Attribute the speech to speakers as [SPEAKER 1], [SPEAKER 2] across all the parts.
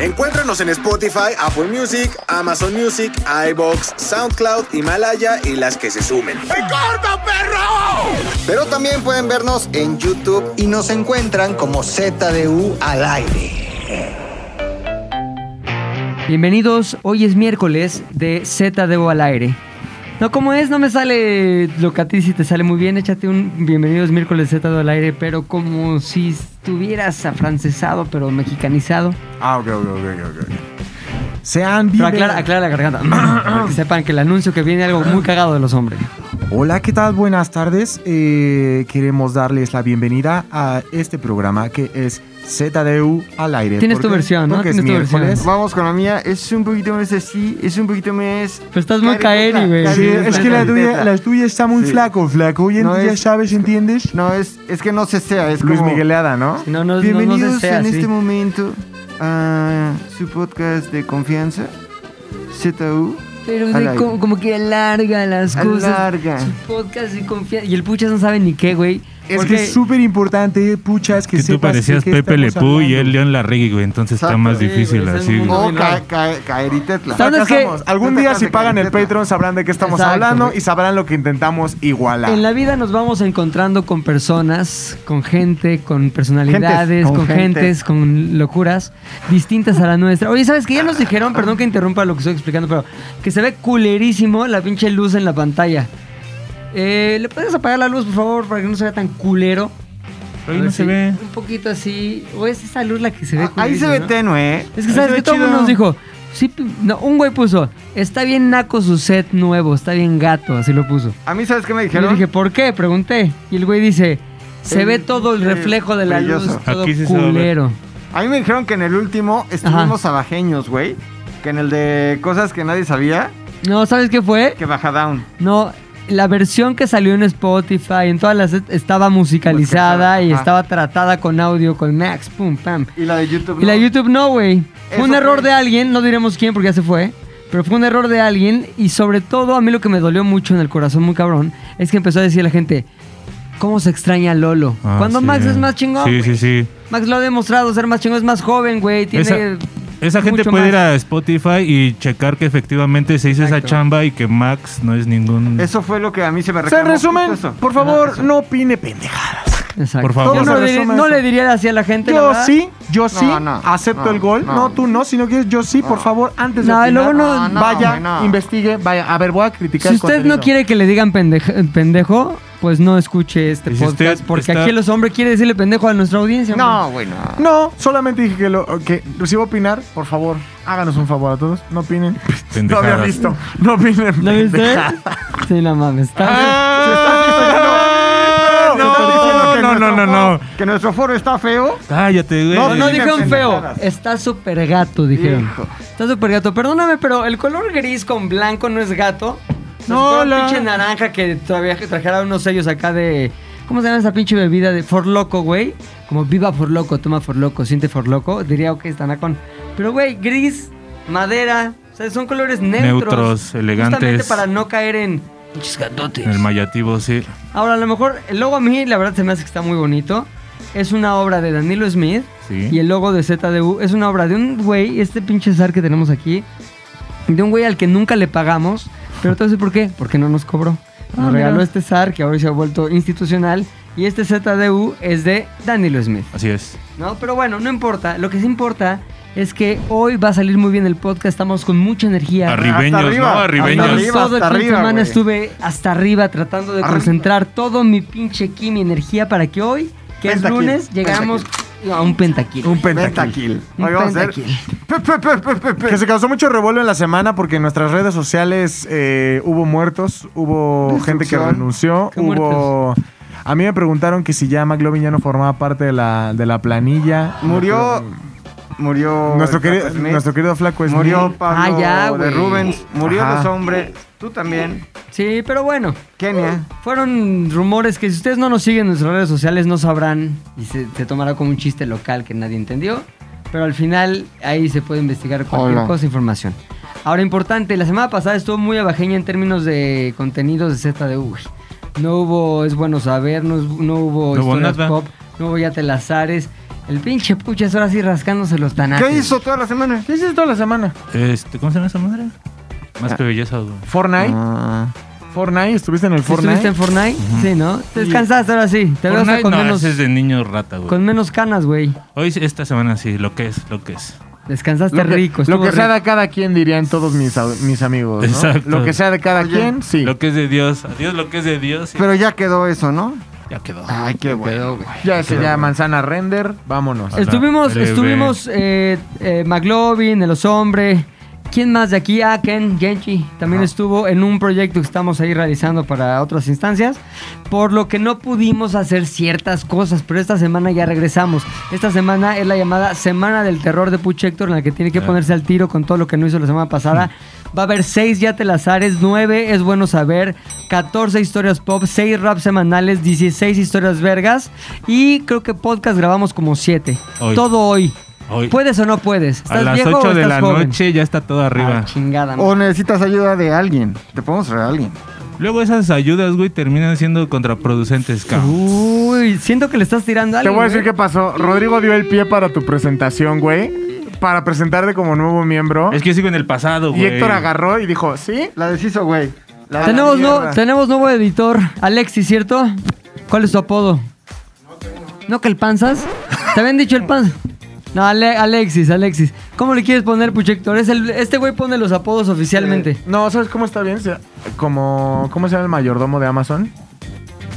[SPEAKER 1] Encuéntranos en Spotify, Apple Music, Amazon Music, iBox, SoundCloud, Himalaya y las que se sumen.
[SPEAKER 2] Pero también pueden vernos en YouTube y nos encuentran como ZDU al aire.
[SPEAKER 3] Bienvenidos, hoy es miércoles de ZDU al aire. No, como es, no me sale lo que a ti sí te sale muy bien. Échate un bienvenidos miércoles ZDU al aire, pero como si estuvieras afrancesado, pero mexicanizado.
[SPEAKER 4] Ah, ok, ok, ok, ok, ok. Sean
[SPEAKER 3] Pero
[SPEAKER 4] bienvenidos.
[SPEAKER 3] aclara, aclara la garganta. Para que sepan que el anuncio que viene algo muy cagado de los hombres.
[SPEAKER 4] Hola, ¿qué tal? Buenas tardes. Eh, queremos darles la bienvenida a este programa que es ZDU al aire.
[SPEAKER 3] Tienes
[SPEAKER 4] ¿Por
[SPEAKER 3] tu
[SPEAKER 4] qué?
[SPEAKER 3] versión, ¿no?
[SPEAKER 4] Porque es
[SPEAKER 3] Tienes tu
[SPEAKER 4] miércoles.
[SPEAKER 3] versión.
[SPEAKER 5] Vamos con la mía. Es un poquito más así, es un poquito más.
[SPEAKER 3] Pero estás muy caeri,
[SPEAKER 5] Caricatura,
[SPEAKER 3] güey.
[SPEAKER 4] Sí, es que la
[SPEAKER 5] Neta.
[SPEAKER 4] tuya, la tuya está muy
[SPEAKER 5] Sí.
[SPEAKER 4] flaco, flaco. Oye,
[SPEAKER 5] No
[SPEAKER 4] ya
[SPEAKER 5] es-
[SPEAKER 4] sabes, ¿entiendes?
[SPEAKER 5] No, es, es que no se sea, es
[SPEAKER 4] Luis
[SPEAKER 5] como.
[SPEAKER 4] Miguelada, ¿no?
[SPEAKER 3] No, no, no,
[SPEAKER 5] Bienvenidos
[SPEAKER 3] no desea,
[SPEAKER 5] en
[SPEAKER 3] sí.
[SPEAKER 5] este momento a su podcast de confianza, ZU.
[SPEAKER 3] Pero
[SPEAKER 5] Al
[SPEAKER 3] de
[SPEAKER 5] aire.
[SPEAKER 3] como, como que alarga las cosas.
[SPEAKER 5] Alarga.
[SPEAKER 3] Su podcast y confianza. Y el puchas no sabe ni qué, güey.
[SPEAKER 4] Es
[SPEAKER 3] Porque
[SPEAKER 4] que es súper importante, puchas, que
[SPEAKER 6] pues, que tú
[SPEAKER 4] sepas de
[SPEAKER 6] parecías
[SPEAKER 4] qué
[SPEAKER 6] Pepe
[SPEAKER 4] estamos
[SPEAKER 6] Lepú y
[SPEAKER 4] hablando.
[SPEAKER 6] él León Larregui, güey. Entonces está
[SPEAKER 5] Exacto.
[SPEAKER 6] más
[SPEAKER 3] Sí, güey,
[SPEAKER 6] difícil
[SPEAKER 3] está en
[SPEAKER 6] así.
[SPEAKER 3] un
[SPEAKER 6] güey.
[SPEAKER 3] mundo-
[SPEAKER 5] O
[SPEAKER 3] no.
[SPEAKER 5] Oh, ca ca Caeritetla.
[SPEAKER 3] ¿Sabes
[SPEAKER 4] Acá
[SPEAKER 3] qué?
[SPEAKER 4] estamos. Algún día si pagan el Patreon sabrán de qué estamos
[SPEAKER 3] Exacto,
[SPEAKER 4] hablando
[SPEAKER 3] güey.
[SPEAKER 4] y sabrán lo que intentamos igualar.
[SPEAKER 3] en la vida nos vamos encontrando con personas, con gente, con personalidades,
[SPEAKER 5] Gentes,
[SPEAKER 3] con,
[SPEAKER 5] con gentes.
[SPEAKER 3] gentes, con locuras distintas a la nuestra. Oye, ¿sabes qué? Ya nos dijeron, perdón que interrumpa lo que estoy explicando, pero que se ve culerísimo la pinche luz en la pantalla. Eh, ¿Le puedes apagar la luz, por favor, para que no se vea tan culero? A
[SPEAKER 6] Pero ahí
[SPEAKER 3] ver
[SPEAKER 6] no
[SPEAKER 3] si-
[SPEAKER 6] se ve.
[SPEAKER 3] Un poquito así. O es esa luz la que se ve
[SPEAKER 5] Ah, Ahí se
[SPEAKER 3] culerísimo,
[SPEAKER 5] ve
[SPEAKER 3] ¿no?
[SPEAKER 5] tenue, ¿eh?
[SPEAKER 3] Es que
[SPEAKER 5] Ahí
[SPEAKER 3] sabes
[SPEAKER 5] se
[SPEAKER 3] que
[SPEAKER 5] ve
[SPEAKER 3] todo el mundo
[SPEAKER 5] chido.
[SPEAKER 3] nos dijo. Sí, pi- no, un güey puso, está bien naco su set nuevo, está bien gato, así lo puso.
[SPEAKER 5] A mí, ¿sabes qué me
[SPEAKER 3] Y le
[SPEAKER 5] dijeron?
[SPEAKER 3] dije, ¿por qué? Pregunté. Y el güey dice, se
[SPEAKER 5] El-
[SPEAKER 3] ve todo el
[SPEAKER 5] eh,
[SPEAKER 3] reflejo de la luz,
[SPEAKER 5] brilloso.
[SPEAKER 3] todo
[SPEAKER 6] Aquí sí se va a ver.
[SPEAKER 3] culero.
[SPEAKER 5] A mí me dijeron que en el último estuvimos abajeños, güey. Que en el de cosas que nadie sabía,
[SPEAKER 3] No, ¿sabes qué fue?
[SPEAKER 5] que baja down.
[SPEAKER 3] No, la versión que salió en Spotify, en todas las... estaba musicalizada
[SPEAKER 5] Musicalizada,
[SPEAKER 3] y
[SPEAKER 5] ajá.
[SPEAKER 3] estaba tratada con audio, con Max, pum, pam.
[SPEAKER 5] Y la de YouTube.
[SPEAKER 3] Y la
[SPEAKER 5] no.
[SPEAKER 3] YouTube no, güey. Fue
[SPEAKER 5] Eso
[SPEAKER 3] un error
[SPEAKER 5] fue.
[SPEAKER 3] de alguien, no diremos quién porque ya se fue, pero fue un error de alguien y sobre todo a mí lo que me dolió mucho en el corazón muy cabrón es que empezó a decir la gente, ¿cómo se extraña a Lolo?
[SPEAKER 6] Ah,
[SPEAKER 3] Cuando
[SPEAKER 6] sí.
[SPEAKER 3] Max es más chingón.
[SPEAKER 6] Sí, sí,
[SPEAKER 3] güey.
[SPEAKER 6] sí.
[SPEAKER 3] Max lo ha demostrado ser más chingón, es más joven, güey. Tiene
[SPEAKER 6] Esa- Esa gente
[SPEAKER 3] mucho
[SPEAKER 6] puede ir
[SPEAKER 3] más.
[SPEAKER 6] a Spotify y checar que efectivamente se hizo
[SPEAKER 3] Exacto.
[SPEAKER 6] esa chamba y que Max no es ningún.
[SPEAKER 5] Eso fue lo que a mí se me
[SPEAKER 4] Se
[SPEAKER 5] reclamó.
[SPEAKER 4] resumen,
[SPEAKER 5] justo eso.
[SPEAKER 4] por
[SPEAKER 5] Ajá,
[SPEAKER 4] favor,
[SPEAKER 5] eso.
[SPEAKER 4] no opine pendejadas.
[SPEAKER 3] Exacto.
[SPEAKER 6] Por favor.
[SPEAKER 3] Yo no,
[SPEAKER 4] Se
[SPEAKER 3] le dir-
[SPEAKER 4] resume
[SPEAKER 3] no
[SPEAKER 4] eso.
[SPEAKER 3] le diría así a la gente. la
[SPEAKER 4] Yo
[SPEAKER 3] verdad.
[SPEAKER 4] sí, yo sí,
[SPEAKER 5] no,
[SPEAKER 4] acepto
[SPEAKER 5] no,
[SPEAKER 4] el gol. No,
[SPEAKER 5] no.
[SPEAKER 4] tú no, si no quieres, yo sí, por favor, antes de
[SPEAKER 3] No, y
[SPEAKER 4] opinar,
[SPEAKER 3] luego no-
[SPEAKER 5] No, no,
[SPEAKER 4] vaya,
[SPEAKER 5] güey, no.
[SPEAKER 4] investigue, vaya. A ver, voy a criticar
[SPEAKER 3] Si
[SPEAKER 4] el
[SPEAKER 3] usted
[SPEAKER 4] contenido.
[SPEAKER 3] no quiere que le digan pendeje- pendejo, pues no escuche este
[SPEAKER 6] Y si usted
[SPEAKER 3] podcast. Porque
[SPEAKER 6] está-
[SPEAKER 3] aquí los hombres quiere decirle pendejo a nuestra audiencia.
[SPEAKER 5] No,
[SPEAKER 3] hombre.
[SPEAKER 5] güey, no.
[SPEAKER 4] No, solamente dije que, lo, que si voy a opinar, por favor, háganos un favor a todos. No opinen. No
[SPEAKER 6] pendejadas.
[SPEAKER 4] había visto. No opinen.
[SPEAKER 3] ¿No viste?
[SPEAKER 4] pendejadas.
[SPEAKER 3] Sí, no mames.
[SPEAKER 6] Ah.
[SPEAKER 3] Está...
[SPEAKER 4] Se está diciendo-
[SPEAKER 6] no,
[SPEAKER 4] se está diciendo que
[SPEAKER 6] no,
[SPEAKER 4] nuestro
[SPEAKER 6] no, no, no.
[SPEAKER 4] foro-
[SPEAKER 5] Que nuestro foro está feo.
[SPEAKER 6] Cállate, güey.
[SPEAKER 3] No, no
[SPEAKER 5] digan
[SPEAKER 3] dijeron feo.
[SPEAKER 5] pendejadas.
[SPEAKER 3] Está súper gato, dijeron.
[SPEAKER 5] Hijo.
[SPEAKER 3] Está súper gato. Perdóname, pero el color gris con blanco no es gato.
[SPEAKER 4] No,
[SPEAKER 3] No, la
[SPEAKER 4] la-
[SPEAKER 3] pinche naranja que todavía que trajera unos sellos acá de. ¿Cómo se llama esa pinche bebida de For Loco, güey? Como viva For Loco, toma For Loco, siente For Loco. Diría, ok, están con. Pero, güey, gris, madera. O sea, son colores neutros.
[SPEAKER 6] Neutros, elegantes.
[SPEAKER 3] Justamente para no caer en. Pinches gatotes.
[SPEAKER 6] En el mayativo, sí.
[SPEAKER 3] Ahora, a lo mejor el logo a mí, la verdad, se me hace que está muy bonito. Es una obra de Danilo Smith.
[SPEAKER 6] Sí.
[SPEAKER 3] Y el logo de ZDU es una obra de un güey, este pinche zar que tenemos aquí, de un güey al que nunca le pagamos. Pero te voy a decir por qué. Porque no nos cobró. Nos regaló este zar que ahora se ha vuelto institucional. Y este ZDU es de Danilo Smith.
[SPEAKER 6] Así es.
[SPEAKER 3] ¿no? Pero bueno, no importa. Lo que sí importa es que hoy va a salir muy bien el podcast. Estamos con mucha energía.
[SPEAKER 6] Arribeños,
[SPEAKER 5] arriba,
[SPEAKER 6] ¿no?
[SPEAKER 5] hasta
[SPEAKER 6] Arribeños.
[SPEAKER 3] Todo el
[SPEAKER 5] arriba, hasta
[SPEAKER 3] fin de
[SPEAKER 5] arriba,
[SPEAKER 3] semana
[SPEAKER 5] güey.
[SPEAKER 3] estuve hasta arriba tratando de concentrar todo mi pinche ki, mi energía para que hoy, que es
[SPEAKER 5] Pentakill,
[SPEAKER 3] lunes, llegamos a un pentaquilo.
[SPEAKER 4] Un pentakill.
[SPEAKER 5] Pentakill.
[SPEAKER 3] Un
[SPEAKER 5] Hoy vamos a hacer.
[SPEAKER 3] pentakill.
[SPEAKER 5] Pe, pe, pe, pe, pe, pe.
[SPEAKER 4] Que se causó mucho revuelo en la semana porque en nuestras redes sociales eh, hubo muertos, hubo gente que
[SPEAKER 5] Destrucción.
[SPEAKER 4] renunció,
[SPEAKER 3] ¿Qué
[SPEAKER 4] hubo... A mí me preguntaron que si ya McLovin ya no formaba parte de la, de la planilla.
[SPEAKER 5] Murió murió.
[SPEAKER 4] Nuestro,
[SPEAKER 5] el
[SPEAKER 4] queri-
[SPEAKER 5] Papa Smith,
[SPEAKER 4] nuestro querido flaco es
[SPEAKER 5] murió
[SPEAKER 4] Smith.
[SPEAKER 5] Pablo
[SPEAKER 3] Ah, ya,
[SPEAKER 5] de
[SPEAKER 3] güey.
[SPEAKER 5] Rubens, murió
[SPEAKER 4] Ajá.
[SPEAKER 5] los hombres, tú también,
[SPEAKER 3] Sí, pero bueno.
[SPEAKER 5] Kenia.
[SPEAKER 3] Fueron rumores que si ustedes no nos siguen en nuestras redes sociales no sabrán y se, se tomará como un chiste local que nadie entendió. Pero al final ahí se puede investigar cualquier
[SPEAKER 5] Hola.
[SPEAKER 3] cosa, información. Ahora, importante, la semana pasada estuvo muy abajeña en términos de contenidos de ZDU. güey. No hubo Es Bueno Saber, no, es- no hubo
[SPEAKER 6] No hubo
[SPEAKER 3] Historias
[SPEAKER 6] nada.
[SPEAKER 3] Pop, no hubo Ya te las Ares. El pinche pucha es ahora sí rascándose los tanates.
[SPEAKER 5] ¿Qué hizo toda la semana?
[SPEAKER 4] ¿Qué hiciste toda la semana?
[SPEAKER 6] Este, ¿Cómo se llama esa madre? Más
[SPEAKER 3] Ah.
[SPEAKER 6] que belleza, güey.
[SPEAKER 4] ¿Fortnite?
[SPEAKER 5] Ah.
[SPEAKER 4] ¿Fortnite? ¿Estuviste en el
[SPEAKER 3] ¿Sí
[SPEAKER 4] Fortnite?
[SPEAKER 3] ¿Estuviste en Fortnite? Sí, ¿no? Te descansaste ahora sí. Te veo hasta
[SPEAKER 6] Fortnite
[SPEAKER 3] con,
[SPEAKER 6] no,
[SPEAKER 3] menos,
[SPEAKER 6] ese es de niño rata, güey.
[SPEAKER 3] con menos canas, güey.
[SPEAKER 6] Hoy, esta semana sí, lo que es, lo que es.
[SPEAKER 3] Descansaste
[SPEAKER 4] Lo que,
[SPEAKER 3] rico.
[SPEAKER 4] lo
[SPEAKER 3] estuvo
[SPEAKER 4] que sea
[SPEAKER 3] rico.
[SPEAKER 4] de cada quien dirían todos mis, au- mis amigos, ¿no?
[SPEAKER 6] Exacto.
[SPEAKER 4] Lo que sea de cada quien, sí.
[SPEAKER 6] Lo que es de Dios. Adiós, lo que es de Dios. y
[SPEAKER 5] Pero ya quedó eso, ¿no?
[SPEAKER 6] ya quedó.
[SPEAKER 5] Ay, qué bueno.
[SPEAKER 4] Ya se ya manzana render, vámonos.
[SPEAKER 5] Ah.
[SPEAKER 6] Ajá.
[SPEAKER 3] Estuvimos,
[SPEAKER 6] Breve.
[SPEAKER 3] estuvimos eh, eh, McLovin, El Osombre. ¿Quién más de aquí? Ah, Ken Genchi. También estuvo en un proyecto que estamos ahí realizando para otras instancias. Por lo que no pudimos hacer ciertas cosas, pero esta semana ya regresamos. Esta semana es la llamada Semana del Terror de Puch Héctor, en la que tiene que
[SPEAKER 6] Ah.
[SPEAKER 3] ponerse al tiro con todo lo que no hizo la semana pasada. Va a haber seis ya telazares, nueve es bueno saber, 14 historias pop, 6 raps semanales, 16 historias vergas y creo que podcast grabamos como 7.
[SPEAKER 6] Hoy.
[SPEAKER 3] Todo hoy.
[SPEAKER 6] Hoy,
[SPEAKER 3] ¿Puedes o no puedes?
[SPEAKER 6] a
[SPEAKER 3] ¿Estás
[SPEAKER 6] las
[SPEAKER 3] viejo
[SPEAKER 6] 8
[SPEAKER 3] o
[SPEAKER 6] de
[SPEAKER 3] estás
[SPEAKER 6] la
[SPEAKER 3] joven?
[SPEAKER 6] noche ya está todo arriba.
[SPEAKER 3] Ah, chingada.
[SPEAKER 5] O necesitas ayuda de alguien. Te podemos traer a alguien.
[SPEAKER 6] Luego esas ayudas, güey, terminan siendo contraproducentes,
[SPEAKER 3] Uh,
[SPEAKER 6] cabrón.
[SPEAKER 3] Uy, siento que le estás tirando ¿eh? a
[SPEAKER 4] Te
[SPEAKER 3] alguien.
[SPEAKER 4] voy a decir
[SPEAKER 3] güey.
[SPEAKER 4] qué pasó. Rodrigo dio el pie para tu presentación, güey. Para presentarte como nuevo miembro.
[SPEAKER 6] Es que sigo en el pasado,
[SPEAKER 4] y
[SPEAKER 6] güey.
[SPEAKER 4] Héctor agarró y dijo, ¿sí?
[SPEAKER 5] La deshizo, güey. La-
[SPEAKER 3] Tenemos,
[SPEAKER 5] la
[SPEAKER 3] nuevo-
[SPEAKER 5] mierda.
[SPEAKER 3] tenemos nuevo editor, Alexis, ¿cierto? ¿Cuál es tu apodo? ¿No que el panzas? ¿Te habían dicho el panzas? No, Ale- Alexis, Alexis. ¿Cómo le quieres poner, Puchector? Es el, este güey pone los apodos oficialmente.
[SPEAKER 4] No, ¿sabes cómo está bien? Se- Como, ¿Cómo se llama el mayordomo de Amazon?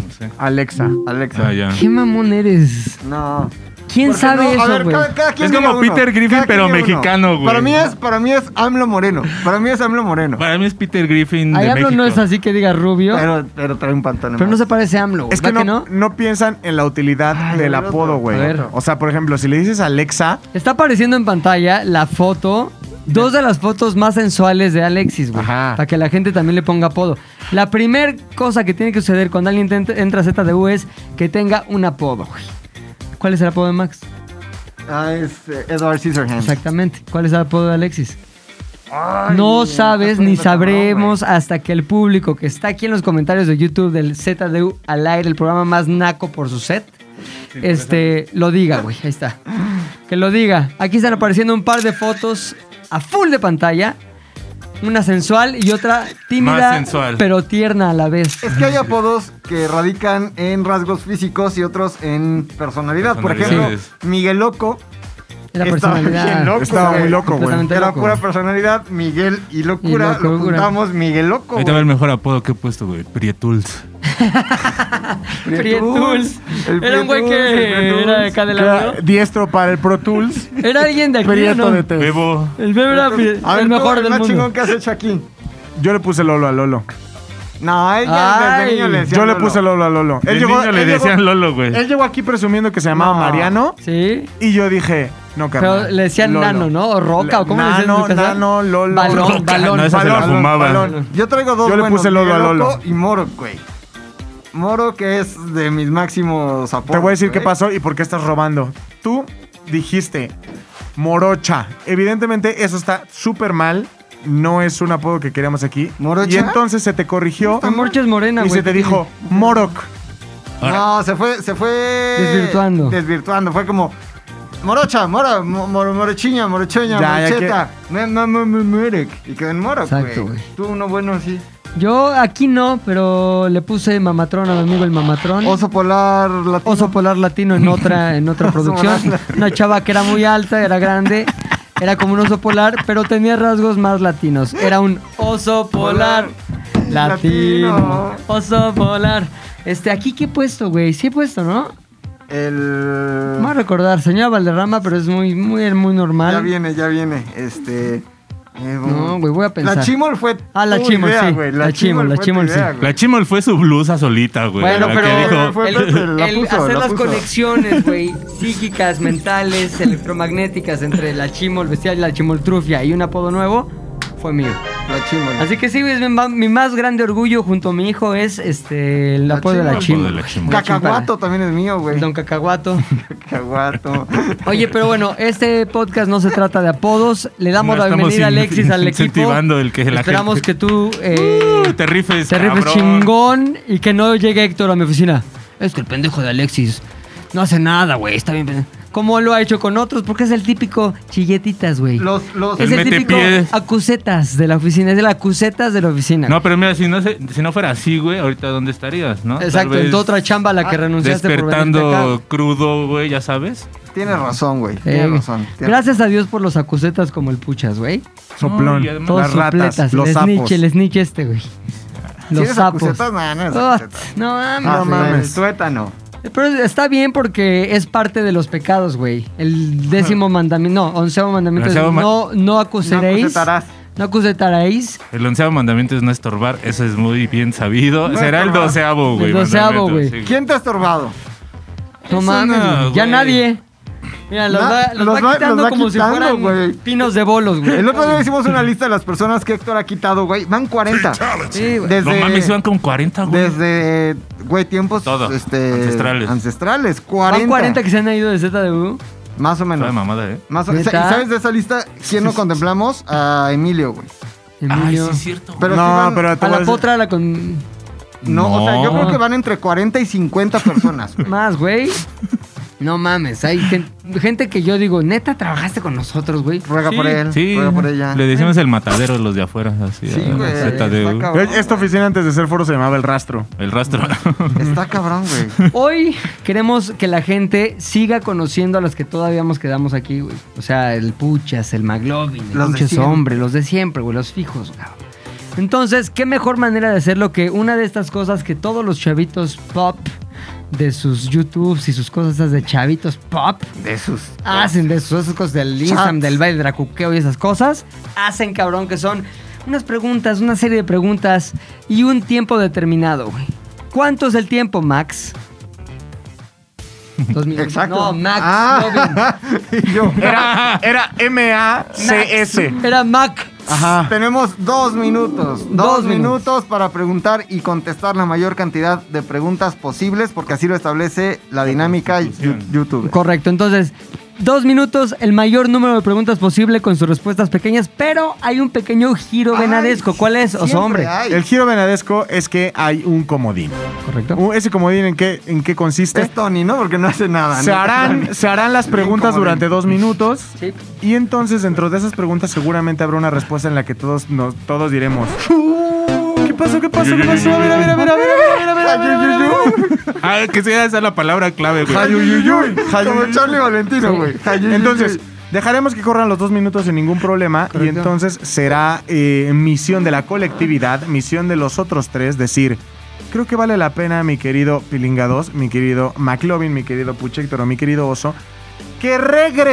[SPEAKER 6] No sé.
[SPEAKER 4] Alexa.
[SPEAKER 5] Alexa.
[SPEAKER 6] Ah, ya.
[SPEAKER 3] ¿Qué mamón eres?
[SPEAKER 5] No.
[SPEAKER 3] ¿Quién
[SPEAKER 5] Porque
[SPEAKER 3] sabe
[SPEAKER 5] no, a
[SPEAKER 3] eso,
[SPEAKER 5] ver,
[SPEAKER 3] güey?
[SPEAKER 5] cada- cada quien
[SPEAKER 6] Es como
[SPEAKER 5] diga uno.
[SPEAKER 6] Peter Griffin,
[SPEAKER 5] Cada quien
[SPEAKER 6] pero
[SPEAKER 5] diga uno.
[SPEAKER 6] mexicano, güey.
[SPEAKER 5] Para mí, es, para mí es AMLO Moreno. Para mí es AMLO Moreno.
[SPEAKER 6] Para mí es Peter Griffin
[SPEAKER 3] Ahí
[SPEAKER 6] de
[SPEAKER 3] AMLO
[SPEAKER 6] México.
[SPEAKER 3] no es así que diga rubio, pero,
[SPEAKER 5] Pero, pero trae un pantalón.
[SPEAKER 3] no se parece a AMLO, güey.
[SPEAKER 4] Es que
[SPEAKER 3] pues, ¿verdad Ah,
[SPEAKER 4] no, no? piensan en la utilidad
[SPEAKER 5] Ay,
[SPEAKER 4] del
[SPEAKER 5] a ver,
[SPEAKER 4] apodo,
[SPEAKER 5] otro.
[SPEAKER 4] güey.
[SPEAKER 3] A ver.
[SPEAKER 4] O sea, por ejemplo, si le dices Alexa,
[SPEAKER 3] Está apareciendo en pantalla la foto, dos de las fotos más sensuales de Alexis, güey.
[SPEAKER 4] Ajá.
[SPEAKER 3] Para que la gente también le ponga apodo. La primera cosa que tiene que suceder cuando alguien te ent- entra a ZDU es que tenga un apodo, güey. ¿Cuál es el apodo de Max?
[SPEAKER 5] Ah, es eh, Edward Scissorhands.
[SPEAKER 3] Exactamente. ¿Cuál es el apodo de Alexis?
[SPEAKER 5] Ay,
[SPEAKER 3] no
[SPEAKER 5] me
[SPEAKER 3] sabes
[SPEAKER 5] está
[SPEAKER 3] ni
[SPEAKER 5] poniendo cabrón,
[SPEAKER 3] sabremos hasta que el público que está aquí en los comentarios de YouTube del ZDU al aire, el programa más naco por su set, este, lo diga, güey. Ahí está. Que lo diga. Aquí están apareciendo un par de fotos a full de pantalla. Una sensual y otra tímida,
[SPEAKER 6] Más sensual.
[SPEAKER 3] pero tierna a la vez.
[SPEAKER 5] Es que hay apodos que radican en rasgos físicos y otros en personalidad. Por ejemplo,
[SPEAKER 6] Personalidades.
[SPEAKER 5] Miguel Loco
[SPEAKER 3] Era
[SPEAKER 5] Estaba
[SPEAKER 3] personalidad.
[SPEAKER 5] bien loco,
[SPEAKER 4] estaba
[SPEAKER 5] güey.
[SPEAKER 4] muy loco, güey.
[SPEAKER 3] Completamente
[SPEAKER 5] era
[SPEAKER 3] loco.
[SPEAKER 5] pura personalidad. Miguel y locura.
[SPEAKER 3] Y
[SPEAKER 5] lo
[SPEAKER 3] locura.
[SPEAKER 5] juntamos Miguel Loco.
[SPEAKER 6] Ahí te va
[SPEAKER 5] güey.
[SPEAKER 6] el mejor apodo que he puesto, güey. Prietools.
[SPEAKER 3] Prietuls.
[SPEAKER 5] El
[SPEAKER 3] Era un güey
[SPEAKER 5] Prietuls, el
[SPEAKER 3] que
[SPEAKER 5] Prietuls.
[SPEAKER 3] era de acá de la
[SPEAKER 4] queda diestro para el Pro Tools,
[SPEAKER 3] Era alguien de aquí,
[SPEAKER 4] prieto
[SPEAKER 3] ¿no?
[SPEAKER 4] de test.
[SPEAKER 6] Bebo.
[SPEAKER 3] El bebé era pri-
[SPEAKER 5] A ver,
[SPEAKER 3] el
[SPEAKER 5] tú,
[SPEAKER 3] mejor
[SPEAKER 5] el
[SPEAKER 3] del
[SPEAKER 5] más
[SPEAKER 3] mundo.
[SPEAKER 5] chingón que has hecho aquí.
[SPEAKER 4] Yo le puse Lolo a Lolo.
[SPEAKER 5] No, a ella
[SPEAKER 3] Ay.
[SPEAKER 5] desde niño le decía
[SPEAKER 4] Yo le
[SPEAKER 5] Lolo.
[SPEAKER 4] puse Lolo a Lolo.
[SPEAKER 6] El
[SPEAKER 4] Él llegó,
[SPEAKER 6] niño le
[SPEAKER 4] él llegó-
[SPEAKER 6] decían Lolo, güey.
[SPEAKER 4] él llegó aquí presumiendo que se llamaba
[SPEAKER 5] No.
[SPEAKER 4] Mariano
[SPEAKER 3] Sí.
[SPEAKER 4] y yo dije, no, carnal.
[SPEAKER 3] Pero le decían
[SPEAKER 4] Lolo.
[SPEAKER 3] nano, ¿no? O roca, ¿o cómo le decían en
[SPEAKER 4] Nano,
[SPEAKER 3] tu casa?
[SPEAKER 4] nano, Lolo.
[SPEAKER 3] Balón,
[SPEAKER 4] Roca.
[SPEAKER 3] balón,
[SPEAKER 6] no, esa se la
[SPEAKER 4] balón,
[SPEAKER 6] fumaba.
[SPEAKER 4] balón.
[SPEAKER 5] Yo traigo dos
[SPEAKER 4] Yo le
[SPEAKER 5] buenos,
[SPEAKER 4] puse Lolo
[SPEAKER 5] Miguel
[SPEAKER 4] a Lolo.
[SPEAKER 5] Loco y Moro, güey. Moro que es de mis máximos apodos.
[SPEAKER 4] Te voy a decir qué
[SPEAKER 5] güey.
[SPEAKER 4] pasó y por qué estás robando. Tú dijiste morocha. Evidentemente eso está súper mal. No es un apodo que queríamos aquí.
[SPEAKER 5] ¿Morocha?
[SPEAKER 4] Y entonces se te corrigió
[SPEAKER 3] La morcha es morena,
[SPEAKER 4] y
[SPEAKER 3] güey.
[SPEAKER 4] se te dijo moroc.
[SPEAKER 5] No, se fue, se fue.
[SPEAKER 3] Desvirtuando.
[SPEAKER 5] Desvirtuando. Fue como. Morocha, mora, mo- moro, morochiña,
[SPEAKER 4] Ya,
[SPEAKER 5] morocheña,
[SPEAKER 4] ya
[SPEAKER 5] morocheta. Me, me, me, me, merec. Y quedó en moro, güey.
[SPEAKER 3] Exacto, güey.
[SPEAKER 5] Tú uno bueno así.
[SPEAKER 3] Yo aquí no, pero le puse mamatrón a mi amigo el mamatrón. Oso,
[SPEAKER 5] Oso polar latino.
[SPEAKER 3] polar latino en otra, en otra producción.
[SPEAKER 5] polar
[SPEAKER 3] Una chava que era muy alta, era grande. Era como un oso polar, pero tenía rasgos más latinos. Era un oso polar latino.
[SPEAKER 5] Latino.
[SPEAKER 3] Oso polar. Este, aquí qué he puesto, güey. Sí he puesto, ¿no?
[SPEAKER 5] El.
[SPEAKER 3] Vamos a recordar, señora Valderrama, pero es muy, muy, muy normal.
[SPEAKER 5] Ya viene, ya viene. Este.
[SPEAKER 3] No, güey, voy a pensar.
[SPEAKER 5] La Chimol fue.
[SPEAKER 3] Ah, la
[SPEAKER 5] tu
[SPEAKER 3] Chimol,
[SPEAKER 5] idea,
[SPEAKER 3] sí.
[SPEAKER 5] güey.
[SPEAKER 3] La Chimol, la
[SPEAKER 5] fue tu
[SPEAKER 3] Chimol,
[SPEAKER 5] idea,
[SPEAKER 3] sí.
[SPEAKER 5] güey.
[SPEAKER 6] La Chimol fue su blusa solita, güey.
[SPEAKER 5] Bueno,
[SPEAKER 6] la
[SPEAKER 5] pero-
[SPEAKER 6] que dijo,
[SPEAKER 5] fue-
[SPEAKER 3] el,
[SPEAKER 5] fue- la
[SPEAKER 3] el
[SPEAKER 5] puso,
[SPEAKER 3] hacer
[SPEAKER 5] la
[SPEAKER 3] las
[SPEAKER 5] puso.
[SPEAKER 3] conexiones, güey, psíquicas, mentales, electromagnéticas entre la chimol bestial y la chimoltrufia y un apodo nuevo, fue mío.
[SPEAKER 5] La Chimol.
[SPEAKER 3] Así que sí, güey, es mi, ma- mi más grande orgullo junto a mi hijo es este el
[SPEAKER 5] La
[SPEAKER 3] apodo de la
[SPEAKER 6] Chimol.
[SPEAKER 3] chimol.
[SPEAKER 6] Apodo de la Chimol.
[SPEAKER 5] Cacahuato también es mío, güey.
[SPEAKER 3] Don Cacahuato.
[SPEAKER 5] Cacahuato.
[SPEAKER 3] Oye, pero bueno, este podcast no se trata de apodos. Le damos
[SPEAKER 6] No
[SPEAKER 3] la
[SPEAKER 6] estamos
[SPEAKER 3] bienvenida a Alexis al equipo.
[SPEAKER 6] incentivando el que la
[SPEAKER 3] Esperamos
[SPEAKER 6] gente-
[SPEAKER 3] que tú eh,
[SPEAKER 6] "Uh, te rifes,
[SPEAKER 3] te rifes
[SPEAKER 6] cabrón".
[SPEAKER 3] chingón y que no llegue Héctor a mi oficina. Es que el pendejo de Alexis no hace nada, güey. Está bien. pendejo. Como lo ha hecho con otros, porque es el típico chilletitas, güey.
[SPEAKER 5] Los, los,
[SPEAKER 3] es
[SPEAKER 6] El
[SPEAKER 3] el típico
[SPEAKER 6] metepies.
[SPEAKER 3] acusetas de la oficina. Es el acusetas de la oficina.
[SPEAKER 6] No, pero mira, si no, se- si no fuera así, güey, ahorita ¿dónde estarías, no? Tal
[SPEAKER 3] Exacto,
[SPEAKER 6] vez
[SPEAKER 3] en tu otra chamba a la que renunciaste por venirte acá.
[SPEAKER 6] Despertando crudo, güey, ya sabes.
[SPEAKER 5] Tienes razón, güey.
[SPEAKER 3] Eh,
[SPEAKER 5] Tienes razón. tienes
[SPEAKER 3] gracias a Dios por los acusetas como el puchas, güey.
[SPEAKER 4] Soplón.
[SPEAKER 6] No, y además-
[SPEAKER 3] Todos
[SPEAKER 4] las ratas,
[SPEAKER 3] sopletas,
[SPEAKER 4] los
[SPEAKER 3] el
[SPEAKER 4] sapos.
[SPEAKER 3] snitch, el snitch este, güey. Los
[SPEAKER 5] ¿Quieres
[SPEAKER 3] sapos.
[SPEAKER 5] acusetas? Nah, no es
[SPEAKER 3] Oh,
[SPEAKER 5] acusetas.
[SPEAKER 3] no mames.
[SPEAKER 5] Ah,
[SPEAKER 4] No
[SPEAKER 5] sí,
[SPEAKER 4] mames.
[SPEAKER 5] el Tuétano.
[SPEAKER 3] Pero está bien porque es parte de los pecados, güey. El décimo mandamiento, no, onceavo mandamiento es
[SPEAKER 6] Onceavo ma-
[SPEAKER 3] no, no acusaréis.
[SPEAKER 5] No acusetarás.
[SPEAKER 3] No acusetaréis.
[SPEAKER 6] El onceavo mandamiento es no estorbar, eso es muy bien sabido.
[SPEAKER 5] No
[SPEAKER 6] Será el
[SPEAKER 5] estorbar.
[SPEAKER 6] doceavo, güey.
[SPEAKER 3] El doceavo,
[SPEAKER 6] mandamiento,
[SPEAKER 3] güey.
[SPEAKER 6] sí.
[SPEAKER 5] ¿Quién te ha estorbado?
[SPEAKER 3] No
[SPEAKER 6] Eso
[SPEAKER 3] mames,
[SPEAKER 6] no,
[SPEAKER 3] güey. ya
[SPEAKER 6] güey.
[SPEAKER 3] nadie. Mira, los,
[SPEAKER 5] No,
[SPEAKER 3] va, los
[SPEAKER 5] los
[SPEAKER 3] va
[SPEAKER 5] va- los
[SPEAKER 3] quitando
[SPEAKER 5] va
[SPEAKER 3] como si
[SPEAKER 5] quitando,
[SPEAKER 3] fueran
[SPEAKER 5] güey.
[SPEAKER 3] pinos de bolos, güey.
[SPEAKER 5] El otro día hicimos una lista de las personas que Héctor ha quitado, güey. Van 40.
[SPEAKER 3] Sí, güey.
[SPEAKER 5] Desde,
[SPEAKER 6] No mames, iban con 40, güey.
[SPEAKER 5] desde, güey, tiempos
[SPEAKER 6] Todo.
[SPEAKER 5] Este,
[SPEAKER 6] Ancestrales.
[SPEAKER 5] ancestrales.
[SPEAKER 3] Van
[SPEAKER 5] 40.
[SPEAKER 3] 40 que se han ido de ZDU.
[SPEAKER 5] Más o
[SPEAKER 6] Toda
[SPEAKER 5] menos.
[SPEAKER 6] mamada, ¿eh?
[SPEAKER 5] Más o- ¿Y
[SPEAKER 3] ¿Neta?
[SPEAKER 5] sabes de esa lista quién no contemplamos? A Emilio, güey.
[SPEAKER 6] Ay, sí
[SPEAKER 3] Emilio.
[SPEAKER 6] es cierto. güey.
[SPEAKER 5] Pero sí
[SPEAKER 4] no,
[SPEAKER 5] van-
[SPEAKER 4] pero te
[SPEAKER 3] a
[SPEAKER 4] voy
[SPEAKER 3] la
[SPEAKER 4] decir-
[SPEAKER 3] potra, a la con.
[SPEAKER 5] No, o sea, yo
[SPEAKER 6] No.
[SPEAKER 5] creo que van entre 40 y 50 personas. güey.
[SPEAKER 3] Más, güey. No mames, hay gen- gente, que yo digo, neta, trabajaste con nosotros, güey.
[SPEAKER 5] Ruega por él,
[SPEAKER 6] Sí,
[SPEAKER 5] ruega por ella.
[SPEAKER 6] le decimos el matadero a los de afuera, así. ¿eh?
[SPEAKER 5] Sí,
[SPEAKER 6] a-
[SPEAKER 5] güey,
[SPEAKER 6] ZDU.
[SPEAKER 5] está cabrón.
[SPEAKER 4] Güey, Esta oficina antes de ser foro se llamaba El Rastro.
[SPEAKER 6] El rastro.
[SPEAKER 5] Está cabrón, güey.
[SPEAKER 3] Hoy queremos que la gente siga conociendo a los que todavía nos quedamos aquí, güey. O sea, el Puchas, el Maglovin, el
[SPEAKER 5] Los de
[SPEAKER 3] Puchas
[SPEAKER 5] siempre.
[SPEAKER 3] Hombre, los de siempre, güey, los fijos, cabrón. Entonces, ¿qué mejor manera de hacerlo que una de estas cosas que todos los chavitos pop de sus YouTubes y sus cosas esas de chavitos pop
[SPEAKER 5] De sus.
[SPEAKER 3] Ah, hacen de sus esas cosas del Instagram, del baile, del dracuqueo y esas cosas, hacen cabrón que son unas preguntas, una serie de preguntas y un tiempo determinado, güey. ¿Cuánto es el tiempo, Max? Dos minutos.
[SPEAKER 5] Exacto.
[SPEAKER 3] No, Max.
[SPEAKER 5] Ah. Y yo.
[SPEAKER 4] Era, era M-A-C-S.
[SPEAKER 3] Lovin. Era Mac.
[SPEAKER 4] Ajá.
[SPEAKER 5] Tenemos dos minutos. Dos,
[SPEAKER 3] Dos minutos.
[SPEAKER 5] minutos. para preguntar y contestar la mayor cantidad de preguntas posibles, porque así lo establece la dinámica
[SPEAKER 6] constitución.
[SPEAKER 5] yu- YouTube.
[SPEAKER 3] Correcto. Entonces, dos minutos, el mayor número de preguntas posible con sus respuestas pequeñas, pero hay un pequeño giro venadesco. ¿Cuál es?
[SPEAKER 5] Siempre
[SPEAKER 3] Oso hombre.
[SPEAKER 5] hay.
[SPEAKER 4] El giro venadesco es que hay un comodín.
[SPEAKER 3] Correcto.
[SPEAKER 4] Uh, ¿Ese comodín en qué, en qué consiste?
[SPEAKER 5] Es Tony, ¿no? Porque no hace nada.
[SPEAKER 4] Se
[SPEAKER 5] ¿no?
[SPEAKER 4] harán, se harán las preguntas
[SPEAKER 5] comodín.
[SPEAKER 4] durante dos minutos.
[SPEAKER 3] Sí.
[SPEAKER 4] Y entonces dentro de esas preguntas seguramente habrá una respuesta en la que todos nos todos diremos. ¿Qué pasó? ¿Qué pasó? ¿Qué pasó? Mira, mira, mira, mira, mira, mira, mira, mira, mira.
[SPEAKER 6] ah, que sea esa la palabra clave, güey.
[SPEAKER 5] Jayuyuyuy. Como Charlie Valentino, güey. Jayuyuyuy.
[SPEAKER 4] Entonces, dejaremos que corran los dos minutos sin ningún problema y
[SPEAKER 3] Correcto.
[SPEAKER 4] entonces será eh, misión de la colectividad, misión de los otros tres, decir, creo que vale la pena, mi querido Pilinga 2, mi querido McLovin, mi querido Puchector o mi querido Oso, que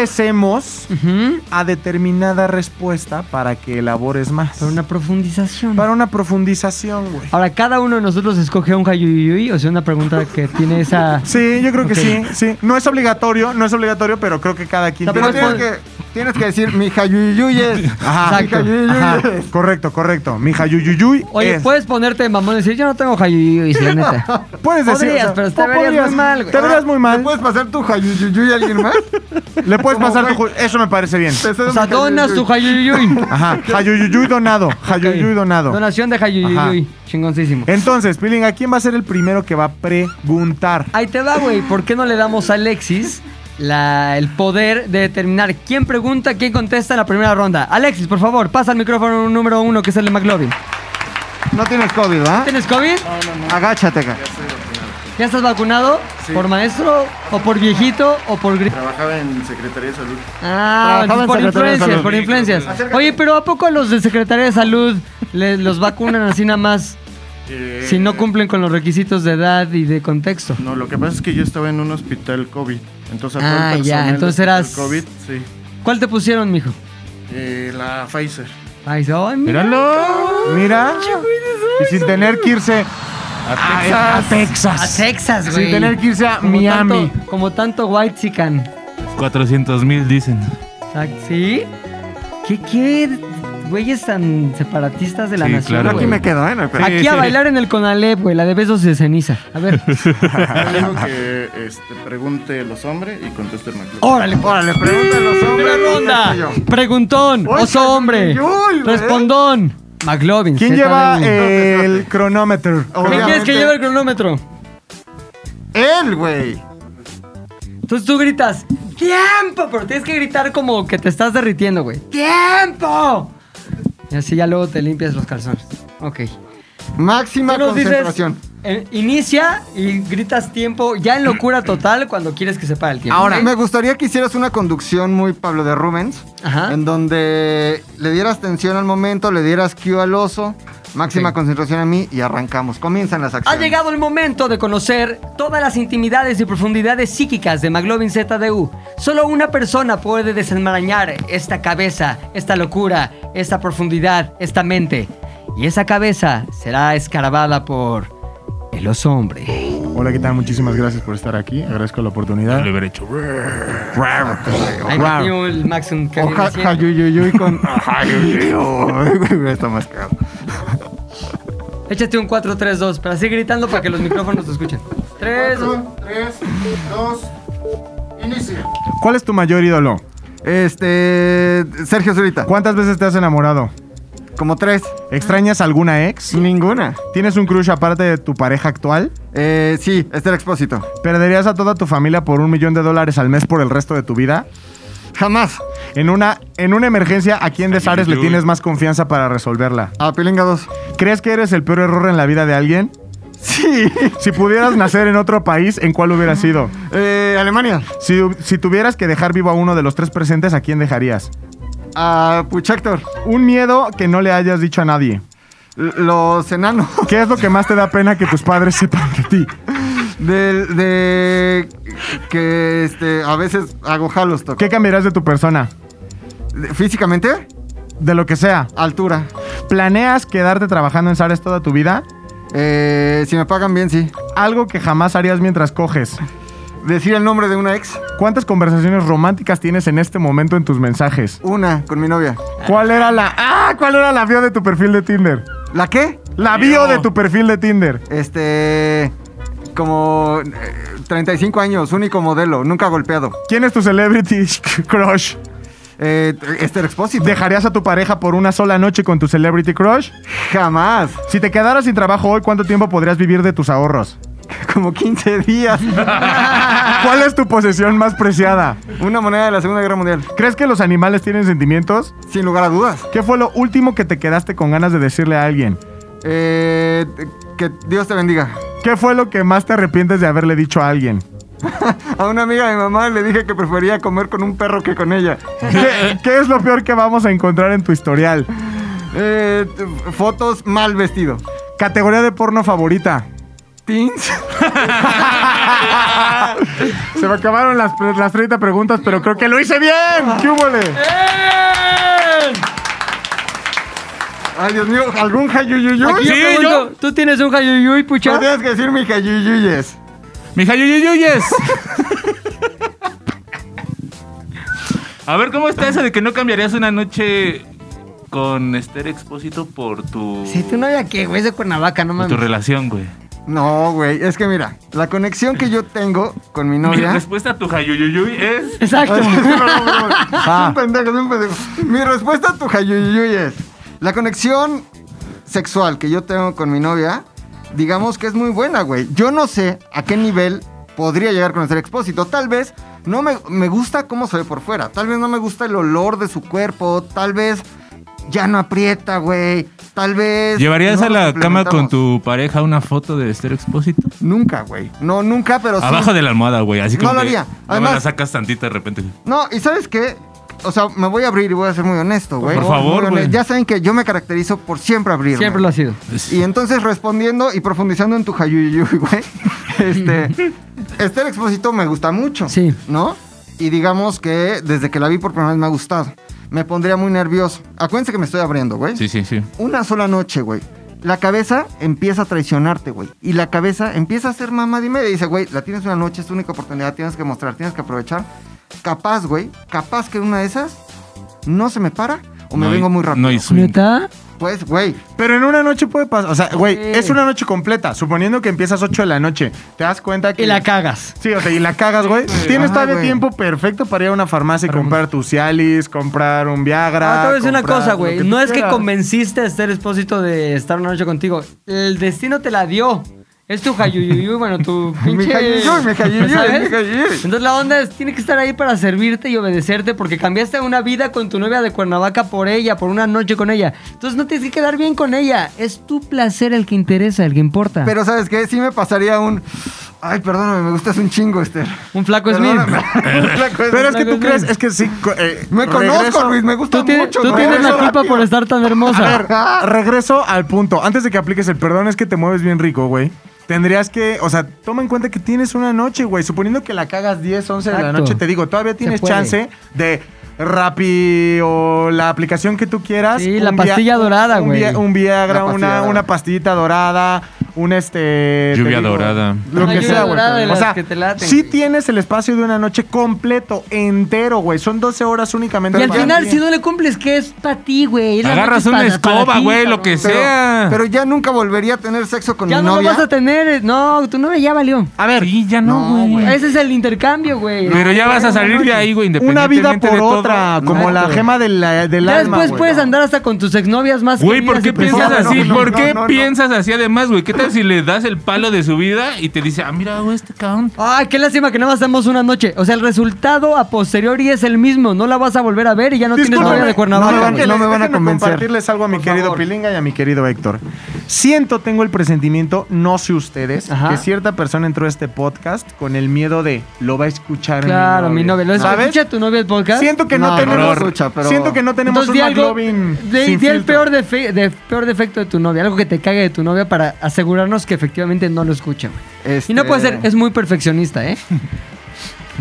[SPEAKER 4] regresemos
[SPEAKER 3] Ujú.
[SPEAKER 4] a determinada respuesta para que elabores más.
[SPEAKER 3] Para una profundización.
[SPEAKER 4] Para una profundización, güey.
[SPEAKER 3] Ahora, cada uno de nosotros escoge un hayuyuyuy, o sea, una pregunta que tiene esa...
[SPEAKER 4] Sí, yo creo
[SPEAKER 3] Ok.
[SPEAKER 4] que sí, sí. No es obligatorio, no es obligatorio, pero creo que cada quien...
[SPEAKER 3] Está
[SPEAKER 5] Pero
[SPEAKER 3] Pues,
[SPEAKER 5] tienes
[SPEAKER 3] pues-
[SPEAKER 5] que, tienes que decir, mi Jayuyuy es.
[SPEAKER 4] Ajá,
[SPEAKER 3] Exacto.
[SPEAKER 4] mi Ajá, correcto, correcto. Mi Yuyuyuy
[SPEAKER 3] Oye, pues,
[SPEAKER 4] es-
[SPEAKER 3] puedes ponerte mamón y decir, yo no tengo hayuyuyuy, la neta.
[SPEAKER 4] Puedes decir.
[SPEAKER 3] Podrías, pero te verías muy mal, güey. Ah.
[SPEAKER 4] Te verías muy
[SPEAKER 5] ¿Le
[SPEAKER 4] mal.
[SPEAKER 5] puedes pasar tu Jayuyuy a alguien más?
[SPEAKER 4] Le puedes
[SPEAKER 5] como,
[SPEAKER 4] pasar tu.
[SPEAKER 5] güey.
[SPEAKER 4] ju- Eso me parece bien.
[SPEAKER 5] Te cedo
[SPEAKER 3] O sea,
[SPEAKER 5] mi jayuyuy.
[SPEAKER 3] donas tu hayuyuyuy.
[SPEAKER 4] Ajá. Jayuyuyuy donado. Jayuyuy
[SPEAKER 3] Ok.
[SPEAKER 4] donado.
[SPEAKER 3] Donación de hayuyuyuy. Chingoncísimo.
[SPEAKER 4] Entonces, Pilinga, ¿quién va a ser el primero que va a preguntar?
[SPEAKER 3] Ahí te va, güey. ¿Por qué no le damos a Alexis la- el poder de determinar quién pregunta, quién contesta en la primera ronda? Alexis, por favor, pasa el micrófono número uno, que es el de McLovin.
[SPEAKER 5] No tienes COVID, ¿verdad?
[SPEAKER 3] ¿Tienes COVID?
[SPEAKER 5] Agáchate, güey.
[SPEAKER 3] ¿Ya estás vacunado? ¿Por maestro? ¿O por viejito? ¿O por... gri-
[SPEAKER 7] Trabajaba en Secretaría de Salud.
[SPEAKER 3] Ah,
[SPEAKER 5] Trabajaba en
[SPEAKER 3] por
[SPEAKER 5] Secretaría de
[SPEAKER 3] influencias,
[SPEAKER 5] Salud.
[SPEAKER 3] por influencias. Oye, pero ¿a poco los de Secretaría de Salud le- los vacunan así nada más
[SPEAKER 7] Eh,
[SPEAKER 3] si no cumplen con los requisitos de edad y de contexto?
[SPEAKER 7] No, lo que pasa es que yo estaba en un hospital COVID. Entonces, a todo el
[SPEAKER 3] Ah, ya,
[SPEAKER 7] personal del
[SPEAKER 3] entonces
[SPEAKER 7] hospital
[SPEAKER 3] eras-
[SPEAKER 7] COVID, sí.
[SPEAKER 3] ¿Cuál te pusieron, mijo?
[SPEAKER 7] Eh, la Pfizer.
[SPEAKER 3] Ay, sí, ay, mira.
[SPEAKER 6] ¡Míralo!
[SPEAKER 4] Mira.
[SPEAKER 3] Che, güey,
[SPEAKER 4] Y sin tener que irse a a Texas.
[SPEAKER 3] A Texas, güey.
[SPEAKER 4] Sin tener que irse a
[SPEAKER 3] Como
[SPEAKER 4] Miami.
[SPEAKER 3] tanto- como tanto White Chican.
[SPEAKER 6] 400 mil dicen.
[SPEAKER 3] ¿Sí? ¿Qué, qué güeyes tan separatistas de la
[SPEAKER 6] Sí,
[SPEAKER 3] nación?
[SPEAKER 6] claro,
[SPEAKER 3] güey?
[SPEAKER 5] Aquí me quedo, ¿eh? No hay pedo.
[SPEAKER 3] Aquí a bailar en el Conalep, güey, la de besos de ceniza. A ver,
[SPEAKER 7] Hay algo que este, pregunte los hombres y conteste el
[SPEAKER 4] Oh,
[SPEAKER 7] McLovin.
[SPEAKER 3] órale, por
[SPEAKER 5] Órale, pregunta a los hombres.
[SPEAKER 3] primera ronda.
[SPEAKER 5] ¿quién soy yo?
[SPEAKER 3] Preguntón,
[SPEAKER 5] Oye,
[SPEAKER 3] oso hombre.
[SPEAKER 5] Yul, ¿eh? güey.
[SPEAKER 3] Respondón. McLovin.
[SPEAKER 4] ¿Quién
[SPEAKER 3] ZDU.
[SPEAKER 4] lleva el cronómetro? Oh,
[SPEAKER 3] ¿Quién quieres que
[SPEAKER 5] eh, Obviamente,
[SPEAKER 3] lleve el cronómetro?
[SPEAKER 5] Él, güey.
[SPEAKER 3] Entonces tú gritas, ¡Tiempo! Pero tienes que gritar como que te estás derritiendo, güey. ¡Tiempo! Y así ya luego te limpias los calzones. Ok.
[SPEAKER 5] Máxima
[SPEAKER 3] Tú nos dices,
[SPEAKER 5] concentración.
[SPEAKER 3] eh, inicia y gritas tiempo ya en locura total cuando quieres que se pare el tiempo.
[SPEAKER 5] Ahora, me gustaría que hicieras una conducción muy Pablo de Rubens,
[SPEAKER 3] Ajá.
[SPEAKER 5] en donde le dieras tensión al momento, le dieras cue al oso, máxima
[SPEAKER 3] Sí.
[SPEAKER 5] concentración a mí y arrancamos. Comienzan las
[SPEAKER 3] Ha
[SPEAKER 5] acciones.
[SPEAKER 3] llegado el momento de conocer todas las intimidades y profundidades psíquicas de McLovin ZDU. Solo una persona puede desenmarañar esta cabeza, esta locura, esta profundidad, esta mente. Y esa cabeza será escarabada por el oso hombre.
[SPEAKER 4] Hola, ¿qué tal? Muchísimas gracias por estar aquí. Agradezco la oportunidad.
[SPEAKER 6] Lo hubiera hecho.
[SPEAKER 3] Ahí
[SPEAKER 4] Wow.
[SPEAKER 3] metió el Maxim que
[SPEAKER 5] O
[SPEAKER 3] viene
[SPEAKER 5] ja-
[SPEAKER 3] haciendo.
[SPEAKER 5] jayuyuyuy con. Jayuyuyuy. Está más caro.
[SPEAKER 3] Échate un 4-3-2, pero así gritando para que los micrófonos te escuchen. 3,
[SPEAKER 7] Tres, dos, inicio.
[SPEAKER 4] ¿Cuál es tu mayor ídolo?
[SPEAKER 5] Este. Sergio Zurita.
[SPEAKER 4] ¿Cuántas veces te has enamorado?
[SPEAKER 5] Como tres.
[SPEAKER 4] ¿Extrañas alguna ex?
[SPEAKER 5] Ninguna.
[SPEAKER 4] ¿Tienes un crush aparte de tu pareja actual?
[SPEAKER 5] Eh, sí, este era expósito.
[SPEAKER 4] ¿Perderías a toda tu familia por un millón de dólares al mes por el resto de tu vida?
[SPEAKER 5] Jamás.
[SPEAKER 4] En una, en una emergencia, ¿a quién de Zares le
[SPEAKER 6] uy.
[SPEAKER 4] tienes más confianza para resolverla?
[SPEAKER 5] A Pilinga 2.
[SPEAKER 4] ¿Crees que eres el peor error en la vida de alguien?
[SPEAKER 5] Sí.
[SPEAKER 4] Si pudieras nacer en otro país, ¿en cuál hubieras sido?
[SPEAKER 5] Eh, Alemania.
[SPEAKER 4] Si, si tuvieras que dejar vivo a uno de los tres presentes, ¿a quién dejarías?
[SPEAKER 5] A Puchactor.
[SPEAKER 4] Un miedo que no le hayas dicho a nadie.
[SPEAKER 5] L- Los enanos.
[SPEAKER 4] ¿Qué es lo que más te da pena que tus padres sepan de ti?
[SPEAKER 5] Del, de que este, a veces hago jalos, toco.
[SPEAKER 4] ¿Qué cambiarás de tu persona?
[SPEAKER 5] De- ¿Físicamente?
[SPEAKER 4] De lo que sea.
[SPEAKER 5] Altura.
[SPEAKER 4] ¿Planeas quedarte trabajando en Zares toda tu vida?
[SPEAKER 5] Eh, si me pagan bien, sí.
[SPEAKER 4] Algo que jamás harías mientras coges.
[SPEAKER 5] Decir el nombre de una ex.
[SPEAKER 4] ¿Cuántas conversaciones románticas tienes en este momento en tus mensajes?
[SPEAKER 5] Una, con mi novia.
[SPEAKER 4] ¿Cuál era la... ¡Ah! ¿Cuál era la bio de tu perfil de Tinder?
[SPEAKER 5] ¿La qué?
[SPEAKER 4] La bio de tu perfil de Tinder.
[SPEAKER 5] Este. Como. eh, 35 años, único modelo, nunca golpeado.
[SPEAKER 4] ¿Quién es tu celebrity crush?
[SPEAKER 5] Eh, este expósito.
[SPEAKER 4] ¿Dejarías a tu pareja por una sola noche con tu celebrity crush?
[SPEAKER 5] Jamás.
[SPEAKER 4] Si te quedaras sin trabajo hoy, ¿cuánto tiempo podrías vivir de tus ahorros?
[SPEAKER 5] Como 15 días.
[SPEAKER 4] ¿Cuál es tu posesión más preciada?
[SPEAKER 5] Una moneda de la Segunda Guerra Mundial.
[SPEAKER 4] ¿Crees que los animales tienen sentimientos?
[SPEAKER 5] Sin lugar a dudas.
[SPEAKER 4] ¿Qué fue lo último que te quedaste con ganas de decirle a alguien?
[SPEAKER 5] Eh, que Dios te bendiga.
[SPEAKER 4] ¿Qué fue lo que más te arrepientes de haberle dicho a alguien?
[SPEAKER 5] A una amiga de mi mamá le dije que prefería comer con un perro que con ella.
[SPEAKER 4] ¿Qué, qué es lo peor que vamos a encontrar en tu historial?
[SPEAKER 5] Eh, t- fotos mal vestido.
[SPEAKER 4] Categoría de porno favorita.
[SPEAKER 5] Teens.
[SPEAKER 4] Se me acabaron las, pre- las 30 preguntas, pero creo que lo hice bien. ¡Qué húbole!
[SPEAKER 5] Ay, Dios mío, ¿algún jayuyuyu?
[SPEAKER 3] Aquí yo pregunto, ¿tú tienes un jayuyuy, pucha?
[SPEAKER 5] No tienes que decir mi jayuyuyes.
[SPEAKER 6] Mija Yuyuyuyes. A ver, ¿cómo está eso de que no cambiarías una noche con Esther Expósito por tu.
[SPEAKER 3] Si tú no había que, güey, es de Cuernavaca, no
[SPEAKER 6] por
[SPEAKER 3] mames.
[SPEAKER 6] tu relación, güey?
[SPEAKER 5] No, güey, es que mira, la conexión que yo tengo con mi
[SPEAKER 6] Mi
[SPEAKER 5] novia.
[SPEAKER 6] respuesta a tu Jayuyuyuy es.
[SPEAKER 3] Exacto.
[SPEAKER 6] Ah.
[SPEAKER 5] Es un pendejo, es un pendejo. Mi respuesta a tu jayuyuy es: La conexión sexual que yo tengo con mi novia, digamos que es muy buena, güey. Yo no sé a qué nivel podría llegar con ser expósito. Tal vez no me, me gusta cómo se ve por fuera. Tal vez no me gusta el olor de su cuerpo. Tal vez ya no aprieta, güey. Tal vez.
[SPEAKER 6] ¿Llevarías
[SPEAKER 5] no
[SPEAKER 6] a la
[SPEAKER 5] nos
[SPEAKER 6] cama con
[SPEAKER 5] complementamos.
[SPEAKER 6] tu pareja una foto de Esther Expósito?
[SPEAKER 5] Nunca, güey. No, nunca, pero sí.
[SPEAKER 6] Abajo de la almohada, güey. Así
[SPEAKER 5] No
[SPEAKER 6] como.
[SPEAKER 5] lo
[SPEAKER 6] que
[SPEAKER 5] haría.
[SPEAKER 6] nada más
[SPEAKER 5] Además-
[SPEAKER 6] la sacas tantita de repente.
[SPEAKER 5] No, y ¿sabes qué? O sea, me voy a abrir y voy a ser muy honesto, güey.
[SPEAKER 6] Por
[SPEAKER 5] Muy
[SPEAKER 6] favor,
[SPEAKER 5] honesto.
[SPEAKER 6] güey.
[SPEAKER 5] Ya saben que yo me caracterizo por siempre abrir.
[SPEAKER 3] Siempre lo ha sido.
[SPEAKER 5] Y entonces respondiendo y profundizando en tu jayuyuy, güey. Este. Esther Expósito me gusta mucho.
[SPEAKER 3] Sí.
[SPEAKER 5] ¿No? Y digamos que desde que la vi por primera vez me ha gustado. me pondría muy nervioso. Acuérdense que me estoy abriendo, güey.
[SPEAKER 6] Sí, sí, sí.
[SPEAKER 5] Una sola noche, güey. La cabeza empieza a traicionarte, güey. Y la cabeza empieza a ser mamá de media. Y Dice, güey, la tienes una noche, es tu única oportunidad, tienes que mostrar, tienes que aprovechar. Capaz, güey, capaz que una de esas no se me para o me
[SPEAKER 6] No hay-
[SPEAKER 5] vengo muy rápido.
[SPEAKER 6] No hay swing.
[SPEAKER 3] ¿Neta?
[SPEAKER 5] Pues, güey,
[SPEAKER 4] Pero en una noche puede pasar. O sea, güey,
[SPEAKER 3] Sí.
[SPEAKER 4] es una noche completa. Suponiendo que empiezas 8 de la noche. Te das cuenta que.
[SPEAKER 3] Y la cagas.
[SPEAKER 4] Sí, o sea, y la cagas, güey. Tienes
[SPEAKER 5] Ajá,
[SPEAKER 4] todavía
[SPEAKER 5] güey.
[SPEAKER 4] tiempo perfecto para ir a una farmacia y comprar tu Cialis, comprar un Viagra.
[SPEAKER 3] Ah, te voy a decir una
[SPEAKER 4] comprar
[SPEAKER 3] cosa,
[SPEAKER 4] lo
[SPEAKER 3] güey.
[SPEAKER 4] tú
[SPEAKER 3] No es que
[SPEAKER 4] quieras.
[SPEAKER 3] convenciste a Esther Espósito de estar una noche contigo. El destino te la dio. Es tu jayuyuyu, bueno, tu pinche...
[SPEAKER 5] Mi jayuyuy, mi jayuyuy,
[SPEAKER 3] ¿sabes?
[SPEAKER 5] mi jayuyuy.
[SPEAKER 3] Entonces la onda es, tiene que estar ahí para servirte y obedecerte porque cambiaste una vida con tu novia de Cuernavaca por ella, por una noche con ella. Entonces no tienes que quedar bien con ella. Es tu placer el que interesa, el que importa.
[SPEAKER 5] pero ¿sabes qué? Sí me pasaría un... Ay, perdóname, me gustas un chingo, Esther.
[SPEAKER 3] Un flaco es mío.
[SPEAKER 5] Perdóname.
[SPEAKER 4] Pero es que tú
[SPEAKER 3] Luego,
[SPEAKER 4] crees,
[SPEAKER 3] luego.
[SPEAKER 4] es que sí. co- eh,
[SPEAKER 5] Me
[SPEAKER 4] regreso-
[SPEAKER 5] conozco, Luis, me gusta
[SPEAKER 3] Tú tienes,
[SPEAKER 5] mucho.
[SPEAKER 3] tú
[SPEAKER 5] güey.
[SPEAKER 3] tienes la
[SPEAKER 5] Regreso
[SPEAKER 3] culpa
[SPEAKER 5] rápido.
[SPEAKER 3] por estar tan hermosa.
[SPEAKER 4] A ver,
[SPEAKER 5] ah,
[SPEAKER 4] regreso al punto. Antes de que apliques el perdón, es que te mueves bien rico, güey. Tendrías que, o sea, toma en cuenta que tienes una noche, güey. Suponiendo que la cagas 10, 11 de la
[SPEAKER 3] Exacto.
[SPEAKER 4] noche, te digo, todavía tienes
[SPEAKER 3] puede.
[SPEAKER 4] chance de Rappi o la aplicación que tú quieras.
[SPEAKER 3] Sí, la
[SPEAKER 4] un
[SPEAKER 3] pastilla
[SPEAKER 4] via-
[SPEAKER 3] dorada,
[SPEAKER 4] un
[SPEAKER 3] güey.
[SPEAKER 4] via- Un Viagra,
[SPEAKER 5] La pastilla
[SPEAKER 4] una,
[SPEAKER 5] dorada.
[SPEAKER 4] una pastillita dorada, un este... te
[SPEAKER 6] Lluvia
[SPEAKER 4] digo,
[SPEAKER 6] dorada.
[SPEAKER 4] Lo
[SPEAKER 3] Una
[SPEAKER 4] que
[SPEAKER 3] lluvia
[SPEAKER 4] sea, güey.
[SPEAKER 3] dorada de
[SPEAKER 4] O
[SPEAKER 3] las
[SPEAKER 4] sea,
[SPEAKER 3] que te laten,
[SPEAKER 4] sí
[SPEAKER 3] güey.
[SPEAKER 4] tienes el espacio de una noche completo, entero, güey. Son 12 horas únicamente.
[SPEAKER 3] Y al
[SPEAKER 4] para
[SPEAKER 3] final,
[SPEAKER 4] ti.
[SPEAKER 3] si no le cumples, ¿qué es para ti, güey? Es la
[SPEAKER 6] Agarras
[SPEAKER 3] noche
[SPEAKER 6] una
[SPEAKER 3] para- para
[SPEAKER 6] escoba,
[SPEAKER 3] ti,
[SPEAKER 6] güey, lo
[SPEAKER 3] cabrón.
[SPEAKER 6] que
[SPEAKER 5] Pero,
[SPEAKER 6] sea.
[SPEAKER 5] pero ya nunca volvería a tener sexo con
[SPEAKER 3] Ya
[SPEAKER 5] mi
[SPEAKER 3] no
[SPEAKER 5] novia.
[SPEAKER 3] lo vas a tener. eh. No, tu novia ya valió.
[SPEAKER 4] A ver,
[SPEAKER 6] Sí, ya no, güey.
[SPEAKER 3] Ese es el intercambio, güey.
[SPEAKER 6] Pero ya vas a salir de ahí, güey,
[SPEAKER 4] Una
[SPEAKER 6] independientemente
[SPEAKER 4] vida por
[SPEAKER 6] de todo.
[SPEAKER 4] otra, como
[SPEAKER 3] Exacto.
[SPEAKER 4] la gema de la, del
[SPEAKER 3] Ya
[SPEAKER 4] alma,
[SPEAKER 3] después pues,
[SPEAKER 4] güey.
[SPEAKER 3] puedes andar hasta con tus exnovias más
[SPEAKER 6] Güey, ¿por
[SPEAKER 3] queridas
[SPEAKER 6] qué
[SPEAKER 3] y
[SPEAKER 6] piensas
[SPEAKER 3] preciadas,
[SPEAKER 6] así?
[SPEAKER 3] güey.
[SPEAKER 5] no,
[SPEAKER 6] ¿Por
[SPEAKER 5] no,
[SPEAKER 6] qué
[SPEAKER 5] no, no.
[SPEAKER 6] piensas así además, güey? ¿Qué tal si le das el palo de su vida y te dice, ah, mira, güey, este cabrón?
[SPEAKER 3] Ay, qué lástima que nada más hacemos una noche. O sea, el resultado a posteriori es el mismo. No la vas a volver a ver y ya no tienes
[SPEAKER 4] Discúlpame,
[SPEAKER 3] novia de Cuernavaca.
[SPEAKER 4] no me van,
[SPEAKER 3] güey.
[SPEAKER 4] no me van a
[SPEAKER 5] Déjenme
[SPEAKER 4] convencer. compartirles
[SPEAKER 5] compartirles
[SPEAKER 4] algo a mi querido Pilinga y a mi querido Héctor. Siento, tengo el presentimiento, no sé ustedes,
[SPEAKER 3] Ajá.
[SPEAKER 4] que cierta persona entró a este podcast con el miedo de lo va a escuchar
[SPEAKER 3] Claro, mi novia. ¿Lo
[SPEAKER 4] ¿Sabes?
[SPEAKER 3] escucha tu novia el podcast?
[SPEAKER 4] Siento que no,
[SPEAKER 5] No, no
[SPEAKER 4] tenemos,
[SPEAKER 5] lo escucha, pero-
[SPEAKER 4] siento que no tenemos
[SPEAKER 3] Entonces,
[SPEAKER 4] un
[SPEAKER 3] di algo,
[SPEAKER 4] McLovin
[SPEAKER 3] di-
[SPEAKER 4] sin
[SPEAKER 3] di el
[SPEAKER 4] filtro.
[SPEAKER 3] peor, defe- de- peor defecto de tu novia, algo que te cague de tu novia para asegurarnos que efectivamente no lo escucha, güey.
[SPEAKER 5] Este-
[SPEAKER 3] Y no puede ser, es muy perfeccionista, ¿eh?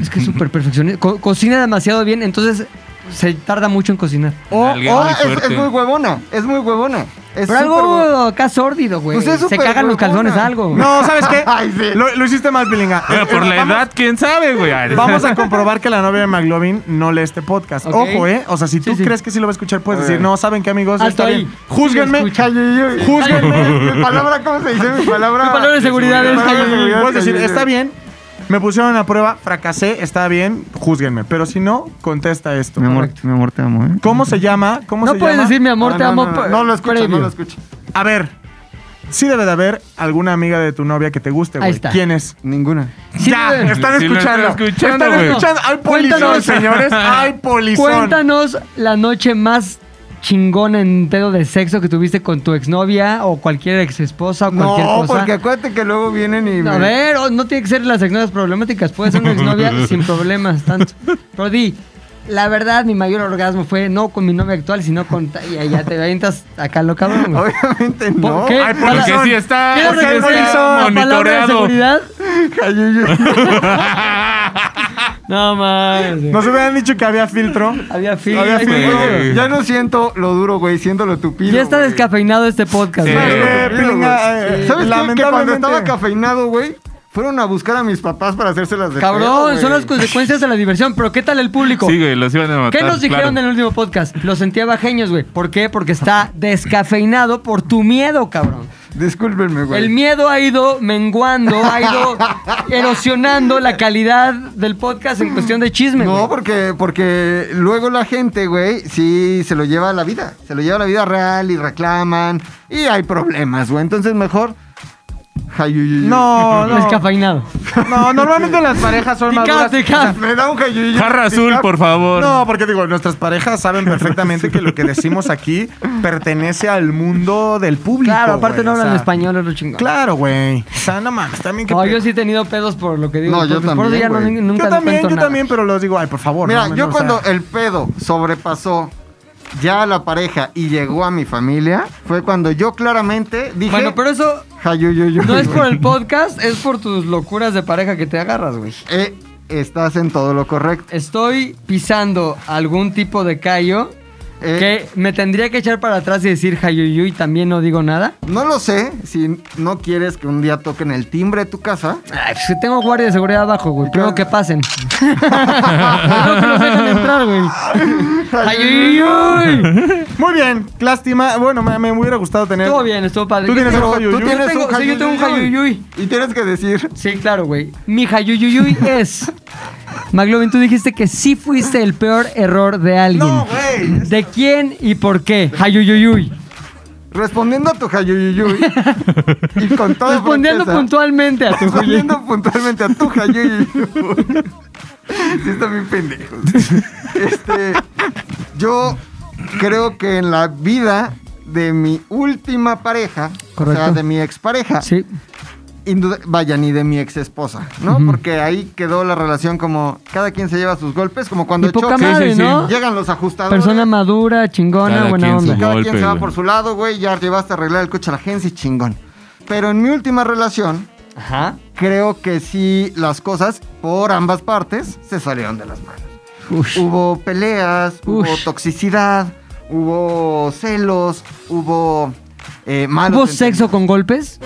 [SPEAKER 3] es que es súper perfeccionista. Co- cocina demasiado bien, entonces se tarda mucho en cocinar.
[SPEAKER 5] O-
[SPEAKER 6] Nalgue
[SPEAKER 5] o
[SPEAKER 6] muy
[SPEAKER 5] es- es,
[SPEAKER 6] fuerte.
[SPEAKER 5] muy huevona, es muy huevona. Es
[SPEAKER 3] Pero
[SPEAKER 5] súper huevona.
[SPEAKER 3] algo acá sórdido, güey.
[SPEAKER 5] Pues es
[SPEAKER 3] se
[SPEAKER 5] súper
[SPEAKER 3] cagan los
[SPEAKER 5] huevona.
[SPEAKER 3] calzones, algo.
[SPEAKER 4] No, ¿sabes qué?
[SPEAKER 5] Ay, sí.
[SPEAKER 4] lo, lo hiciste mal, Pilinga.
[SPEAKER 6] Bueno, por la
[SPEAKER 4] Vamos-
[SPEAKER 6] edad, quién sabe, güey. Ah,
[SPEAKER 4] Vamos a comprobar que la novia de McLovin no lee este podcast.
[SPEAKER 3] Ok.
[SPEAKER 4] Ojo, ¿eh? O sea, si tú
[SPEAKER 3] Sí, sí.
[SPEAKER 4] crees que sí lo va a escuchar, puedes
[SPEAKER 5] Ok.
[SPEAKER 4] decir, no, ¿saben qué, amigos?
[SPEAKER 3] Alto
[SPEAKER 4] Está
[SPEAKER 3] ahí.
[SPEAKER 4] bien. Júzguenme.
[SPEAKER 3] Sí,
[SPEAKER 5] Ay, ay, ay.
[SPEAKER 4] Júzguenme.
[SPEAKER 5] Mi palabra, ¿cómo se dice? Mi palabra.
[SPEAKER 3] Mi palabra de seguridad es
[SPEAKER 5] palabra de
[SPEAKER 3] que-
[SPEAKER 5] seguridad
[SPEAKER 4] Puedes
[SPEAKER 5] es
[SPEAKER 4] decir,
[SPEAKER 5] que-
[SPEAKER 4] está bien. Me pusieron a prueba, fracasé, está bien, júzguenme. Pero si no, contesta esto.
[SPEAKER 5] Mi amor, mi amor, te amo, ¿eh?
[SPEAKER 4] ¿Cómo se llama? ¿Cómo
[SPEAKER 3] No
[SPEAKER 4] se
[SPEAKER 3] puedes
[SPEAKER 4] llama?
[SPEAKER 3] decir mi amor,
[SPEAKER 5] No,
[SPEAKER 3] te
[SPEAKER 5] no,
[SPEAKER 3] amo.
[SPEAKER 5] Ah, no,
[SPEAKER 3] pa-
[SPEAKER 5] no, no lo escucho, no
[SPEAKER 3] previo.
[SPEAKER 5] lo escucho.
[SPEAKER 4] A ver, sí debe de haber alguna amiga de tu novia que te guste, güey.
[SPEAKER 3] Ahí está.
[SPEAKER 4] ¿Quién es?
[SPEAKER 5] Ninguna.
[SPEAKER 3] Sí,
[SPEAKER 4] ya,
[SPEAKER 3] güey.
[SPEAKER 4] están
[SPEAKER 6] Sí, lo están
[SPEAKER 4] escuchando.
[SPEAKER 6] escuchando,
[SPEAKER 4] Están
[SPEAKER 6] güey.
[SPEAKER 4] escuchando. Hay polizón,
[SPEAKER 3] Cuéntanos.
[SPEAKER 4] señores. Hay polizón.
[SPEAKER 3] Cuéntanos la noche más chingona en pedo de sexo que tuviste con tu exnovia o cualquier exesposa o cualquier
[SPEAKER 5] No,
[SPEAKER 3] cosa.
[SPEAKER 5] porque acuérdate que luego vienen y.
[SPEAKER 3] A
[SPEAKER 5] me-
[SPEAKER 3] ver, o- no tiene que ser las exnovias problemáticas, puede ser una exnovia sin problemas tanto. Pero di, la verdad, mi mayor orgasmo fue no con mi novia actual, sino con... ta- Y ya te avientas acá lo cabrón. güey.
[SPEAKER 5] Obviamente
[SPEAKER 3] ¿Por
[SPEAKER 5] no.
[SPEAKER 3] qué?
[SPEAKER 4] hay
[SPEAKER 3] Para-
[SPEAKER 6] Porque sí está,
[SPEAKER 3] ¿Quieres
[SPEAKER 6] porque
[SPEAKER 3] regresar
[SPEAKER 6] está
[SPEAKER 3] a la palabra de
[SPEAKER 6] monitoreado.
[SPEAKER 3] seguridad?
[SPEAKER 5] Jayuyuy.
[SPEAKER 3] No mames. güey.
[SPEAKER 4] Nos hubieran dicho que había filtro.
[SPEAKER 3] Había fin.
[SPEAKER 4] Había
[SPEAKER 3] güey.
[SPEAKER 4] filtro.
[SPEAKER 6] güey.
[SPEAKER 5] Ya no siento lo duro, güey, siento lo tupido.
[SPEAKER 3] Ya está
[SPEAKER 5] güey.
[SPEAKER 3] descafeinado este podcast.
[SPEAKER 6] Sí.
[SPEAKER 3] güey.
[SPEAKER 6] Eh,
[SPEAKER 4] Eh,
[SPEAKER 5] Tupido,
[SPEAKER 4] Pilinga,
[SPEAKER 5] güey.
[SPEAKER 4] eh,
[SPEAKER 5] ¿Sabes qué? Que cuando
[SPEAKER 4] lamentablemente-
[SPEAKER 5] estaba cafeinado, güey, fueron a buscar a mis papás para hacérselas de pedo,
[SPEAKER 3] Cabrón,
[SPEAKER 5] güey.
[SPEAKER 3] son las consecuencias de la diversión. Pero ¿qué tal el público?
[SPEAKER 6] Sí, güey, los iban a matar.
[SPEAKER 3] ¿Qué nos dijeron en
[SPEAKER 6] claro.
[SPEAKER 3] el último podcast? Los sentía bajeños, güey. ¿Por qué? Porque está descafeinado por tu miedo, cabrón.
[SPEAKER 5] Discúlpenme, güey.
[SPEAKER 3] El miedo ha ido menguando, ha ido erosionando la calidad del podcast en cuestión de chisme.
[SPEAKER 5] No,
[SPEAKER 3] güey.
[SPEAKER 5] porque, porque luego la gente, güey, sí se lo lleva a la vida. Se lo lleva a la vida real y reclaman. Y hay problemas, güey. Entonces mejor. jayuyuyu.
[SPEAKER 4] No, no.
[SPEAKER 3] Descafeinado.
[SPEAKER 4] No, normalmente las parejas son más duras.
[SPEAKER 3] Picante, cap.
[SPEAKER 5] Me da un jayuyuyu.
[SPEAKER 6] Jarra azul, por favor.
[SPEAKER 4] No, porque digo, nuestras parejas saben perfectamente que lo que decimos aquí pertenece al mundo del público.
[SPEAKER 3] Claro, aparte
[SPEAKER 4] güey,
[SPEAKER 3] no
[SPEAKER 4] o
[SPEAKER 3] hablan
[SPEAKER 4] sea,
[SPEAKER 3] español, es lo chingón.
[SPEAKER 4] Claro, güey. O sea, no mames, también que.
[SPEAKER 3] No, yo sí he tenido pedos por lo que digo.
[SPEAKER 5] No, yo
[SPEAKER 3] porque Por eso
[SPEAKER 5] también,
[SPEAKER 3] ya no-
[SPEAKER 5] güey.
[SPEAKER 3] nunca
[SPEAKER 4] Yo
[SPEAKER 3] le
[SPEAKER 4] también,
[SPEAKER 3] cuento
[SPEAKER 4] yo
[SPEAKER 3] nada.
[SPEAKER 4] también, pero los digo, ay, por favor.
[SPEAKER 5] Mira,
[SPEAKER 4] no, no,
[SPEAKER 5] yo
[SPEAKER 4] o sea,
[SPEAKER 5] cuando el pedo sobrepasó ya a la pareja y llegó a mi familia, fue cuando yo claramente dije.
[SPEAKER 3] Bueno, pero eso
[SPEAKER 5] jayuyuyu,
[SPEAKER 3] no es
[SPEAKER 5] güey.
[SPEAKER 3] por el podcast, es por tus locuras de pareja que te agarras, güey.
[SPEAKER 5] Eh, estás en todo lo correcto.
[SPEAKER 3] Estoy pisando algún tipo de callo
[SPEAKER 5] Eh.
[SPEAKER 3] que me tendría que echar para atrás y decir Hayuyu y también no digo nada.
[SPEAKER 5] No lo sé si no quieres que un día toquen el timbre de tu casa.
[SPEAKER 3] Ay, pues que tengo guardia de seguridad abajo, güey. Primero
[SPEAKER 5] qué?
[SPEAKER 3] que pasen. Primero que nos dejan entrar, güey. Hayuyuyuy.
[SPEAKER 4] eh, Muy bien, lástima. Bueno, me, me hubiera gustado tener.
[SPEAKER 3] Estuvo bien, estuvo padre.
[SPEAKER 4] Tú
[SPEAKER 3] Yo
[SPEAKER 4] tienes
[SPEAKER 3] tengo-
[SPEAKER 4] un hayuyuy.
[SPEAKER 3] yo tengo- Sí, yo tengo un hayuyuy.
[SPEAKER 5] Y tienes que decir,
[SPEAKER 3] Sí, claro, güey. Mi hayuyuyuy es... McLovin, tú dijiste que sí fuiste el peor error de alguien.
[SPEAKER 4] No, güey.
[SPEAKER 3] ¿De quién y por qué? Hayuyuyuy.
[SPEAKER 5] respondiendo a tu jayuyuyuy y con todo
[SPEAKER 3] Respondiendo puntualmente a tu Hayuyuy.
[SPEAKER 5] Respondiendo puntualmente a tu jayuyuyuy. Sí, está bien pendejo. Este, yo creo que en la vida de mi última pareja, o sea,
[SPEAKER 3] Correcto.
[SPEAKER 5] de mi expareja,
[SPEAKER 3] Sí.
[SPEAKER 5] Induda- vaya, ni de mi ex esposa, ¿no? Porque ahí quedó la relación como cada quien se lleva sus golpes, como cuando
[SPEAKER 3] Y poca
[SPEAKER 5] chocan.
[SPEAKER 3] madre,
[SPEAKER 8] sí.
[SPEAKER 3] ¿no?
[SPEAKER 5] Llegan los ajustadores.
[SPEAKER 3] Oh. Persona madura, chingona,
[SPEAKER 8] Cada
[SPEAKER 3] buena
[SPEAKER 8] quien su
[SPEAKER 3] onda.
[SPEAKER 5] cada
[SPEAKER 8] Golpe,
[SPEAKER 5] quien se va
[SPEAKER 8] güey.
[SPEAKER 5] por su lado, güey, ya llevaste a arreglar el coche a la agencia y chingón. Pero en mi última relación,
[SPEAKER 3] Ajá.
[SPEAKER 5] creo que sí las cosas por ambas partes se salieron de las manos. Hubo peleas, hubo
[SPEAKER 3] Ush.
[SPEAKER 5] toxicidad, hubo celos, hubo eh, malos
[SPEAKER 3] ¿Hubo sexo con golpes?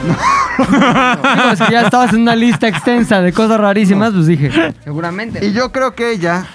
[SPEAKER 3] Digo, es que ya estabas en una lista extensa de cosas rarísimas, pues dije. Seguramente.
[SPEAKER 5] Y yo creo que ella,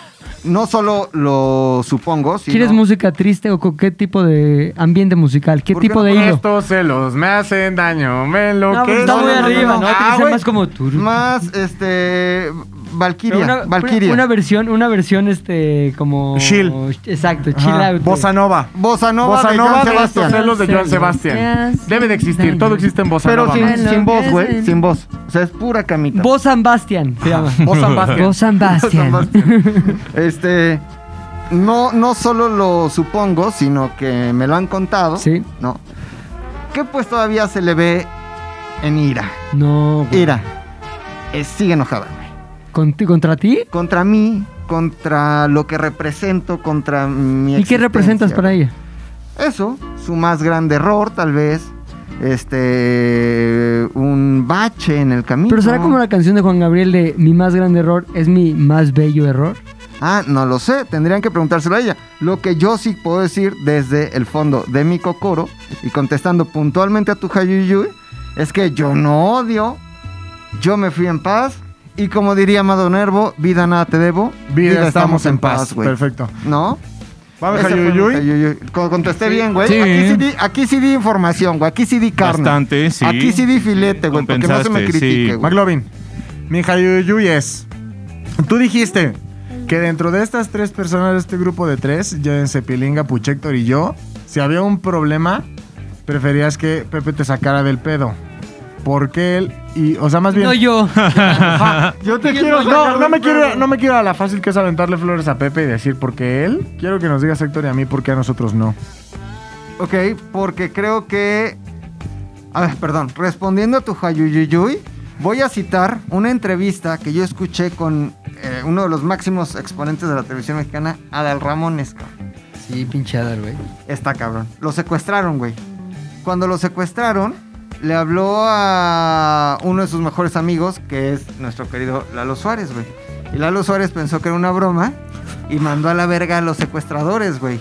[SPEAKER 5] no solo lo supongo, sino...
[SPEAKER 3] ¿Quieres música triste o con qué tipo de ambiente musical? ¿Qué
[SPEAKER 5] ¿Por qué
[SPEAKER 3] tipo
[SPEAKER 5] no
[SPEAKER 3] de hilo?
[SPEAKER 4] Estos celos me hacen daño, me
[SPEAKER 3] No, pues,
[SPEAKER 4] enloquezco.
[SPEAKER 3] está
[SPEAKER 5] no,
[SPEAKER 3] muy
[SPEAKER 5] no, no,
[SPEAKER 3] arriba, ¿no?
[SPEAKER 5] no, no.
[SPEAKER 3] Tiene que
[SPEAKER 5] Ah,
[SPEAKER 3] ser
[SPEAKER 5] güey.
[SPEAKER 3] más como tú.
[SPEAKER 5] Más, este... Valkyria,
[SPEAKER 3] una,
[SPEAKER 5] Valkyria.
[SPEAKER 3] una versión, una versión, este, como.
[SPEAKER 4] Chill.
[SPEAKER 3] Exacto, chill
[SPEAKER 4] Ajá,
[SPEAKER 3] out.
[SPEAKER 4] Bossa Nova.
[SPEAKER 5] Bossa Nova,
[SPEAKER 8] Bossa
[SPEAKER 5] de
[SPEAKER 8] Nova
[SPEAKER 5] Joan
[SPEAKER 8] de estos
[SPEAKER 5] Sebastián.
[SPEAKER 8] celos de Joan Sebastián. Debe de existir, todo existe en Bossa
[SPEAKER 5] Pero
[SPEAKER 8] Nova.
[SPEAKER 5] sin,
[SPEAKER 8] man.
[SPEAKER 5] sin voz, güey. Sin voz. O sea, es pura camita.
[SPEAKER 3] Bo San Bastian se llama.
[SPEAKER 5] Bo San Bastian.
[SPEAKER 3] Bo San Bastian.
[SPEAKER 5] Bossa Bastian. este... No, no solo lo supongo, sino que me lo han contado.
[SPEAKER 3] Sí.
[SPEAKER 5] No. Que pues todavía se le ve en ira.
[SPEAKER 3] No, güey.
[SPEAKER 5] Ira. Eh, sigue enojada, güey.
[SPEAKER 3] ¿Conti- ¿Contra ti?
[SPEAKER 5] contra mí, contra lo que represento, contra mi
[SPEAKER 3] ¿Y qué
[SPEAKER 5] existencia.
[SPEAKER 3] representas para ella?
[SPEAKER 5] Eso, su más grande error, tal vez. Este. Un bache en el camino.
[SPEAKER 3] Pero será como la canción de Juan Gabriel de Mi más grande error es mi más bello error.
[SPEAKER 5] Ah, no lo sé, tendrían que preguntárselo a ella. Lo que yo sí puedo decir desde el fondo de mi cocoro y contestando puntualmente a tu Hayuyuy es que yo no odio, yo me fui en paz y como diría Amado Nervo, vida nada te debo,
[SPEAKER 4] Vida, estamos, en paz.
[SPEAKER 5] güey.
[SPEAKER 4] Perfecto.
[SPEAKER 5] ¿No?
[SPEAKER 4] Vamos,
[SPEAKER 5] Ese fue mi
[SPEAKER 4] Hayuyuy.
[SPEAKER 5] Hayuyuy. Co- Contesté bien, güey.
[SPEAKER 8] Sí.
[SPEAKER 5] Aquí, sí di, aquí sí di información, güey. Aquí sí di carne.
[SPEAKER 8] Bastante, sí.
[SPEAKER 5] Aquí sí di filete, güey, porque no se me
[SPEAKER 8] Compensaste,
[SPEAKER 5] critique,
[SPEAKER 8] sí.
[SPEAKER 5] güey.
[SPEAKER 4] McLovin, mi Hayuyuy es. Tú dijiste que dentro de estas tres personas, de este grupo de tres, llévense Pilinga, Puchector y yo, si había un problema, preferías que Pepe te sacara del pedo. Porque él y, o sea, más bien.
[SPEAKER 3] No yo.
[SPEAKER 4] Yo te
[SPEAKER 3] quiero
[SPEAKER 4] No, no me quiero, ir- no me quiero ir a la fácil que es aventarle flores a Pepe y decir porque él. Quiero que nos digas Héctor y a mí porque a nosotros no.
[SPEAKER 5] Ok, porque creo que. A ver, perdón. Respondiendo a tu Hayuyuyuy, voy a citar una entrevista que yo escuché con eh, uno de los máximos exponentes de la televisión mexicana, Adal Ramones. cabrón.
[SPEAKER 3] Sí, pinchada, güey.
[SPEAKER 5] Está cabrón. Lo secuestraron, güey. Cuando lo secuestraron, le habló a uno de sus mejores amigos, que es nuestro querido Lalo Suárez, güey. Y Lalo Suárez pensó que era una broma y mandó a la verga a los secuestradores, güey.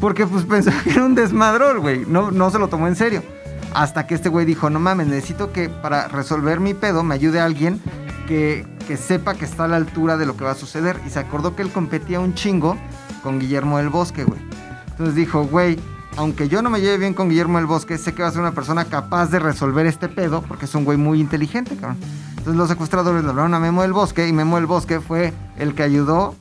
[SPEAKER 5] Porque pues pensó que era un desmadrón, güey. No, no se lo tomó en serio. Hasta que este güey dijo, no mames, necesito que para resolver mi pedo me ayude alguien que, que sepa que está a la altura de lo que va a suceder. Y se acordó que él competía un chingo con Guillermo del Bosque, güey. Entonces dijo, güey, aunque yo no me lleve bien con Guillermo del Bosque, sé que va a ser una persona capaz de resolver este pedo porque es un güey muy inteligente, cabrón. Entonces los secuestradores le hablaron a Memo del Bosque y Memo del Bosque fue el que ayudó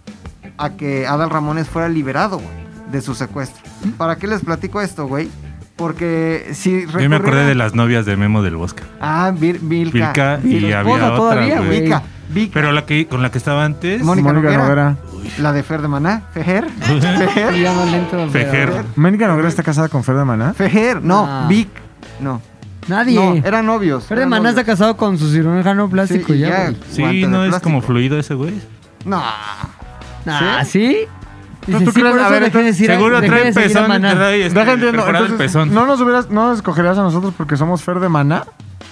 [SPEAKER 5] a que Adal Ramones fuera liberado, güey, de su secuestro. ¿Para qué les platico esto, güey? Porque si
[SPEAKER 8] Yo me acordé
[SPEAKER 5] recorrieran-
[SPEAKER 8] de las novias de Memo del Bosque.
[SPEAKER 5] Ah, Vir- Vilca.
[SPEAKER 8] Vilca y había
[SPEAKER 3] Vilca. Esposa
[SPEAKER 8] otra,
[SPEAKER 3] todavía,
[SPEAKER 8] güey.
[SPEAKER 3] güey.
[SPEAKER 5] Vilca. Vilca.
[SPEAKER 8] Pero la que con la que estaba antes,
[SPEAKER 5] Mónica,
[SPEAKER 4] Mónica
[SPEAKER 5] Noguera.
[SPEAKER 4] Noguera.
[SPEAKER 5] La de Fer de Maná. Fejer. Fejer.
[SPEAKER 3] Ya no le entro, pero-
[SPEAKER 8] Fejer.
[SPEAKER 4] Mónica Noguera está casada con Fer de Maná.
[SPEAKER 5] Fejer. No,
[SPEAKER 3] Ah.
[SPEAKER 5] Vic. No.
[SPEAKER 3] Nadie.
[SPEAKER 5] No, eran novios.
[SPEAKER 3] Fer de
[SPEAKER 5] eran
[SPEAKER 3] Maná está
[SPEAKER 5] novios.
[SPEAKER 3] casado con su cirujano plástico
[SPEAKER 5] Sí, y
[SPEAKER 3] ya,
[SPEAKER 5] ya.
[SPEAKER 3] güey.
[SPEAKER 8] Sí,
[SPEAKER 5] Guante de
[SPEAKER 8] no es
[SPEAKER 5] plástico.
[SPEAKER 8] como fluido ese güey.
[SPEAKER 5] No.
[SPEAKER 3] Ah, ¿sí?
[SPEAKER 4] ¿No
[SPEAKER 3] Dice,
[SPEAKER 4] Pues tú
[SPEAKER 3] sí,
[SPEAKER 4] crees?
[SPEAKER 3] por
[SPEAKER 4] A
[SPEAKER 3] eso dejé
[SPEAKER 4] ver,
[SPEAKER 3] de
[SPEAKER 4] entonces,
[SPEAKER 3] decir
[SPEAKER 8] Seguro
[SPEAKER 3] dejé
[SPEAKER 8] trae
[SPEAKER 3] de seguir a
[SPEAKER 8] pezón,
[SPEAKER 3] Maná.
[SPEAKER 8] trae este,
[SPEAKER 4] Deja entiendo.
[SPEAKER 8] perforado el
[SPEAKER 4] entonces,
[SPEAKER 8] pezón.
[SPEAKER 4] no nos hubieras, no nos escogerías a nosotros porque somos Fer de Maná.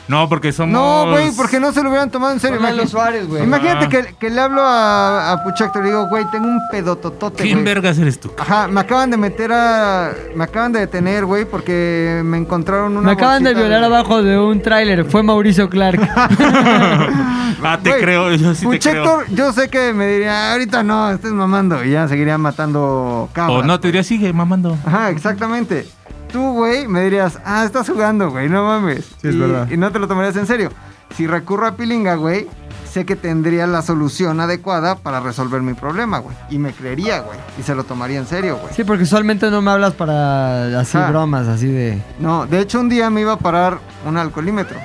[SPEAKER 6] No, porque somos.
[SPEAKER 5] No, güey, porque no se lo hubieran tomado en serio.
[SPEAKER 3] Ponle a los
[SPEAKER 5] Imagínate-
[SPEAKER 3] Suárez, güey.
[SPEAKER 6] Ah.
[SPEAKER 5] Imagínate que, que le hablo a, a Puchector y le digo, güey, tengo un pedototote,
[SPEAKER 6] ¿Quién
[SPEAKER 5] güey.
[SPEAKER 6] vergas eres tú?
[SPEAKER 5] Ajá, me acaban de meter a... Me acaban de detener, güey, porque me encontraron una
[SPEAKER 3] Me acaban de
[SPEAKER 5] bolsita
[SPEAKER 3] violar abajo de un tráiler. Fue Mauricio Clark.
[SPEAKER 6] Ah, te
[SPEAKER 5] Güey,
[SPEAKER 6] creo, yo sí te creo.
[SPEAKER 5] Puchector, yo sé que me diría, ahorita no, estés mamando. Y ya seguiría matando cabras.
[SPEAKER 6] O no, te diría, sigue mamando.
[SPEAKER 5] Ajá, exactamente. Tú, güey, me dirías, ah, estás jugando, güey, no mames.
[SPEAKER 4] Sí, es
[SPEAKER 5] y,
[SPEAKER 4] verdad.
[SPEAKER 5] Y no te lo tomarías en serio. Si recurro a Pilinga, güey, sé que tendría la solución adecuada para resolver mi problema, güey. Y me creería, güey. Y se lo tomaría en serio, güey.
[SPEAKER 3] Sí, porque usualmente no me hablas para así
[SPEAKER 5] Ajá.
[SPEAKER 3] bromas, así de.
[SPEAKER 5] No, de hecho, un día me iba a parar un alcoholímetro.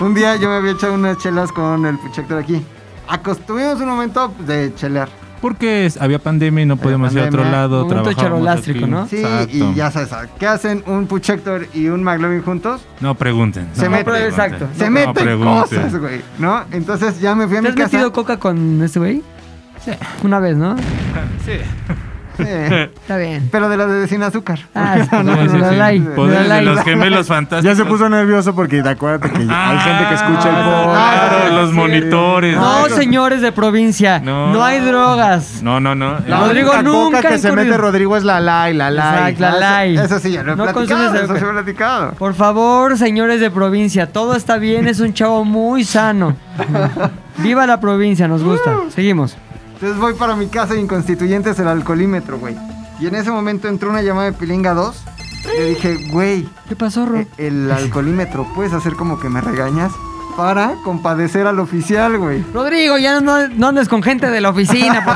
[SPEAKER 5] Un día yo me había echado unas chelas con el puchector aquí. Acostuvimos un momento de chelear.
[SPEAKER 6] Porque es- había pandemia y no podíamos ir a otro
[SPEAKER 5] pandemia,
[SPEAKER 6] lado.
[SPEAKER 3] momento
[SPEAKER 6] trabajábamos
[SPEAKER 3] charolástrico,
[SPEAKER 6] aquí.
[SPEAKER 3] ¿no?
[SPEAKER 5] Sí,
[SPEAKER 6] Exacto.
[SPEAKER 5] y ya sabes, ¿qué hacen un puchector y un McLovin juntos?
[SPEAKER 6] No pregunten.
[SPEAKER 5] Se
[SPEAKER 6] no
[SPEAKER 5] mete-
[SPEAKER 6] pregunten.
[SPEAKER 3] Exacto.
[SPEAKER 5] Se
[SPEAKER 6] No
[SPEAKER 5] meten
[SPEAKER 6] pregunten.
[SPEAKER 5] cosas, güey, ¿no? Entonces ya me fui a
[SPEAKER 3] ¿Te
[SPEAKER 5] mi
[SPEAKER 3] has
[SPEAKER 5] casa.
[SPEAKER 3] metido coca con este güey?
[SPEAKER 6] Sí.
[SPEAKER 3] Una vez, ¿no?
[SPEAKER 6] Sí.
[SPEAKER 5] Sí,
[SPEAKER 3] Está bien.
[SPEAKER 5] eh, pero de las de sin azúcar.
[SPEAKER 3] Ah, sí,
[SPEAKER 5] No,
[SPEAKER 3] de
[SPEAKER 5] no,
[SPEAKER 3] la
[SPEAKER 5] no,
[SPEAKER 3] light,
[SPEAKER 5] no, no.
[SPEAKER 3] de la
[SPEAKER 6] Poderes de
[SPEAKER 3] light.
[SPEAKER 6] los gemelos
[SPEAKER 4] Ya
[SPEAKER 6] fantásticos.
[SPEAKER 4] se puso nervioso porque te acuérdate que
[SPEAKER 6] Ah,
[SPEAKER 4] hay gente que escucha el podcast.
[SPEAKER 5] ah,
[SPEAKER 6] Claro, los
[SPEAKER 5] sí.
[SPEAKER 6] monitores.
[SPEAKER 3] No,
[SPEAKER 6] güey.
[SPEAKER 3] señores de provincia,
[SPEAKER 6] No.
[SPEAKER 3] no, hay drogas.
[SPEAKER 6] No, no, no.
[SPEAKER 3] La
[SPEAKER 6] Eh,
[SPEAKER 3] Rodrigo
[SPEAKER 4] única
[SPEAKER 3] nunca
[SPEAKER 4] coca que se
[SPEAKER 3] incurrió.
[SPEAKER 4] mete Rodrigo es la la y la la. y-
[SPEAKER 3] Exacto, la light.
[SPEAKER 5] Eso, eso sí, ya lo he
[SPEAKER 3] No
[SPEAKER 5] platicado.
[SPEAKER 3] consumes
[SPEAKER 5] Eso
[SPEAKER 3] azúcar.
[SPEAKER 5] sí lo he platicado.
[SPEAKER 3] Por favor, señores de provincia, todo está bien, es un chavo muy sano. Viva la provincia, nos gusta. Seguimos.
[SPEAKER 5] Entonces voy para mi casa y en Constituyentes el alcoholímetro, güey. Y en ese momento entró una llamada de Pilinga 2. Le dije, güey,
[SPEAKER 3] ¿Qué pasó, Ro?
[SPEAKER 5] eh, el alcoholímetro, ¿puedes hacer como que me regañas? Para compadecer al oficial, güey.
[SPEAKER 3] Rodrigo, ya no, no andes con gente de la oficina, por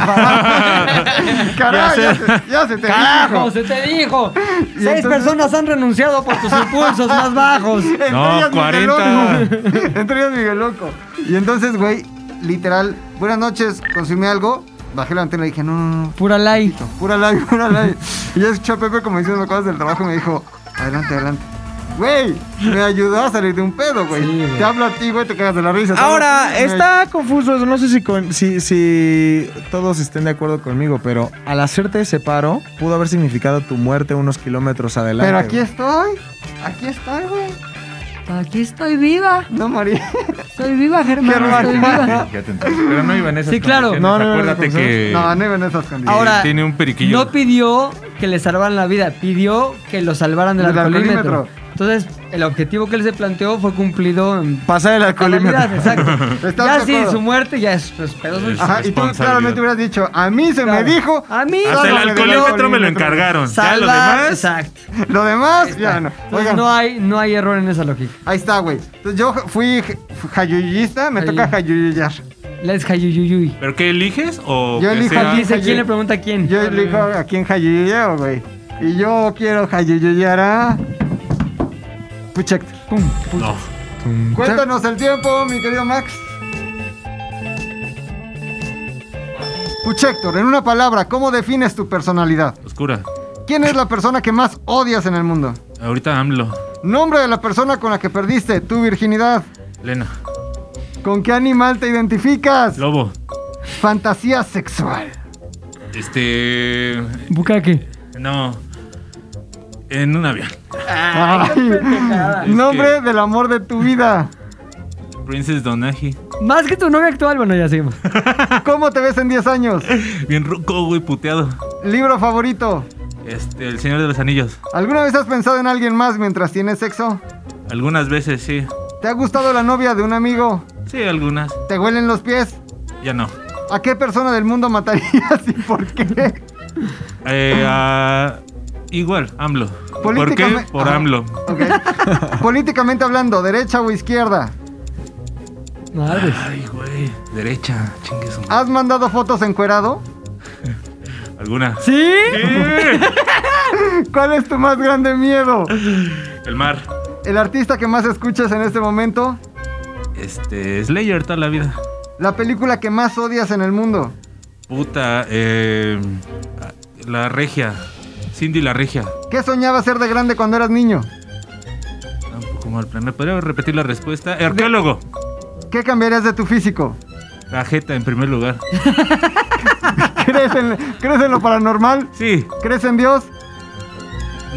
[SPEAKER 3] favor.
[SPEAKER 5] Carajo, ya, se, ya se te
[SPEAKER 3] Carajo,
[SPEAKER 5] dijo.
[SPEAKER 3] se te dijo.
[SPEAKER 5] Y
[SPEAKER 3] Seis
[SPEAKER 5] entonces-
[SPEAKER 3] personas han renunciado por tus impulsos más bajos.
[SPEAKER 5] Entre
[SPEAKER 6] No,
[SPEAKER 5] ellas
[SPEAKER 6] 40.
[SPEAKER 5] Miguel Loco. Entre ellas Miguel Loco. Y entonces, güey, literal, buenas noches, consumí algo, bajé la antena y dije, no, no, no,
[SPEAKER 3] Pura light.
[SPEAKER 5] pura live, pura live. Y ya escuché a Pepe como diciendo cosas del trabajo y me dijo, adelante, adelante. Güey, me ayudó a salir de un pedo, güey.
[SPEAKER 3] Sí, güey.
[SPEAKER 5] te hablo a ti, güey, te cagas de la risa. te hablo a
[SPEAKER 4] Ahora,
[SPEAKER 5] ti, güey.
[SPEAKER 4] está confuso eso. No sé si, con- si, si todos estén de acuerdo conmigo, pero al hacerte ese paro, pudo haber significado tu muerte unos kilómetros adelante.
[SPEAKER 5] Pero aquí
[SPEAKER 4] güey.
[SPEAKER 5] estoy, aquí estoy, güey.
[SPEAKER 3] Aquí estoy viva.
[SPEAKER 5] No morí.
[SPEAKER 3] Estoy viva, Germán. Estoy viva.
[SPEAKER 6] Ya te entendí. Pero no iban esas
[SPEAKER 3] Sí, claro.
[SPEAKER 6] condiciones,
[SPEAKER 4] No, no, no, no,
[SPEAKER 6] Acuérdate
[SPEAKER 4] no, no,
[SPEAKER 6] que
[SPEAKER 5] No, no iba en esas condiciones.
[SPEAKER 3] Ahora,
[SPEAKER 6] tiene un periquillo.
[SPEAKER 3] No pidió que le salvaran la vida, pidió que lo salvaran del
[SPEAKER 5] Del
[SPEAKER 3] alcoholímetro.
[SPEAKER 5] alcoholímetro.
[SPEAKER 3] Entonces, el objetivo que él se planteó fue cumplido en
[SPEAKER 4] Pasar el alcoholímetro.
[SPEAKER 3] totalidad, exacto.
[SPEAKER 5] Estamos
[SPEAKER 3] ya
[SPEAKER 5] de
[SPEAKER 3] sí,
[SPEAKER 5] acuerdo.
[SPEAKER 3] su muerte ya es pues, pedo suyo.
[SPEAKER 6] Ah,
[SPEAKER 5] Ajá, y tú
[SPEAKER 6] responsabilidad.
[SPEAKER 5] claramente hubieras dicho, a mí se
[SPEAKER 3] Claro. Ah.
[SPEAKER 5] me dijo.
[SPEAKER 3] A mí,
[SPEAKER 6] Hasta el
[SPEAKER 5] Sálvame del
[SPEAKER 6] alcoholímetro me lo encargaron. Ya lo
[SPEAKER 3] salvar-
[SPEAKER 6] demás.
[SPEAKER 3] Exacto.
[SPEAKER 5] Lo demás, ya no.
[SPEAKER 3] Entonces,
[SPEAKER 5] Oigan,
[SPEAKER 3] no, hay, no hay error en esa lógica.
[SPEAKER 5] ahí está, güey. Entonces yo fui j- jayuyista, me
[SPEAKER 3] Ahí.
[SPEAKER 5] toca jayuyillar.
[SPEAKER 3] Les Hayuyuyuy.
[SPEAKER 6] ¿Pero qué eliges? O
[SPEAKER 5] Yo
[SPEAKER 6] que
[SPEAKER 5] elijo
[SPEAKER 6] sea-
[SPEAKER 5] aquí.
[SPEAKER 3] Dice,
[SPEAKER 5] Hayuy.
[SPEAKER 3] ¿quién le pregunta a quién?
[SPEAKER 5] Yo elijo a quién jayuyilleo, güey. Y yo quiero jayuyillar a. Puchector.
[SPEAKER 3] Pum, pum.
[SPEAKER 6] No.
[SPEAKER 5] Cuéntanos el tiempo, mi querido Max. Puchector, en una palabra, ¿cómo defines tu personalidad?
[SPEAKER 6] Oscura.
[SPEAKER 5] ¿Quién es la persona que más odias en el mundo?
[SPEAKER 6] Ahorita AMLO.
[SPEAKER 5] Nombre de la persona con la que perdiste tu virginidad.
[SPEAKER 6] Lena.
[SPEAKER 5] ¿Con qué animal te identificas?
[SPEAKER 6] Lobo.
[SPEAKER 5] Fantasía sexual.
[SPEAKER 6] Este.
[SPEAKER 3] Bucaque.
[SPEAKER 6] No. En un avión.
[SPEAKER 5] Ay. Ah. Nombre del amor de tu vida.
[SPEAKER 6] Princess Donaji.
[SPEAKER 3] Más que tu novia actual, bueno, ya seguimos.
[SPEAKER 5] ¿Cómo te ves en 10 años?
[SPEAKER 6] Bien ruco, güey, puteado.
[SPEAKER 5] Libro favorito.
[SPEAKER 6] Este, El Señor de los Anillos.
[SPEAKER 5] ¿Alguna vez has pensado en alguien más mientras tienes sexo?
[SPEAKER 6] Algunas veces, sí.
[SPEAKER 5] ¿Te ha gustado la novia de un amigo?
[SPEAKER 6] Sí, algunas.
[SPEAKER 5] ¿Te huelen los pies?
[SPEAKER 6] Ya no.
[SPEAKER 5] ¿A qué persona del mundo matarías y por qué?
[SPEAKER 6] Eh, ah, igual, AMLO. ¿Por qué?
[SPEAKER 5] Políticamente-
[SPEAKER 6] Por
[SPEAKER 5] Ajá.
[SPEAKER 6] AMLO.
[SPEAKER 5] Ok. Políticamente hablando, derecha o izquierda,
[SPEAKER 3] Madres.
[SPEAKER 6] Ay, güey. Derecha, chingue su madre.
[SPEAKER 5] ¿has mandado fotos encuerado? Ah.
[SPEAKER 6] ¿Alguna?
[SPEAKER 3] ¿Sí?
[SPEAKER 5] ¿Cuál es tu más grande miedo?
[SPEAKER 6] El mar.
[SPEAKER 5] ¿El artista que más escuchas en este momento?
[SPEAKER 6] Este, Slayer toda la vida.
[SPEAKER 5] ¿La película que más odias en el mundo?
[SPEAKER 6] Puta, eh, la regia. Cindy la regia.
[SPEAKER 5] ¿Qué soñabas ser de grande cuando eras niño?
[SPEAKER 6] Está Un poco mal plan. ¿Me podría repetir la respuesta? Arqueólogo.
[SPEAKER 5] ¿Qué cambiarías de tu físico?
[SPEAKER 6] La jeta en primer lugar.
[SPEAKER 5] ¿Crees en, crees en lo paranormal?
[SPEAKER 6] Sí,
[SPEAKER 5] ¿Crees en Dios?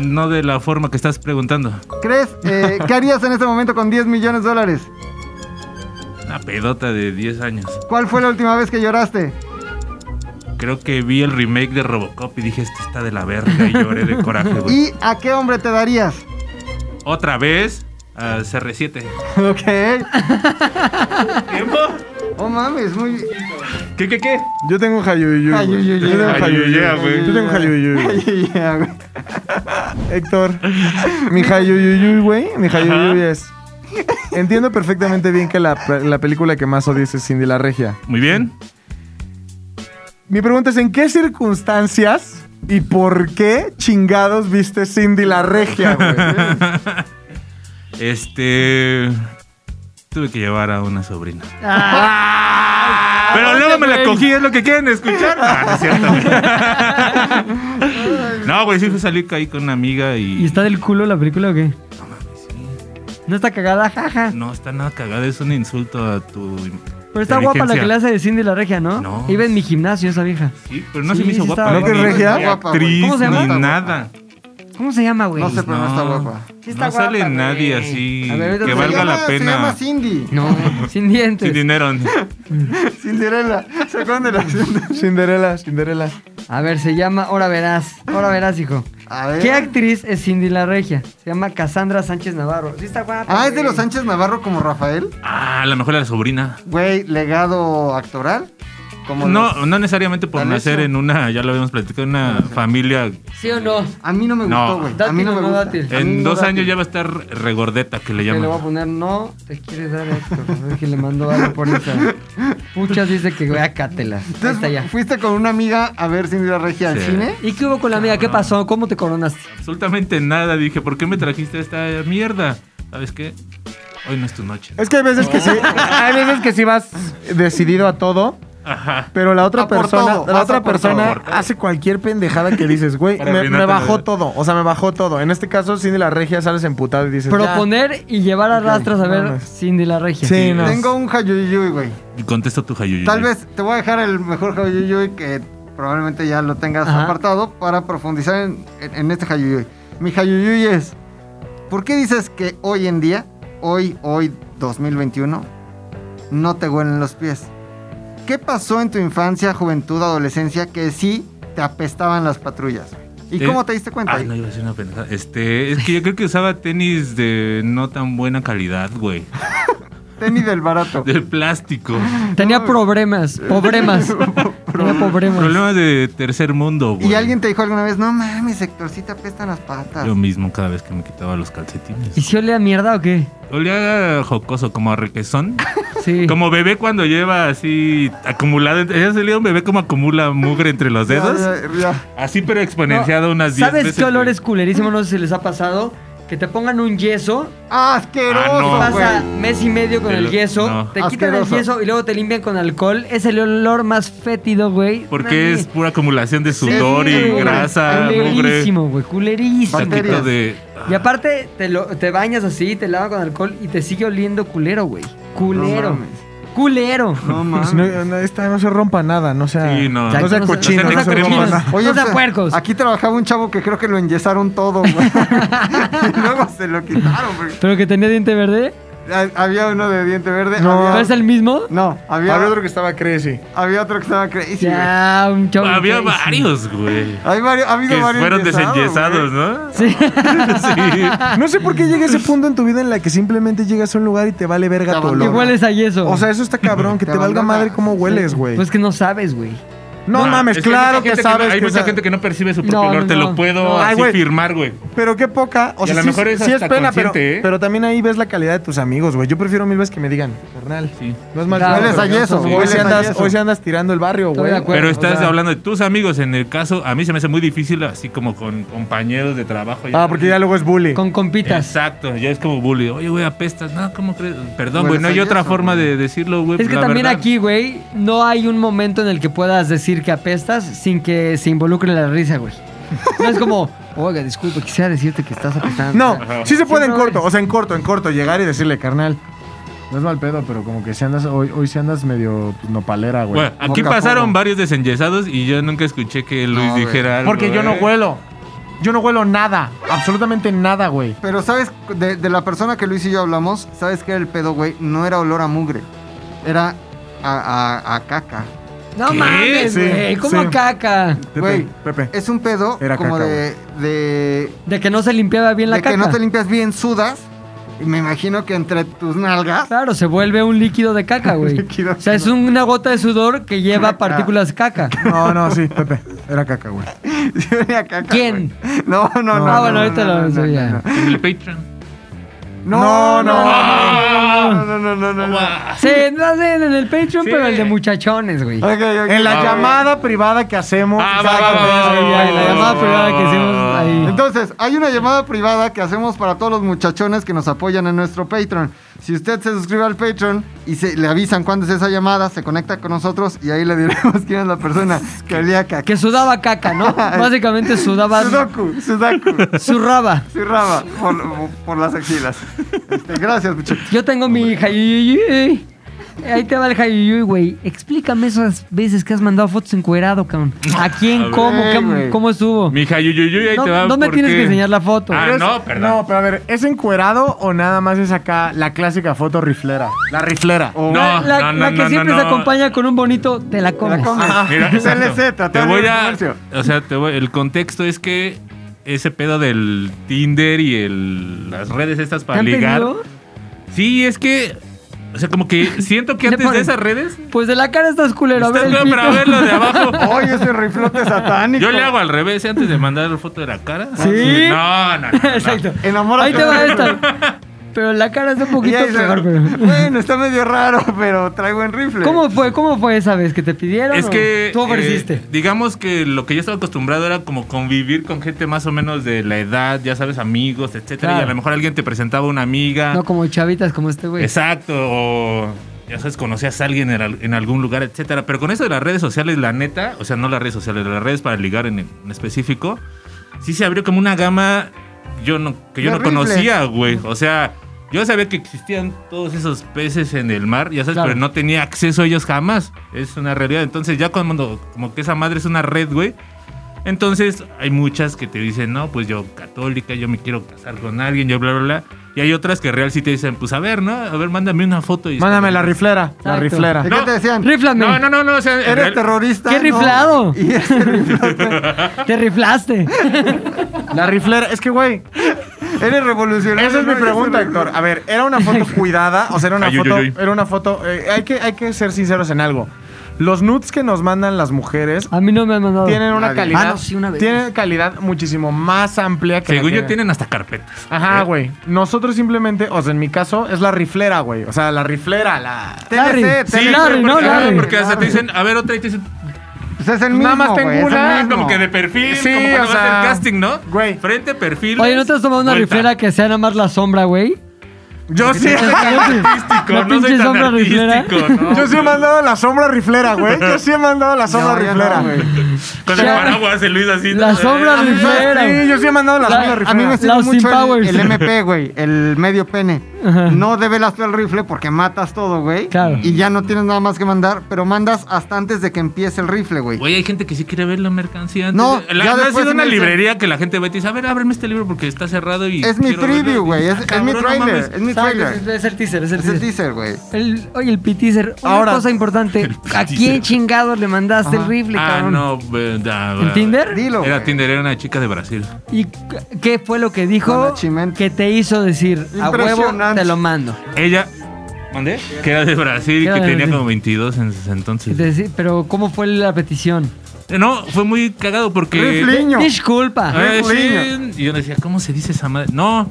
[SPEAKER 6] no de la forma que estás preguntando.
[SPEAKER 5] ¿Crees? eh, ¿Qué harías en este momento con 10 millones de dólares?
[SPEAKER 6] una pedota de 10 años.
[SPEAKER 5] ¿Cuál fue la última vez que lloraste?
[SPEAKER 6] Creo que vi el remake de Robocop y dije, este está de la verga y lloré de coraje, güey.
[SPEAKER 5] ¿Y a qué hombre te darías?
[SPEAKER 6] Otra vez, ah, a CR7.
[SPEAKER 5] Ok.
[SPEAKER 6] ¿Tiempo?
[SPEAKER 5] Oh mames, muy bien.
[SPEAKER 6] ¿Qué, qué, qué?
[SPEAKER 4] Yo tengo un Hayuyuyu.
[SPEAKER 5] Ay,
[SPEAKER 4] güey.
[SPEAKER 5] ay, ay,
[SPEAKER 4] Yo tengo un
[SPEAKER 5] ay,
[SPEAKER 4] Hayuyuyu.
[SPEAKER 6] ay, güey.
[SPEAKER 4] Yo tengo un Hayuyuyu.
[SPEAKER 5] Ay, ya, güey.
[SPEAKER 4] Héctor, mi Hayuyuyu, güey. Mi Hayuyuyu es. Entiendo perfectamente bien que la, la película que más odies es Cindy la Regia.
[SPEAKER 6] Muy bien.
[SPEAKER 4] Mi pregunta es: ¿en qué circunstancias y por qué chingados viste Cindy la Regia, güey?
[SPEAKER 6] Este. Tuve que llevar a una sobrina. Pero luego me la cogí, es lo que quieren escuchar. Ah, no, es cierto, güey. No, güey, sí fui a salir ahí con una amiga
[SPEAKER 3] ¿Y
[SPEAKER 6] y.
[SPEAKER 3] está del culo la película o qué? No está cagada, jaja.
[SPEAKER 6] No, está nada cagada, es un insulto a tu.
[SPEAKER 3] Pero está guapa la que le
[SPEAKER 6] inteligencia.
[SPEAKER 3] hace de Cindy la regia, ¿no?
[SPEAKER 6] No.
[SPEAKER 3] Iba en mi gimnasio esa vieja.
[SPEAKER 6] Sí, pero no
[SPEAKER 3] Sí,
[SPEAKER 6] se me hizo
[SPEAKER 3] sí
[SPEAKER 6] guapa.
[SPEAKER 3] estaba
[SPEAKER 4] ¿No que
[SPEAKER 6] ni
[SPEAKER 4] regia?
[SPEAKER 5] Guapa, güey.
[SPEAKER 6] actriz,
[SPEAKER 3] ¿Cómo se llama?
[SPEAKER 6] Ni nada.
[SPEAKER 3] ¿Cómo se llama, güey?
[SPEAKER 5] No sé, pero no está
[SPEAKER 6] No.
[SPEAKER 5] guapa.
[SPEAKER 3] Sí está
[SPEAKER 6] no
[SPEAKER 3] guapa,
[SPEAKER 6] sale
[SPEAKER 3] güey.
[SPEAKER 6] nadie así
[SPEAKER 3] A ver, ahorita
[SPEAKER 6] que
[SPEAKER 3] se
[SPEAKER 6] valga
[SPEAKER 5] llama-
[SPEAKER 6] la
[SPEAKER 5] Se llama
[SPEAKER 6] pena.
[SPEAKER 5] Cindy.
[SPEAKER 3] No, sin dientes.
[SPEAKER 6] Sin dinero.
[SPEAKER 5] Cinderella. ¿Se acuerdan de la
[SPEAKER 4] Cinderella, Cinderella.
[SPEAKER 3] A ver, se llama Ahora verás. Ahora verás, hijo.
[SPEAKER 5] A ver.
[SPEAKER 3] ¿Qué actriz es Cindy la regia? Se llama Cassandra Sánchez Navarro. Sí está guapa.
[SPEAKER 5] Ah, es de
[SPEAKER 3] güey.
[SPEAKER 5] los Sánchez Navarro como Rafael.
[SPEAKER 6] Ah, a lo mejor era la sobrina.
[SPEAKER 5] Güey, legado actoral. Como los- Ah,
[SPEAKER 6] No, no necesariamente por
[SPEAKER 5] Tan
[SPEAKER 6] nacer
[SPEAKER 5] eso.
[SPEAKER 6] en una, ya lo habíamos platicado, en una familia.
[SPEAKER 3] ¿Sí o no?
[SPEAKER 5] A mí no me
[SPEAKER 6] No.
[SPEAKER 5] gustó, güey. A
[SPEAKER 3] Dátil
[SPEAKER 5] mí no
[SPEAKER 3] o
[SPEAKER 5] me
[SPEAKER 3] no
[SPEAKER 5] gusta.
[SPEAKER 3] dátil.
[SPEAKER 5] A mí
[SPEAKER 6] En
[SPEAKER 5] no
[SPEAKER 6] dos
[SPEAKER 5] dátil.
[SPEAKER 6] años ya va a estar regordeta, que le
[SPEAKER 3] Que le voy a
[SPEAKER 6] llaman.
[SPEAKER 3] poner, no, te quieres dar esto. A ver que le mandó algo por Instagram. Puchas dice que voy a cátelas. Ahí está ya.
[SPEAKER 5] Entonces, fuiste con una amiga a ver Cindy la Regia al
[SPEAKER 6] Sí.
[SPEAKER 5] cine.
[SPEAKER 3] ¿Y qué hubo con la amiga? ¿Qué pasó? ¿Cómo te coronaste?
[SPEAKER 6] Absolutamente nada. Dije, ¿por qué me trajiste esta mierda? ¿Sabes qué? Hoy no es tu noche.
[SPEAKER 4] Es que hay veces que sí. Hay veces que sí vas decidido a todo.
[SPEAKER 6] Ajá.
[SPEAKER 4] Pero la otra
[SPEAKER 5] A por
[SPEAKER 4] persona,
[SPEAKER 5] todo, vas
[SPEAKER 4] la
[SPEAKER 5] a
[SPEAKER 4] otra
[SPEAKER 5] por
[SPEAKER 4] persona
[SPEAKER 6] todo.
[SPEAKER 4] hace cualquier pendejada que dices, güey,
[SPEAKER 6] Para
[SPEAKER 4] me,
[SPEAKER 6] arruinarte
[SPEAKER 4] me
[SPEAKER 6] la
[SPEAKER 4] bajó
[SPEAKER 6] vida.
[SPEAKER 4] todo. O sea, me bajó todo. En este caso, Cindy la regia sales emputado y dices,
[SPEAKER 3] Proponer y llevar a rastras a
[SPEAKER 4] no,
[SPEAKER 3] ver
[SPEAKER 4] no.
[SPEAKER 3] Cindy la regia.
[SPEAKER 4] ya. Sí, no.
[SPEAKER 5] Tengo un Hayuyuy, güey.
[SPEAKER 6] Y contesta tu Hayuyuy.
[SPEAKER 5] Tal vez te voy a dejar el mejor Hayuyuy que probablemente ya lo tengas
[SPEAKER 3] Ajá.
[SPEAKER 5] apartado para profundizar en, en- en este Hayuyuy. Mi Hayuyuy es, ¿por qué dices que hoy en día, hoy, hoy, 2021, no te huelen los pies? ¿Qué pasó en tu infancia, juventud, adolescencia que sí te apestaban las patrullas? ¿Y
[SPEAKER 6] Eh,
[SPEAKER 5] cómo te diste cuenta?
[SPEAKER 6] Ah, no iba a ser una pendejada. Este, es que yo creo que usaba tenis de no tan buena calidad, güey.
[SPEAKER 5] Tenis del barato.
[SPEAKER 6] De plástico.
[SPEAKER 3] Tenía problemas, pobremas. Tenía pobremas.
[SPEAKER 6] Problemas de tercer mundo, güey.
[SPEAKER 5] ¿Y alguien te dijo alguna vez, no mames, Héctor, sí te apestan las patas?
[SPEAKER 6] Yo mismo cada vez que me quitaba los
[SPEAKER 3] ¿Y
[SPEAKER 6] calcetines.
[SPEAKER 3] si olía a mierda o qué?
[SPEAKER 6] Olía jocoso, como a requesón.
[SPEAKER 3] Sí.
[SPEAKER 6] Como bebé cuando lleva así acumulado. ¿Ya se un bebé como acumula mugre entre los dedos?
[SPEAKER 5] Ya, ya, ya.
[SPEAKER 6] Así, pero exponenciado
[SPEAKER 3] No,
[SPEAKER 6] unas 10
[SPEAKER 3] ¿Sabes
[SPEAKER 6] veces.
[SPEAKER 3] qué olor
[SPEAKER 6] güey.
[SPEAKER 3] es culerísimo? No sé si les ha pasado. Que te pongan un yeso,
[SPEAKER 5] ¡Asqueroso,
[SPEAKER 6] Ah, no.
[SPEAKER 5] güey!
[SPEAKER 3] pasa mes y medio con
[SPEAKER 6] Te
[SPEAKER 3] el
[SPEAKER 6] lo-
[SPEAKER 3] yeso,
[SPEAKER 6] no.
[SPEAKER 3] te quitan el
[SPEAKER 5] Asqueroso.
[SPEAKER 3] yeso y luego te limpian con alcohol. Es el olor más fétido, güey.
[SPEAKER 6] Porque
[SPEAKER 3] Mami.
[SPEAKER 6] es pura acumulación de sudor
[SPEAKER 5] sí,
[SPEAKER 6] y
[SPEAKER 5] güey.
[SPEAKER 6] grasa, mugre.
[SPEAKER 3] Culerísimo, güey, culerísimo.
[SPEAKER 5] Bacterias.
[SPEAKER 6] Taquito de.
[SPEAKER 3] Y aparte, te, lo, te bañas así, te lavas con alcohol y te sigue oliendo culero, güey. Culero.
[SPEAKER 5] No mames.
[SPEAKER 3] culero.
[SPEAKER 5] No mames.
[SPEAKER 4] Si no, no, esta no se rompa nada, no sea,
[SPEAKER 6] Sí, no.
[SPEAKER 4] no sea
[SPEAKER 3] Exacto, no se-
[SPEAKER 4] cochino,
[SPEAKER 6] no
[SPEAKER 4] no
[SPEAKER 6] sean
[SPEAKER 4] se, rompa
[SPEAKER 6] extremos.
[SPEAKER 4] nada.
[SPEAKER 3] No
[SPEAKER 5] o
[SPEAKER 3] sean
[SPEAKER 5] sea,
[SPEAKER 3] puercos.
[SPEAKER 5] Aquí trabajaba un chavo que creo que lo enyesaron todo, güey. y luego se lo quitaron, güey.
[SPEAKER 3] Pero que tenía diente verde.
[SPEAKER 5] Ha- Había uno de diente verde.
[SPEAKER 4] No.
[SPEAKER 3] ¿Pero
[SPEAKER 5] había,
[SPEAKER 3] es el mismo?
[SPEAKER 5] no había,
[SPEAKER 4] Había
[SPEAKER 5] había,
[SPEAKER 4] otro
[SPEAKER 5] otro...
[SPEAKER 4] que estaba crazy.
[SPEAKER 5] que estaba crazy, güey.
[SPEAKER 3] Ya, un chavo.
[SPEAKER 6] Había
[SPEAKER 3] crazy.
[SPEAKER 6] varios, güey.
[SPEAKER 5] Hay varios, ha habido
[SPEAKER 6] Que
[SPEAKER 5] varios
[SPEAKER 6] fueron
[SPEAKER 5] enyesados,
[SPEAKER 6] desenyesados, ¿no?
[SPEAKER 3] Sí.
[SPEAKER 6] Sí.
[SPEAKER 4] No sé por qué llega ese punto en tu vida en la que simplemente llegas a un lugar y te vale verga
[SPEAKER 5] Te
[SPEAKER 4] tu
[SPEAKER 5] abandona.
[SPEAKER 4] olor.
[SPEAKER 3] Igual es a yeso.
[SPEAKER 4] O sea, eso está cabrón, que
[SPEAKER 5] Te
[SPEAKER 4] te valga
[SPEAKER 5] abandona.
[SPEAKER 4] madre cómo hueles, güey.
[SPEAKER 3] pues que no sabes, güey.
[SPEAKER 4] no
[SPEAKER 6] Ah,
[SPEAKER 4] mames,
[SPEAKER 6] es hay
[SPEAKER 4] claro
[SPEAKER 6] mucha
[SPEAKER 4] que
[SPEAKER 6] gente
[SPEAKER 4] sabes
[SPEAKER 6] no- hay
[SPEAKER 4] que
[SPEAKER 6] mucha
[SPEAKER 4] sa-
[SPEAKER 6] gente que no percibe su propio
[SPEAKER 3] No,
[SPEAKER 6] olor,
[SPEAKER 3] no,
[SPEAKER 6] te
[SPEAKER 3] no.
[SPEAKER 6] lo puedo
[SPEAKER 3] No.
[SPEAKER 4] Ay,
[SPEAKER 6] así
[SPEAKER 4] güey.
[SPEAKER 6] firmar, güey.
[SPEAKER 4] Pero qué poca. O
[SPEAKER 6] Y
[SPEAKER 4] sea,
[SPEAKER 6] a lo
[SPEAKER 4] sí,
[SPEAKER 6] mejor es
[SPEAKER 4] sí es
[SPEAKER 6] hasta
[SPEAKER 4] pena, pero,
[SPEAKER 6] consciente, ¿eh?
[SPEAKER 4] pero también ahí ves la calidad de tus amigos, güey. Yo prefiero mil veces que me digan, carnal.
[SPEAKER 6] Sí.
[SPEAKER 4] No es mal
[SPEAKER 3] Claro.
[SPEAKER 4] pedo,
[SPEAKER 3] Hueles a
[SPEAKER 4] pero
[SPEAKER 5] yeso,
[SPEAKER 4] hoy
[SPEAKER 5] hueles
[SPEAKER 4] sí
[SPEAKER 5] a
[SPEAKER 4] andas-
[SPEAKER 5] yeso.
[SPEAKER 4] Hoy se andas tirando el barrio,
[SPEAKER 3] Estoy
[SPEAKER 4] güey.
[SPEAKER 3] de acuerdo.
[SPEAKER 6] Pero
[SPEAKER 3] o
[SPEAKER 6] estás
[SPEAKER 3] sea-
[SPEAKER 6] hablando de tus amigos, en el caso, a mí se me hace muy difícil, así como con compañeros de trabajo.
[SPEAKER 4] Ah, porque ya luego es bully.
[SPEAKER 3] Con compitas.
[SPEAKER 6] Exacto, ya es como bully. Oye, güey, apestas. No, ¿cómo crees? Perdón, güey,
[SPEAKER 5] Hueles
[SPEAKER 6] no
[SPEAKER 5] a
[SPEAKER 6] hay otra
[SPEAKER 5] yeso,
[SPEAKER 6] forma
[SPEAKER 5] güey.
[SPEAKER 6] de decirlo, güey.
[SPEAKER 3] Es que
[SPEAKER 6] la
[SPEAKER 3] también
[SPEAKER 6] verdad.
[SPEAKER 3] aquí, güey, no hay un momento en el que puedas decir que apestas sin que se involucre la risa, güey. No es como, oiga, disculpe, quisiera decirte que estás apestando.
[SPEAKER 4] No,
[SPEAKER 6] Ajá.
[SPEAKER 4] sí se puede
[SPEAKER 3] Sí,
[SPEAKER 4] en
[SPEAKER 3] no,
[SPEAKER 4] corto.
[SPEAKER 3] es-
[SPEAKER 4] O sea, en corto, en corto. Llegar y decirle, carnal. No es mal pedo, pero como que si andas, hoy, hoy si andas medio pues, nopalera, güey.
[SPEAKER 6] Bueno, aquí
[SPEAKER 5] Boca
[SPEAKER 6] pasaron
[SPEAKER 5] poco.
[SPEAKER 6] varios desenyesados y yo nunca escuché que Luis
[SPEAKER 5] güey.
[SPEAKER 6] dijera algo.
[SPEAKER 4] Porque yo no
[SPEAKER 6] ¿eh?
[SPEAKER 4] huelo. Yo no huelo nada. Absolutamente nada, güey.
[SPEAKER 5] Pero, ¿sabes? De, de la persona que Luis y yo hablamos, ¿sabes qué era el pedo, güey? No era olor a mugre. era a, a- a caca.
[SPEAKER 3] No
[SPEAKER 6] ¿Qué?
[SPEAKER 3] mames,
[SPEAKER 4] Sí,
[SPEAKER 3] güey. ¿Cómo
[SPEAKER 4] sí.
[SPEAKER 3] caca?
[SPEAKER 4] Pepe,
[SPEAKER 5] Güey.
[SPEAKER 4] Pepe.
[SPEAKER 5] Es un pedo
[SPEAKER 4] Era
[SPEAKER 5] como
[SPEAKER 4] caca,
[SPEAKER 5] de, de,
[SPEAKER 3] De que no se limpiaba bien la
[SPEAKER 5] de
[SPEAKER 3] caca.
[SPEAKER 5] que no te limpias bien, sudas. Y me imagino que entre tus nalgas.
[SPEAKER 3] Claro, se vuelve un líquido de caca, güey.
[SPEAKER 5] Líquido.
[SPEAKER 3] O sea, es una gota de sudor que lleva
[SPEAKER 5] Caca.
[SPEAKER 3] partículas caca.
[SPEAKER 4] No, no, sí, Pepe. Era caca, güey.
[SPEAKER 5] sí venía caca,
[SPEAKER 3] ¿Quién?
[SPEAKER 5] güey. No, no, no.
[SPEAKER 3] ah,
[SPEAKER 5] no,
[SPEAKER 3] bueno,
[SPEAKER 5] no,
[SPEAKER 3] ahorita
[SPEAKER 5] no,
[SPEAKER 3] lo
[SPEAKER 5] no,
[SPEAKER 3] ya.
[SPEAKER 5] no,
[SPEAKER 6] En el Patreon.
[SPEAKER 5] No, no,
[SPEAKER 6] Ah.
[SPEAKER 5] no, no, no, no, no, no.
[SPEAKER 3] Sí, no hacen en el Patreon,
[SPEAKER 6] Sí.
[SPEAKER 3] pero el de muchachones, güey.
[SPEAKER 5] Ok, ok.
[SPEAKER 4] En la
[SPEAKER 6] Ah,
[SPEAKER 4] llamada privada que hacemos.
[SPEAKER 6] Ah, va, va, va, va,
[SPEAKER 3] Ahí,
[SPEAKER 6] va,
[SPEAKER 3] ahí, la
[SPEAKER 6] va,
[SPEAKER 3] llamada
[SPEAKER 6] va,
[SPEAKER 3] privada
[SPEAKER 6] va,
[SPEAKER 3] que
[SPEAKER 6] va,
[SPEAKER 3] hicimos
[SPEAKER 6] va, va.
[SPEAKER 3] ahí.
[SPEAKER 5] Entonces, hay una llamada privada que hacemos para todos los muchachones que nos apoyan en nuestro Patreon. Si usted se suscribe al Patreon y se, le avisan cuándo es esa llamada, se conecta con nosotros y ahí le diremos quién es la persona que olía caca.
[SPEAKER 3] Que sudaba caca, ¿no? Básicamente sudaba,
[SPEAKER 5] Sudoku, Sudaku,
[SPEAKER 3] zurraba.
[SPEAKER 5] Zurraba por, por las axilas. Este, gracias, muchachos.
[SPEAKER 3] Yo tengo mi jayuyuyuy. Ahí te va el jayuyuy, güey. Explícame esas veces que has mandado fotos encuerado, cabrón. ¿A quién, cómo,
[SPEAKER 5] güey,
[SPEAKER 3] qué-
[SPEAKER 5] güey.
[SPEAKER 3] cómo estuvo?
[SPEAKER 6] Mija, yuyuyuy, ahí
[SPEAKER 3] No,
[SPEAKER 6] te va.
[SPEAKER 3] no me
[SPEAKER 6] ¿por
[SPEAKER 3] tienes
[SPEAKER 6] qué?
[SPEAKER 3] que enseñar la foto.
[SPEAKER 6] Ah,
[SPEAKER 4] Pero es-
[SPEAKER 6] no, perdón.
[SPEAKER 4] No, pero a ver, ¿es encuerado o nada más es acá la clásica foto riflera? La riflera.
[SPEAKER 6] no,
[SPEAKER 3] la, la-
[SPEAKER 6] no, no,
[SPEAKER 3] la que
[SPEAKER 6] no,
[SPEAKER 3] siempre
[SPEAKER 6] no,
[SPEAKER 3] se
[SPEAKER 6] no.
[SPEAKER 3] acompaña con un bonito, te la comes.
[SPEAKER 4] Ah,
[SPEAKER 6] Mira,
[SPEAKER 4] es
[SPEAKER 6] exacto.
[SPEAKER 4] LZ,
[SPEAKER 6] te
[SPEAKER 4] todo
[SPEAKER 6] voy
[SPEAKER 4] libre
[SPEAKER 6] a,
[SPEAKER 4] comercio.
[SPEAKER 6] o sea, te voy, el contexto es que ese pedo del Tinder y el, las redes estas
[SPEAKER 3] ¿Te
[SPEAKER 6] para
[SPEAKER 3] han
[SPEAKER 6] ligar.
[SPEAKER 3] pedido?
[SPEAKER 6] Sí, es que, o sea, como que siento que
[SPEAKER 3] Le
[SPEAKER 6] antes de
[SPEAKER 3] ponen-
[SPEAKER 6] esas redes,
[SPEAKER 3] Pues de la cara estás culero. A ver,
[SPEAKER 6] Está
[SPEAKER 3] el
[SPEAKER 6] claro, pero
[SPEAKER 3] pito.
[SPEAKER 6] a ver lo de abajo.
[SPEAKER 5] Oye, ese riflote satánico.
[SPEAKER 6] Yo le hago al revés ¿eh? antes de mandar la foto de la cara.
[SPEAKER 3] ¿Sí?
[SPEAKER 6] No, no, no, no.
[SPEAKER 3] Exacto.
[SPEAKER 5] Enamórate.
[SPEAKER 3] Ahí te va esta. Pero la cara está un poquito
[SPEAKER 5] Y ahí se-
[SPEAKER 3] peor, pero-
[SPEAKER 5] Bueno, está medio raro, pero traigo en rifle.
[SPEAKER 3] ¿Cómo fue? ¿Cómo fue esa vez que te pidieron?
[SPEAKER 6] Es
[SPEAKER 3] o
[SPEAKER 6] que
[SPEAKER 3] tú ofreciste.
[SPEAKER 6] eh, digamos que lo que yo estaba acostumbrado era como convivir con gente más o menos de la edad, ya sabes, amigos, etcétera,
[SPEAKER 3] Claro.
[SPEAKER 6] y a lo mejor alguien te presentaba una amiga.
[SPEAKER 3] no como chavitas como este güey.
[SPEAKER 6] Exacto, o ya sabes, conocías a alguien en, al- en algún lugar, etcétera. Pero con eso de las redes sociales, la neta, o sea, no las redes sociales, las redes para ligar en, en específico, sí se abrió como una gama yo no, que yo
[SPEAKER 5] De
[SPEAKER 6] no
[SPEAKER 5] rifles.
[SPEAKER 6] conocía, güey. O sea, yo sabía que existían todos esos peces en el mar, ya sabes,
[SPEAKER 3] Claro.
[SPEAKER 6] pero no tenía acceso a ellos jamás. Es una realidad. Entonces, ya cuando, como que esa madre es una red, güey. Entonces, hay muchas que te dicen, no, pues yo católica, yo me quiero casar con alguien, yo bla, bla, bla. Y hay otras que real sí te dicen, pues a ver, ¿no? A ver, mándame una foto. Y
[SPEAKER 4] Mándame la riflera. La
[SPEAKER 3] Exacto.
[SPEAKER 4] riflera.
[SPEAKER 5] ¿De
[SPEAKER 6] No.
[SPEAKER 5] qué te decían?
[SPEAKER 3] Riflame.
[SPEAKER 6] No, no, no, no. O sea, en
[SPEAKER 5] Eres
[SPEAKER 6] real-
[SPEAKER 5] terrorista.
[SPEAKER 3] ¡Qué
[SPEAKER 5] ¿no?
[SPEAKER 3] riflado!
[SPEAKER 5] Y ese riflote.
[SPEAKER 3] Te riflaste.
[SPEAKER 4] La riflera. Es que, güey,
[SPEAKER 5] Eres revolucionario.
[SPEAKER 4] esa es mi
[SPEAKER 5] ¿no? Y ese
[SPEAKER 4] pregunta,
[SPEAKER 5] rifle.
[SPEAKER 4] Héctor. A ver, ¿era una foto cuidada? O sea, era una
[SPEAKER 6] Ay, uy,
[SPEAKER 4] foto...
[SPEAKER 6] uy, uy.
[SPEAKER 4] Era una foto... eh, hay, que, hay que ser sinceros en algo. Los nudes que nos mandan las mujeres
[SPEAKER 3] A mí no me han mandado.
[SPEAKER 4] tienen una
[SPEAKER 5] Nadie.
[SPEAKER 4] calidad...
[SPEAKER 3] Ah, no, sí, una vez.
[SPEAKER 4] Tienen calidad muchísimo más amplia que la
[SPEAKER 6] Según
[SPEAKER 4] que-
[SPEAKER 6] yo, Eh. tienen hasta carpetas.
[SPEAKER 4] Ajá, güey. Nosotros simplemente, o sea, en mi caso, es la riflera, güey. O sea, la riflera, la.
[SPEAKER 3] Larry.
[SPEAKER 5] TLC,
[SPEAKER 3] Sí,
[SPEAKER 5] TLC,
[SPEAKER 3] Larry, no,
[SPEAKER 6] porque,
[SPEAKER 3] Larry.
[SPEAKER 6] porque hasta te dicen, a ver, otra, y te dicen,
[SPEAKER 5] Pues es el mismo,
[SPEAKER 4] Nada más tengo
[SPEAKER 5] güey, es el
[SPEAKER 4] una,
[SPEAKER 6] Ah,
[SPEAKER 5] mismo.
[SPEAKER 6] como que de perfil,
[SPEAKER 4] Sí,
[SPEAKER 6] como cuando
[SPEAKER 4] o
[SPEAKER 6] vas
[SPEAKER 4] sea,
[SPEAKER 6] al casting, ¿no?
[SPEAKER 4] güey.
[SPEAKER 6] Frente, perfil.
[SPEAKER 3] Oye, ¿no te has tomado una
[SPEAKER 6] vuelta.
[SPEAKER 3] riflera que sea nada más la sombra, güey?
[SPEAKER 4] Yo sí.
[SPEAKER 6] Artístico,
[SPEAKER 3] La
[SPEAKER 6] no soy
[SPEAKER 3] pinche
[SPEAKER 6] tan
[SPEAKER 3] sombra riflera.
[SPEAKER 6] artístico, ¿no?
[SPEAKER 4] Yo sí he mandado la sombra riflera, güey. Yo sí he mandado la sombra
[SPEAKER 5] No, ya
[SPEAKER 4] riflera.
[SPEAKER 5] no, güey.
[SPEAKER 6] Con el
[SPEAKER 3] Ya.
[SPEAKER 6] paraguas de Luis así.
[SPEAKER 3] La
[SPEAKER 6] ¿no?
[SPEAKER 3] sombra
[SPEAKER 6] Ah,
[SPEAKER 3] riflera.
[SPEAKER 4] Sí, yo sí he mandado la
[SPEAKER 3] La-
[SPEAKER 4] sombra
[SPEAKER 3] a mí
[SPEAKER 4] riflera.
[SPEAKER 5] A mí me sirve
[SPEAKER 3] Los
[SPEAKER 5] mucho el,
[SPEAKER 3] Simpowers.
[SPEAKER 5] el MP, güey, el medio pene.
[SPEAKER 3] Ajá.
[SPEAKER 5] No develas tú el rifle porque matas todo, güey.
[SPEAKER 3] Claro.
[SPEAKER 5] Y ya no tienes nada más que mandar, pero mandas hasta antes de que empiece el rifle, güey.
[SPEAKER 6] Güey, hay gente que sí quiere ver la mercancía. antes
[SPEAKER 5] No,
[SPEAKER 6] de- la,
[SPEAKER 5] ya
[SPEAKER 6] ha
[SPEAKER 5] después
[SPEAKER 6] sido
[SPEAKER 5] me
[SPEAKER 6] una
[SPEAKER 5] dicen-
[SPEAKER 6] librería que la gente ve y te dice, a ver, ábreme este libro porque está cerrado y.
[SPEAKER 5] Es mi
[SPEAKER 6] quiero verlo".
[SPEAKER 5] preview, güey. Es,
[SPEAKER 6] Ah,
[SPEAKER 5] es mi
[SPEAKER 6] cabrón, no
[SPEAKER 5] trailer.
[SPEAKER 6] mames.
[SPEAKER 5] es mi
[SPEAKER 3] ¿Sabes?
[SPEAKER 5] trailer.
[SPEAKER 3] Es el teaser, es el
[SPEAKER 5] Es
[SPEAKER 3] teaser.
[SPEAKER 5] el teaser, güey.
[SPEAKER 3] El- oye, el P-teaser. Una
[SPEAKER 4] Ahora-
[SPEAKER 3] cosa importante. ¿A
[SPEAKER 6] P-teaser.
[SPEAKER 3] quién chingado le mandaste el rifle,
[SPEAKER 6] Ah,
[SPEAKER 3] cabrón?
[SPEAKER 6] no. eh, da-
[SPEAKER 3] ¿En Tinder?
[SPEAKER 5] Dilo,
[SPEAKER 6] Era
[SPEAKER 5] güey.
[SPEAKER 6] Tinder, era una chica de Brasil.
[SPEAKER 3] ¿Y c- qué fue lo que dijo
[SPEAKER 5] Guanachimente.
[SPEAKER 3] que te hizo decir a huevo
[SPEAKER 5] Impresionante.
[SPEAKER 3] te lo mando?
[SPEAKER 6] Ella. ¿Mandé? Que era de Brasil y
[SPEAKER 3] Era
[SPEAKER 6] que
[SPEAKER 3] de
[SPEAKER 6] tenía
[SPEAKER 3] Brasil.
[SPEAKER 6] como 22 en ese
[SPEAKER 3] Y
[SPEAKER 6] entonces.
[SPEAKER 3] te decí- Pero ¿cómo fue la petición?
[SPEAKER 6] Eh, No, fue muy cagado porque.
[SPEAKER 5] Rifliño.
[SPEAKER 3] Disculpa.
[SPEAKER 6] Eh,
[SPEAKER 5] Leña.
[SPEAKER 6] sí. Y yo le decía, ¿cómo se dice esa madre? No.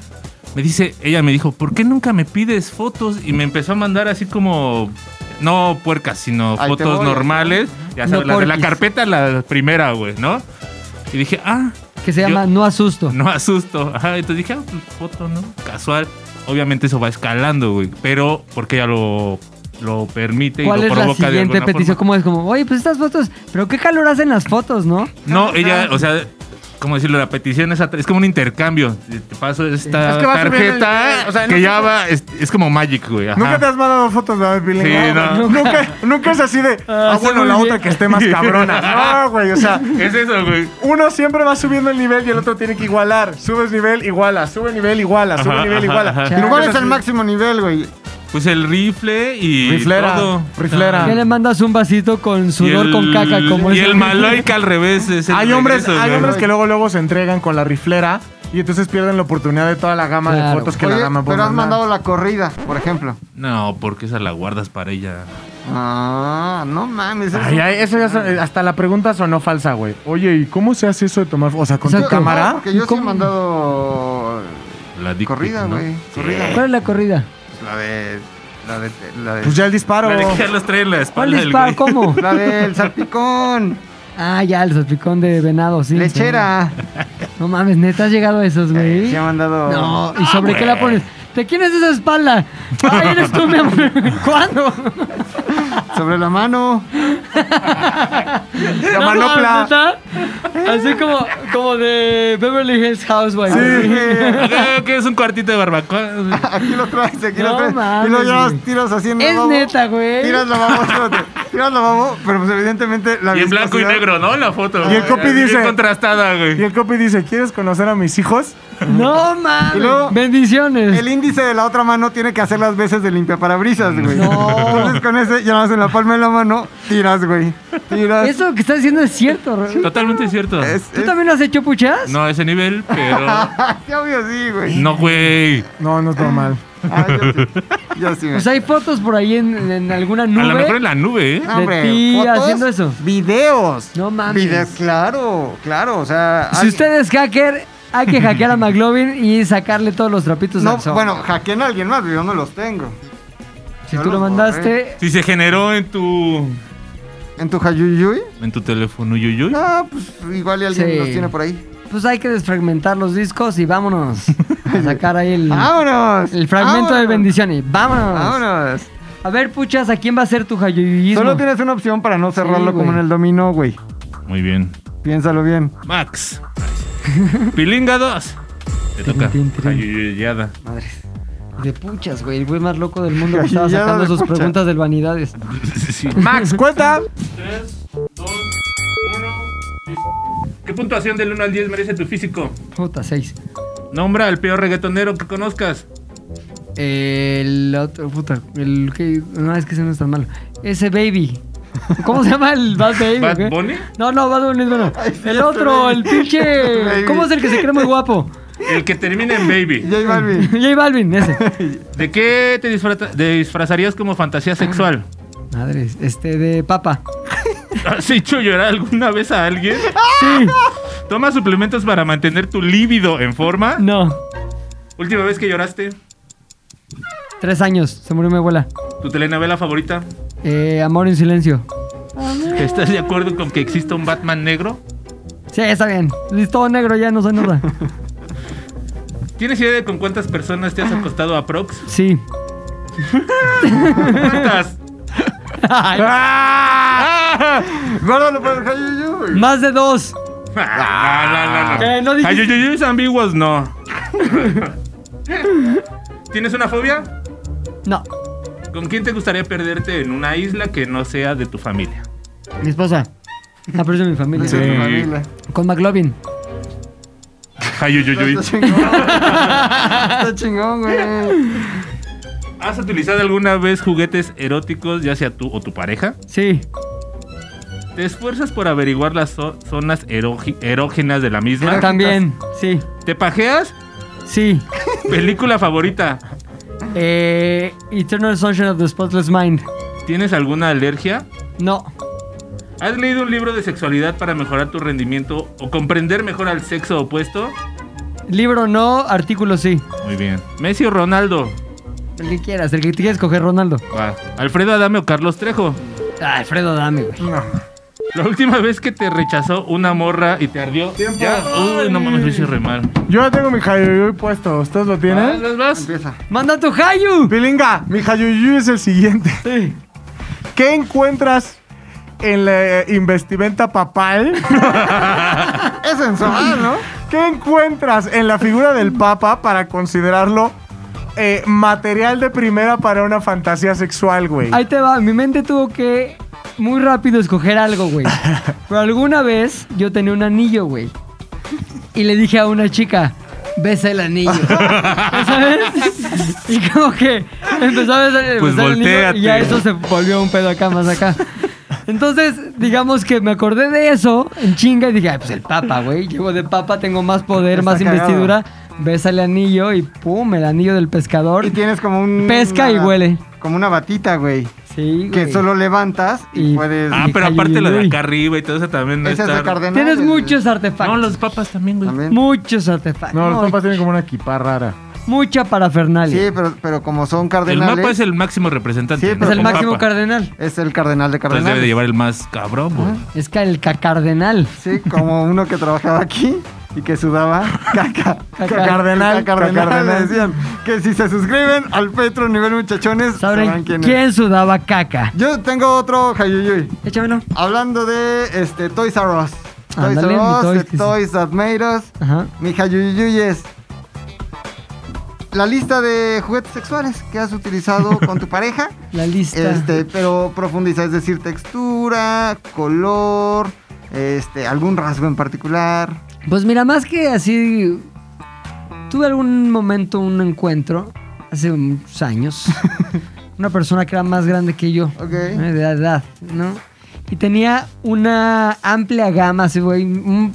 [SPEAKER 6] Me dice, ella me dijo, ¿por qué nunca me pides fotos? Y me empezó a mandar así como, no puercas, sino
[SPEAKER 5] Ahí te
[SPEAKER 6] fotos
[SPEAKER 5] voy.
[SPEAKER 6] normales. Ya sabes,
[SPEAKER 3] No
[SPEAKER 6] la de la
[SPEAKER 3] porquis.
[SPEAKER 6] carpeta, la primera, güey, ¿no? Y dije, ah,
[SPEAKER 3] Que se llama
[SPEAKER 6] Yo-
[SPEAKER 3] No asusto.
[SPEAKER 6] no asusto. Ajá, entonces dije, ah, pues, foto, ¿no? Casual. Obviamente eso va escalando, güey. Pero porque ella lo, lo permite y
[SPEAKER 3] ¿Cuál
[SPEAKER 6] lo
[SPEAKER 3] es
[SPEAKER 6] provoca
[SPEAKER 3] la
[SPEAKER 6] de
[SPEAKER 3] siguiente
[SPEAKER 6] alguna
[SPEAKER 3] petición?
[SPEAKER 6] forma.
[SPEAKER 3] ¿Cómo es? Como, oye, pues estas fotos, pero qué calor hacen las fotos, ¿no?
[SPEAKER 6] No, ella, o sea, ¿cómo decirlo? La petición es, atra- es como un intercambio. Te paso esta
[SPEAKER 4] Es que va subiendo el-
[SPEAKER 6] tarjeta
[SPEAKER 4] o sea,
[SPEAKER 6] que
[SPEAKER 4] no-
[SPEAKER 6] ya va, es, es como Magic, güey. ajá.
[SPEAKER 4] Nunca te has mandado fotos de David Billing?
[SPEAKER 6] Sí, no.
[SPEAKER 4] Nunca, nunca es así de. Ah,
[SPEAKER 3] Ah,
[SPEAKER 4] bueno,
[SPEAKER 3] sí,
[SPEAKER 4] la
[SPEAKER 3] muy
[SPEAKER 4] otra
[SPEAKER 3] bien.
[SPEAKER 4] que esté más cabrona. No, güey, o sea.
[SPEAKER 6] Es eso, güey.
[SPEAKER 4] Uno siempre va subiendo el nivel y el otro tiene que igualar. Subes nivel, iguala. Sube nivel, iguala. Sube
[SPEAKER 6] Ajá,
[SPEAKER 4] nivel,
[SPEAKER 6] ajá,
[SPEAKER 4] iguala.
[SPEAKER 6] ajá.
[SPEAKER 5] ¿Cuál es el máximo nivel, güey?
[SPEAKER 6] Pues el rifle y
[SPEAKER 4] Riflera,
[SPEAKER 6] todo. Ah,
[SPEAKER 4] riflera.
[SPEAKER 3] Ya le mandas un vasito con sudor
[SPEAKER 6] Y el-
[SPEAKER 3] con caca como
[SPEAKER 6] Y
[SPEAKER 3] es
[SPEAKER 6] el maloica al revés. es el
[SPEAKER 4] Hay hombres,
[SPEAKER 6] regreso,
[SPEAKER 4] hay
[SPEAKER 6] güey.
[SPEAKER 4] hombres que luego luego se entregan con la riflera y entonces pierden la oportunidad de toda la gama de
[SPEAKER 3] Claro.
[SPEAKER 4] fotos que la
[SPEAKER 5] Oye,
[SPEAKER 4] dama puede
[SPEAKER 5] pero has
[SPEAKER 4] mandar.
[SPEAKER 5] mandado la corrida, por ejemplo.
[SPEAKER 6] No, porque esa la guardas para ella.
[SPEAKER 5] Ah, no mames. eso-
[SPEAKER 4] Ay, ay, eso ya son- eh, hasta la pregunta sonó falsa, güey. Oye, ¿y cómo se hace eso de tomar, o sea, con tu
[SPEAKER 3] Exacto.
[SPEAKER 4] cámara?
[SPEAKER 5] Porque yo sí he mandado
[SPEAKER 6] La dick pic,
[SPEAKER 5] corrida,
[SPEAKER 6] ¿no?
[SPEAKER 5] güey. Corrida.
[SPEAKER 3] ¿Cuál es la corrida?
[SPEAKER 5] La de. La de. La de.
[SPEAKER 4] Pues ya el disparo.
[SPEAKER 6] La de que ya los trae en la
[SPEAKER 3] ¿Cuál
[SPEAKER 6] espalda. el
[SPEAKER 3] disparo?
[SPEAKER 6] güey.
[SPEAKER 3] ¿Cómo?
[SPEAKER 5] La del salpicón.
[SPEAKER 3] Ah, ya, el salpicón de venado, sí.
[SPEAKER 5] lechera.
[SPEAKER 3] sí. No mames, neta has llegado a esos, güey.
[SPEAKER 5] Se ha mandado.
[SPEAKER 3] No, ¿y sobre qué la pones? ¿De quién es esa espalda? Ay, eres tú, mi amor. ¿Cuándo?
[SPEAKER 5] Sobre la mano.
[SPEAKER 4] la
[SPEAKER 3] No,
[SPEAKER 4] manopla.
[SPEAKER 3] mames, ¿neta? Así como, como de Beverly Hills Housewife.
[SPEAKER 6] Acá, que es un cuartito de barbacoa.
[SPEAKER 5] Aquí lo traes, aquí
[SPEAKER 3] No
[SPEAKER 5] lo traes.
[SPEAKER 3] mames,
[SPEAKER 5] y lo llevas,
[SPEAKER 3] güey.
[SPEAKER 5] tiras así en
[SPEAKER 3] Es
[SPEAKER 5] lavabo.
[SPEAKER 3] neta, güey.
[SPEAKER 5] Tiras la Tiras la pero pues evidentemente la
[SPEAKER 6] Y en blanco y
[SPEAKER 5] viscosidad-
[SPEAKER 6] negro, ¿no? La foto.
[SPEAKER 4] Y el copy
[SPEAKER 6] Bien
[SPEAKER 4] dice-
[SPEAKER 6] contrastada,
[SPEAKER 4] Y
[SPEAKER 6] güey.
[SPEAKER 4] el copy dice, ¿quieres conocer a mis hijos?
[SPEAKER 3] No mames.
[SPEAKER 5] Y luego-
[SPEAKER 3] Bendiciones.
[SPEAKER 5] El índice de la otra mano tiene que hacer las veces de limpiaparabrisas, güey.
[SPEAKER 3] No.
[SPEAKER 5] Entonces con ese, ya más en la palma de la mano, tiras, güey. Tiras.
[SPEAKER 3] Eso que estás diciendo es cierto. Ro-
[SPEAKER 6] Totalmente cierto.
[SPEAKER 5] Es-
[SPEAKER 3] ¿Tú
[SPEAKER 5] es-
[SPEAKER 3] también has hecho puchas?
[SPEAKER 6] No a ese nivel, pero.
[SPEAKER 5] Sí, obvio, sí, güey.
[SPEAKER 6] No, güey.
[SPEAKER 4] No, no es normal.
[SPEAKER 5] Ah, yo sí. Yo sí, güey.
[SPEAKER 3] Pues hay fotos por ahí en, en alguna
[SPEAKER 6] A
[SPEAKER 3] nube.
[SPEAKER 6] lo mejor en la nube, ¿eh?
[SPEAKER 5] No, hombre,
[SPEAKER 3] ti
[SPEAKER 5] ¿fotos?
[SPEAKER 3] haciendo eso.
[SPEAKER 5] Videos.
[SPEAKER 3] No mames.
[SPEAKER 5] Videos, claro, claro. O sea.
[SPEAKER 3] Si
[SPEAKER 5] hay-
[SPEAKER 3] usted es hacker, hay que hackear a McLovin y sacarle todos los trapitos
[SPEAKER 5] No,
[SPEAKER 3] al sol.
[SPEAKER 5] bueno, hackeen a alguien más, yo no los tengo.
[SPEAKER 3] si
[SPEAKER 5] yo
[SPEAKER 3] tú lo
[SPEAKER 5] los
[SPEAKER 3] mandaste,
[SPEAKER 6] Si se generó en tu.
[SPEAKER 5] ¿En tu Hayuyuy?
[SPEAKER 6] En tu teléfono, yuyuy.
[SPEAKER 3] Ah.
[SPEAKER 5] No, pues igual y alguien
[SPEAKER 3] Sí.
[SPEAKER 5] los tiene por ahí.
[SPEAKER 3] pues hay que desfragmentar los discos y vámonos a sacar ahí el,
[SPEAKER 5] ¡Vámonos!
[SPEAKER 3] el fragmento de
[SPEAKER 5] ¡Vámonos!
[SPEAKER 3] bendición y vámonos.
[SPEAKER 5] ¡Vámonos!
[SPEAKER 3] A ver, puchas, ¿a quién va a ser tu jayuyismo?
[SPEAKER 5] Solo tienes una opción para no cerrarlo como
[SPEAKER 3] güey.
[SPEAKER 5] en el dominó, güey.
[SPEAKER 6] Muy bien.
[SPEAKER 5] Piénsalo bien.
[SPEAKER 6] Max. Pilinga 2. Te toca.
[SPEAKER 3] Tin, tin, tin.
[SPEAKER 6] Ayuyuyada.
[SPEAKER 3] Madres. De puchas, güey. El güey más loco del mundo que estaba
[SPEAKER 5] Gallillada
[SPEAKER 3] sacando
[SPEAKER 5] de
[SPEAKER 3] sus
[SPEAKER 5] puchas.
[SPEAKER 3] preguntas del vanidades.
[SPEAKER 6] Sí.
[SPEAKER 4] Max, cuenta.
[SPEAKER 6] ¿Qué puntuación del 1 al 10 merece tu físico?
[SPEAKER 3] Puta, seis.
[SPEAKER 6] Nombra al peor reggaetonero que conozcas.
[SPEAKER 3] El otro, puta, el que. No, es que ese no es tan malo. Ese baby. ¿Cómo se llama el Bad Baby?
[SPEAKER 6] ¿Bad
[SPEAKER 3] güey?
[SPEAKER 6] Bunny?
[SPEAKER 3] No, no, Bad Bunny es bueno. El otro, el pinche.
[SPEAKER 5] Baby.
[SPEAKER 3] ¿Cómo es el que se cree muy guapo?
[SPEAKER 6] El que termina en baby.
[SPEAKER 5] J Balvin.
[SPEAKER 3] J Balvin, ese.
[SPEAKER 6] ¿De qué te disfrata- te disfrazarías como fantasía sexual?
[SPEAKER 3] Madres, este de papa.
[SPEAKER 6] ¿Has hecho llorar alguna vez a alguien?
[SPEAKER 3] Sí,
[SPEAKER 6] ¿Toma suplementos para mantener tu líbido en forma?
[SPEAKER 3] no.
[SPEAKER 6] ¿Última vez que lloraste?
[SPEAKER 3] Tres años, se murió mi abuela.
[SPEAKER 6] ¿Tu telenovela favorita?
[SPEAKER 3] Eh, amor en silencio.
[SPEAKER 6] ¿Estás de acuerdo con que exista un Batman negro?
[SPEAKER 3] Sí, está bien. Listo, negro, ya no soy nada.
[SPEAKER 6] ¿Tienes idea de con cuántas personas te has acostado a Prox?
[SPEAKER 3] Sí.
[SPEAKER 6] ¿Cuántas?
[SPEAKER 3] Ay,
[SPEAKER 5] Guárdalo para el Hayuyuy.
[SPEAKER 3] más de dos.
[SPEAKER 6] Ah, no, no, no.
[SPEAKER 3] Eh, no dijiste-
[SPEAKER 6] Ay, ay, ay, ambiguos, no. ¿Tienes una fobia?
[SPEAKER 3] No,
[SPEAKER 6] ¿Con quién te gustaría perderte en una isla que no sea de tu familia?
[SPEAKER 3] mi esposa. Aprecio a mi familia.
[SPEAKER 5] Sí. familia.
[SPEAKER 3] Con McLovin.
[SPEAKER 6] Ay, ay, ay,
[SPEAKER 5] Está
[SPEAKER 6] ay.
[SPEAKER 5] chingón. Está chingón, güey.
[SPEAKER 6] ¿Has utilizado alguna vez juguetes eróticos, ya sea tú o tu pareja?
[SPEAKER 3] Sí.
[SPEAKER 6] ¿Te esfuerzas por averiguar las zo- zonas erogi- erógenas de la misma?
[SPEAKER 3] También, sí,
[SPEAKER 6] ¿Te pajeas?
[SPEAKER 3] sí.
[SPEAKER 6] ¿Película favorita?
[SPEAKER 3] Eh, Eternal Sunshine of the Spotless Mind.
[SPEAKER 6] ¿Tienes alguna alergia?
[SPEAKER 3] No,
[SPEAKER 6] ¿Has leído un libro de sexualidad para mejorar tu rendimiento o comprender mejor al sexo opuesto?
[SPEAKER 3] libro no, artículo sí.
[SPEAKER 6] Muy bien. Messi o Ronaldo.
[SPEAKER 3] El que quieras, el que te quieras coger, Ronaldo.
[SPEAKER 6] Va. Alfredo Adame o Carlos Trejo.
[SPEAKER 3] Ah, Alfredo, dame, güey.
[SPEAKER 6] La última vez que te rechazó una morra y te ardió. Ya. Uy, no mames, lo hice re mal.
[SPEAKER 4] Yo ya tengo mi jayuyuy puesto. ¿Ustedes lo
[SPEAKER 6] ¿Vas,
[SPEAKER 3] Ah,
[SPEAKER 4] tienen?
[SPEAKER 6] vas, vas?
[SPEAKER 5] Empieza.
[SPEAKER 3] ¡Manda tu Hayu!
[SPEAKER 4] Pilinga, mi jayuyuy es el siguiente. ¿Qué encuentras en la eh, investimenta papal?
[SPEAKER 5] Es sensual, Ah, ¿no?
[SPEAKER 4] ¿Qué encuentras en la figura del Papa para considerarlo eh, material de primera para una fantasía sexual, güey?
[SPEAKER 3] Ahí te va, mi mente tuvo que muy rápido escoger algo, güey. Pero alguna vez yo tenía un anillo, güey. Y le dije a una chica, besa el anillo. ¿Sabes? Y como que Empezaba a salir
[SPEAKER 6] Pues
[SPEAKER 3] y ya
[SPEAKER 6] voltéate.
[SPEAKER 3] eso se volvió un pedo acá más acá. Entonces, digamos que me acordé de eso en chinga y dije, "Ay, pues el papa, güey. Llego de papa, tengo más poder,
[SPEAKER 5] Está
[SPEAKER 3] más
[SPEAKER 5] cagado.
[SPEAKER 3] investidura. Ves al anillo y pum, el anillo del pescador.
[SPEAKER 5] Y tienes como un.
[SPEAKER 3] Pesca y huele.
[SPEAKER 5] Como una batita, güey.
[SPEAKER 3] Sí,
[SPEAKER 5] Que
[SPEAKER 3] güey.
[SPEAKER 5] solo levantas y,
[SPEAKER 3] Y-
[SPEAKER 5] puedes.
[SPEAKER 6] Ah,
[SPEAKER 3] Y
[SPEAKER 6] pero
[SPEAKER 3] Cayo
[SPEAKER 6] aparte la de
[SPEAKER 3] Yuyuy.
[SPEAKER 6] acá arriba y todo eso también no
[SPEAKER 5] Esa es
[SPEAKER 6] está.
[SPEAKER 5] de Cardenal.
[SPEAKER 3] Tienes muchos artefactos.
[SPEAKER 6] No, los papas también, güey.
[SPEAKER 5] También.
[SPEAKER 3] Muchos artefactos.
[SPEAKER 8] No, los
[SPEAKER 3] Mu-
[SPEAKER 8] compas tienen como una equipa rara.
[SPEAKER 3] Mucha parafernalia.
[SPEAKER 5] Sí, pero, pero como son
[SPEAKER 6] El
[SPEAKER 5] cardenales.
[SPEAKER 6] mapa es el máximo representante.
[SPEAKER 5] Sí,
[SPEAKER 6] ¿no?
[SPEAKER 5] pero
[SPEAKER 3] es el
[SPEAKER 6] Con
[SPEAKER 3] máximo
[SPEAKER 6] papa.
[SPEAKER 3] cardenal.
[SPEAKER 5] es el cardenal de
[SPEAKER 6] Entonces debe de
[SPEAKER 5] cardenales.
[SPEAKER 6] llevar el más cabrón, güey.
[SPEAKER 3] Es que el cacardenal.
[SPEAKER 5] Sí, como uno que trabajaba aquí y que sudaba caca.
[SPEAKER 3] Caca.
[SPEAKER 5] Cacardenal,
[SPEAKER 8] Cacardenal.
[SPEAKER 5] le decían. Que si se suscriben al Petro nivel muchachones, sabrán,
[SPEAKER 3] ¿Saben
[SPEAKER 5] quién,
[SPEAKER 3] quién,
[SPEAKER 5] es.
[SPEAKER 3] sudaba caca?
[SPEAKER 5] Yo tengo otro Hayuyuy.
[SPEAKER 3] Échamelo.
[SPEAKER 5] Hablando de este, Toys R Us. Toys
[SPEAKER 3] Ándale,
[SPEAKER 5] R
[SPEAKER 3] mi
[SPEAKER 5] Us,
[SPEAKER 3] Toys,
[SPEAKER 5] de
[SPEAKER 3] que sí.
[SPEAKER 5] Toys That Made Us.
[SPEAKER 3] Ajá.
[SPEAKER 5] Mi Hayuyuy es. La lista de juguetes sexuales que has utilizado con tu pareja.
[SPEAKER 3] La lista.
[SPEAKER 5] Este, pero profundiza, es decir, textura, color, este, algún rasgo en particular.
[SPEAKER 3] Pues mira, más que así. Tuve algún momento, un encuentro, hace muchos años. una persona que era más grande que yo.
[SPEAKER 5] Ok.
[SPEAKER 3] ¿no? De edad, ¿no? Y tenía una amplia gama, así, güey. Un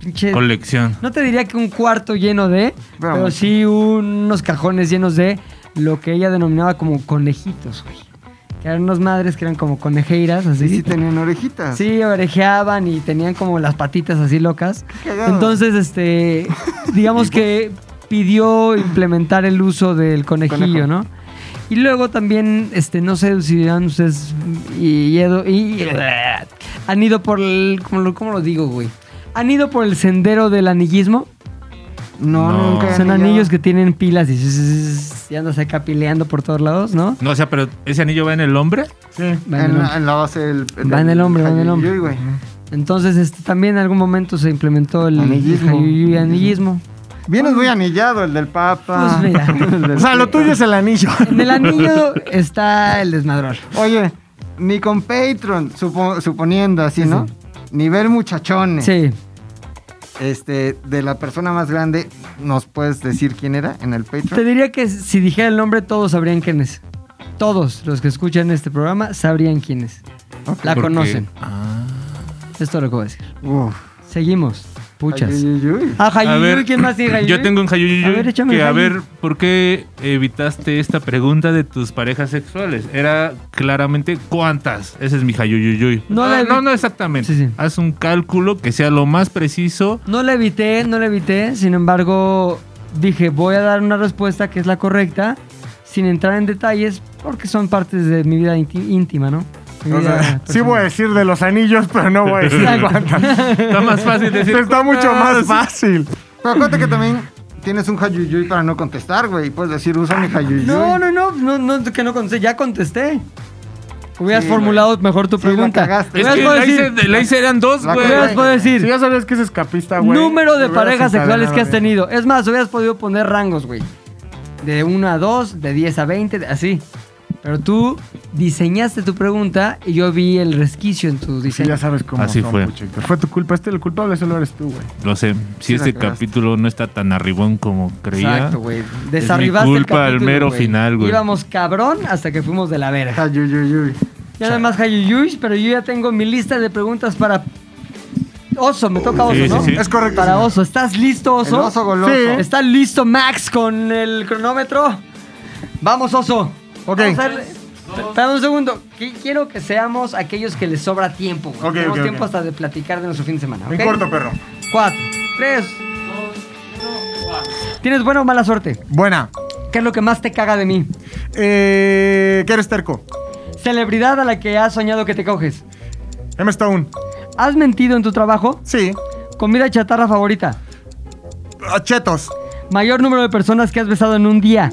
[SPEAKER 3] pinche.
[SPEAKER 6] Colección.
[SPEAKER 3] No te diría que un cuarto lleno de,
[SPEAKER 5] Pero
[SPEAKER 3] pero,
[SPEAKER 5] mucho.
[SPEAKER 3] sí unos cajones llenos de lo que ella denominaba como conejitos, güey. Que eran unas madres que eran como conejeiras, así.
[SPEAKER 5] Sí, sí tenían orejitas.
[SPEAKER 3] Sí, orejeaban y tenían como las patitas así locas.
[SPEAKER 5] cagado.
[SPEAKER 3] Entonces, este, digamos que pidió implementar el uso del conejillo,
[SPEAKER 5] Conejo.
[SPEAKER 3] ¿no? Y luego también, este, no sé si dirán ustedes y, y- y- han ido por el, ¿cómo lo, cómo lo digo, güey? Han ido por el sendero del anillismo.
[SPEAKER 5] No,
[SPEAKER 6] No.
[SPEAKER 5] nunca. he
[SPEAKER 3] Son
[SPEAKER 5] anillado.
[SPEAKER 3] anillos que tienen pilas y, zzz, y andas acá pileando por todos lados, ¿no?
[SPEAKER 6] No, o sea, pero ese anillo va en el hombre.
[SPEAKER 3] Va en
[SPEAKER 6] Ah,
[SPEAKER 3] el
[SPEAKER 5] En,
[SPEAKER 3] hombre.
[SPEAKER 5] la- en la base del.
[SPEAKER 3] Va en el hombre, va en el hombre.
[SPEAKER 5] Hayuyuy, güey.
[SPEAKER 3] Entonces, este, también en algún momento se implementó el
[SPEAKER 5] Anillismo.
[SPEAKER 3] jayuyuy anillismo.
[SPEAKER 5] Vienes muy anillado, el del Papa.
[SPEAKER 3] Pues mira.
[SPEAKER 5] el del
[SPEAKER 8] O sea, lo tuyo es el anillo.
[SPEAKER 3] En el anillo está el desmadrón.
[SPEAKER 5] Oye, ni con Patreon, supo- suponiendo así, ¿no? Nivel muchachones.
[SPEAKER 3] Sí.
[SPEAKER 5] Este, de la persona más grande, ¿nos puedes decir quién era en el Patreon?
[SPEAKER 3] Te diría que si dijera el nombre, todos sabrían quién es. Todos los que escuchan este programa sabrían quién es. La
[SPEAKER 6] Porque-
[SPEAKER 3] conocen.
[SPEAKER 6] Ah.
[SPEAKER 3] Esto es todo lo que voy a decir.
[SPEAKER 5] Uf.
[SPEAKER 3] Seguimos. Puchas.
[SPEAKER 5] Hayuyuy.
[SPEAKER 3] Ah,
[SPEAKER 6] A
[SPEAKER 3] Jayuyuy,
[SPEAKER 6] ver,
[SPEAKER 3] ¿quién más tiene
[SPEAKER 6] yo tengo un
[SPEAKER 3] A ver,
[SPEAKER 6] Hayuyuyu
[SPEAKER 3] échame
[SPEAKER 6] que
[SPEAKER 3] el
[SPEAKER 6] a
[SPEAKER 3] Hayu.
[SPEAKER 6] ver, ¿por qué evitaste esta pregunta de tus parejas sexuales? Era claramente cuántas. Ese es mi Hayuyuyu.
[SPEAKER 3] No
[SPEAKER 6] No,
[SPEAKER 3] la evi-
[SPEAKER 6] no, no exactamente.
[SPEAKER 3] Sí, sí.
[SPEAKER 6] Haz un cálculo que sea lo más preciso.
[SPEAKER 3] No la evité, no la evité. Sin embargo, dije, voy a dar una respuesta que es la correcta, sin entrar en detalles, porque son partes de mi vida inti- íntima, ¿no? Mi
[SPEAKER 8] O sea,
[SPEAKER 3] vida
[SPEAKER 8] sí
[SPEAKER 3] personal.
[SPEAKER 8] voy a decir de los anillos, pero no voy a decir
[SPEAKER 3] Exacto. Ah,
[SPEAKER 8] cuántas.
[SPEAKER 6] Está más fácil decir.
[SPEAKER 8] Está mucho más
[SPEAKER 6] cuántas.
[SPEAKER 8] fácil.
[SPEAKER 5] Pero acuérdate que también tienes un hayuyuy para no contestar, güey. Puedes decir, usa mi hayuyuy.
[SPEAKER 3] Ah, No, no, no, no, no, que no contesté, ya contesté. Hubieras
[SPEAKER 5] Sí,
[SPEAKER 3] formulado mejor tu
[SPEAKER 5] Sí, la
[SPEAKER 3] pregunta.
[SPEAKER 5] cagaste.
[SPEAKER 6] Es
[SPEAKER 3] Hubieras
[SPEAKER 6] que
[SPEAKER 3] podido
[SPEAKER 6] la hice,
[SPEAKER 3] decir,
[SPEAKER 6] la hice eran dos,
[SPEAKER 5] La
[SPEAKER 6] güey.
[SPEAKER 3] hubieras
[SPEAKER 5] güey.
[SPEAKER 3] podido decir,
[SPEAKER 8] Si ya sabías que es escapista, Ah, güey.
[SPEAKER 3] número de
[SPEAKER 8] te hubieras
[SPEAKER 3] parejas sexuales que has
[SPEAKER 8] encadenado
[SPEAKER 3] tenido. Es más, hubieras podido poner rangos, güey. De 1 a 2, de 10 a 20, de- así. Pero tú diseñaste tu pregunta y yo vi el resquicio en tu
[SPEAKER 8] bien. Sí,
[SPEAKER 3] diseño.
[SPEAKER 8] Pues ya sabes cómo
[SPEAKER 6] Así
[SPEAKER 8] son,
[SPEAKER 6] fue.
[SPEAKER 8] Puchector. Fue tu culpa. Este el culpable solo eres tú, güey.
[SPEAKER 6] Lo sé. Si
[SPEAKER 5] Sí, la
[SPEAKER 6] este
[SPEAKER 5] cagaste.
[SPEAKER 6] capítulo no está tan arribón como creía.
[SPEAKER 3] Exacto, güey. Desarribaste
[SPEAKER 6] mi culpa
[SPEAKER 3] el
[SPEAKER 6] al
[SPEAKER 3] capítulo,
[SPEAKER 6] mero
[SPEAKER 3] güey.
[SPEAKER 6] final, güey.
[SPEAKER 3] Íbamos cabrón hasta que fuimos de la verga.
[SPEAKER 5] Hayuyuy.
[SPEAKER 3] Ya nada más Hayuyush, pero yo ya tengo mi lista de preguntas para Oso, me toca Oso,
[SPEAKER 6] Sí,
[SPEAKER 3] ¿no?
[SPEAKER 6] sí, sí.
[SPEAKER 5] Es correcto.
[SPEAKER 3] Para Oso, ¿estás listo,
[SPEAKER 5] El
[SPEAKER 3] Oso?
[SPEAKER 5] oso goloso.
[SPEAKER 8] Sí.
[SPEAKER 3] ¿Está listo Max con el cronómetro? Vamos, oso.
[SPEAKER 5] Ok.
[SPEAKER 3] Vamos a darle- Espera un segundo. Qui- Quiero que seamos aquellos que les sobra tiempo. güey.
[SPEAKER 8] Ok,
[SPEAKER 3] Tenemos
[SPEAKER 8] ok, ok.
[SPEAKER 3] tiempo hasta de platicar de nuestro fin de semana. ¿ok?
[SPEAKER 8] En corto, perro.
[SPEAKER 3] Cuatro, tres, dos, uno, cuatro. ¿Tienes buena o mala suerte?
[SPEAKER 8] Buena.
[SPEAKER 3] ¿Qué es lo que más te caga de mí?
[SPEAKER 8] Eh, ¿Qué eres terco?
[SPEAKER 3] Celebridad a la que has soñado que te coges.
[SPEAKER 8] M. Stone.
[SPEAKER 3] ¿Has mentido en tu trabajo?
[SPEAKER 8] Sí.
[SPEAKER 3] Comida chatarra favorita.
[SPEAKER 8] Ah, Chetos.
[SPEAKER 3] Mayor número de personas que has besado en un día.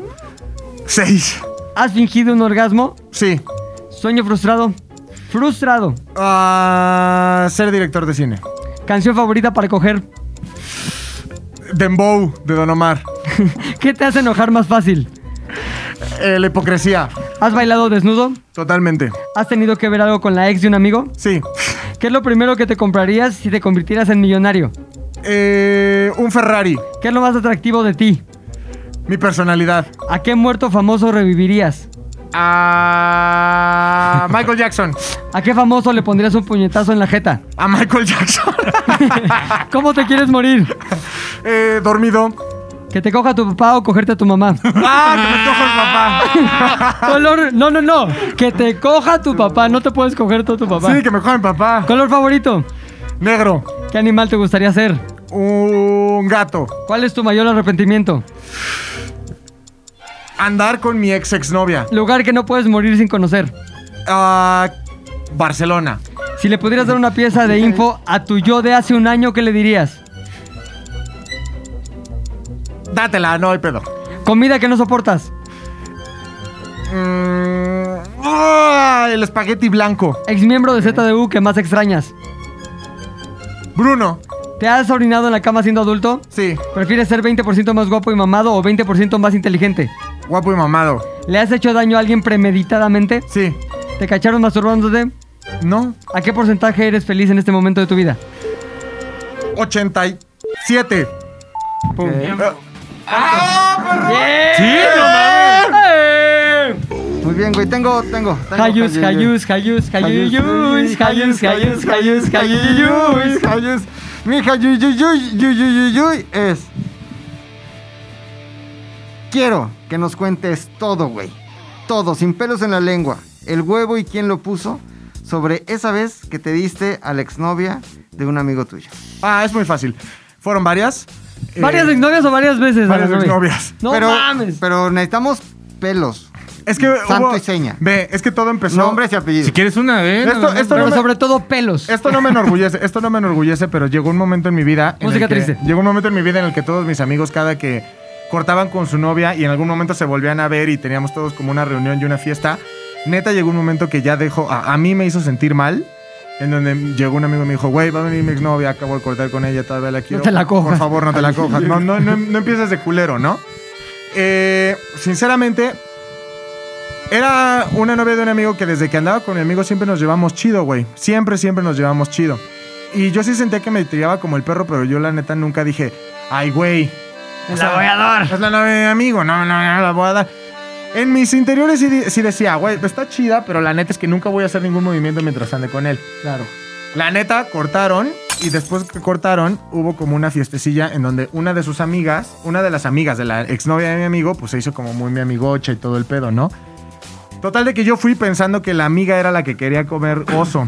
[SPEAKER 8] Seis.
[SPEAKER 3] ¿Has fingido un orgasmo?
[SPEAKER 8] Sí.
[SPEAKER 3] Sueño frustrado. Frustrado.
[SPEAKER 8] Ah, ser director de cine.
[SPEAKER 3] Canción favorita para coger.
[SPEAKER 8] Dembow, de Don Omar.
[SPEAKER 3] ¿Qué te hace enojar más fácil?
[SPEAKER 8] Eh, la hipocresía.
[SPEAKER 3] ¿Has bailado desnudo?
[SPEAKER 8] Totalmente.
[SPEAKER 3] ¿Has tenido que ver algo con la ex de un amigo?
[SPEAKER 8] Sí.
[SPEAKER 3] ¿Qué es lo primero que te comprarías si te convirtieras en millonario?
[SPEAKER 8] Eh, un Ferrari.
[SPEAKER 3] ¿Qué es lo más atractivo de ti?
[SPEAKER 4] Mi personalidad.
[SPEAKER 3] ¿A qué muerto famoso revivirías?
[SPEAKER 4] A Michael Jackson.
[SPEAKER 3] ¿A qué famoso le pondrías un puñetazo en la jeta?
[SPEAKER 4] A Michael Jackson.
[SPEAKER 3] ¿Cómo te quieres morir?
[SPEAKER 4] Eh, dormido.
[SPEAKER 3] Que te coja tu papá o cogerte a tu mamá.
[SPEAKER 4] ¡Ah! Que me cojo el papá.
[SPEAKER 3] Color, no, no, no. Que te coja tu papá. No te puedes coger tú a tu papá.
[SPEAKER 4] Sí, que me coja mi papá.
[SPEAKER 3] Color favorito.
[SPEAKER 4] Negro.
[SPEAKER 3] ¿Qué animal te gustaría ser?
[SPEAKER 4] Un gato.
[SPEAKER 3] ¿Cuál es tu mayor arrepentimiento?
[SPEAKER 4] Andar con mi ex exnovia.
[SPEAKER 3] Lugar que no puedes morir sin conocer.
[SPEAKER 4] Ah, Barcelona.
[SPEAKER 3] Si le pudieras dar una pieza de info a tu yo de hace un año, ¿qué le dirías?
[SPEAKER 4] Dátela, no hay pedo.
[SPEAKER 3] Comida que no soportas.
[SPEAKER 4] Mm, ah, el espagueti blanco.
[SPEAKER 3] Exmiembro de ZDU que más extrañas.
[SPEAKER 4] Bruno.
[SPEAKER 3] ¿Te has orinado en la cama siendo adulto?
[SPEAKER 4] Sí.
[SPEAKER 3] ¿Prefieres ser 20% más guapo y mamado o 20% más inteligente?
[SPEAKER 4] Guapo y mamado.
[SPEAKER 3] ¿Le has hecho daño a alguien premeditadamente?
[SPEAKER 4] Sí.
[SPEAKER 3] ¿Te cacharon masturbándote?
[SPEAKER 4] ¿No?
[SPEAKER 3] ¿A qué porcentaje eres feliz en este momento de tu vida?
[SPEAKER 4] 87.
[SPEAKER 3] Pum.
[SPEAKER 5] Muy bien, güey. Tengo, tengo. tengo
[SPEAKER 3] Hayus, hayus, hayus, hayus, hayus, hayus, hayus, hayus, hayus.
[SPEAKER 5] hayus. Mi hayuyuyuyuyuyuyuy es... Quiero que nos cuentes todo, güey. Todo, sin pelos en la lengua. El huevo y quién lo puso sobre esa vez que te diste a la exnovia de un amigo tuyo.
[SPEAKER 4] Ah, es muy fácil. Fueron varias. Eh,
[SPEAKER 3] ¿Varias exnovias o varias veces?
[SPEAKER 4] varias
[SPEAKER 3] Ana Zoe?
[SPEAKER 4] exnovias.
[SPEAKER 3] No
[SPEAKER 5] pero,
[SPEAKER 3] mames.
[SPEAKER 5] Pero necesitamos pelos.
[SPEAKER 4] Es que
[SPEAKER 5] Santo
[SPEAKER 4] hubo-
[SPEAKER 5] y seña.
[SPEAKER 4] Ve, es que todo empezó.
[SPEAKER 5] Nombres y apellidos.
[SPEAKER 6] Si quieres una, ¿eh?
[SPEAKER 4] Esto-
[SPEAKER 6] No, no,
[SPEAKER 4] esto
[SPEAKER 6] no.
[SPEAKER 3] pero
[SPEAKER 4] me-
[SPEAKER 3] sobre todo pelos.
[SPEAKER 4] Esto no me enorgullece, esto no me enorgullece, pero llegó un momento en mi vida. en
[SPEAKER 3] Música
[SPEAKER 4] el que-
[SPEAKER 3] triste.
[SPEAKER 4] Llegó un momento en mi vida en el que todos mis amigos, cada que cortaban con su novia y en algún momento se volvían a ver y teníamos todos como una reunión y una fiesta, neta llegó un momento que ya dejó. A, a mí me hizo sentir mal. En donde llegó un amigo y me dijo, güey, va a venir mi exnovia, acabo de cortar con ella, todavía la quiero.
[SPEAKER 3] te la cojas.
[SPEAKER 4] Por favor, no te la cojas. No, no, no, no empieces de culero, ¿no? Eh, sinceramente, era una novia de un amigo que desde que andaba con mi amigo siempre nos llevamos chido, güey. Siempre, siempre nos llevamos chido. Y yo sí sentía que me tiraba como el perro, pero yo la neta nunca dije, ay, güey. la voy a dar. Es la novia de mi amigo, no, no, no, la voy a dar. En mis interiores sí, di- sí decía, güey, está chida, pero la neta es que nunca voy a hacer ningún movimiento mientras ande con él.
[SPEAKER 3] Claro.
[SPEAKER 4] La neta, cortaron y después que cortaron hubo como una fiestecilla en donde una de sus amigas, una de las amigas de la exnovia de mi amigo, pues se hizo como muy mi amigocha y todo el pedo, ¿no? Total de que yo fui pensando que la amiga era la que quería comer oso.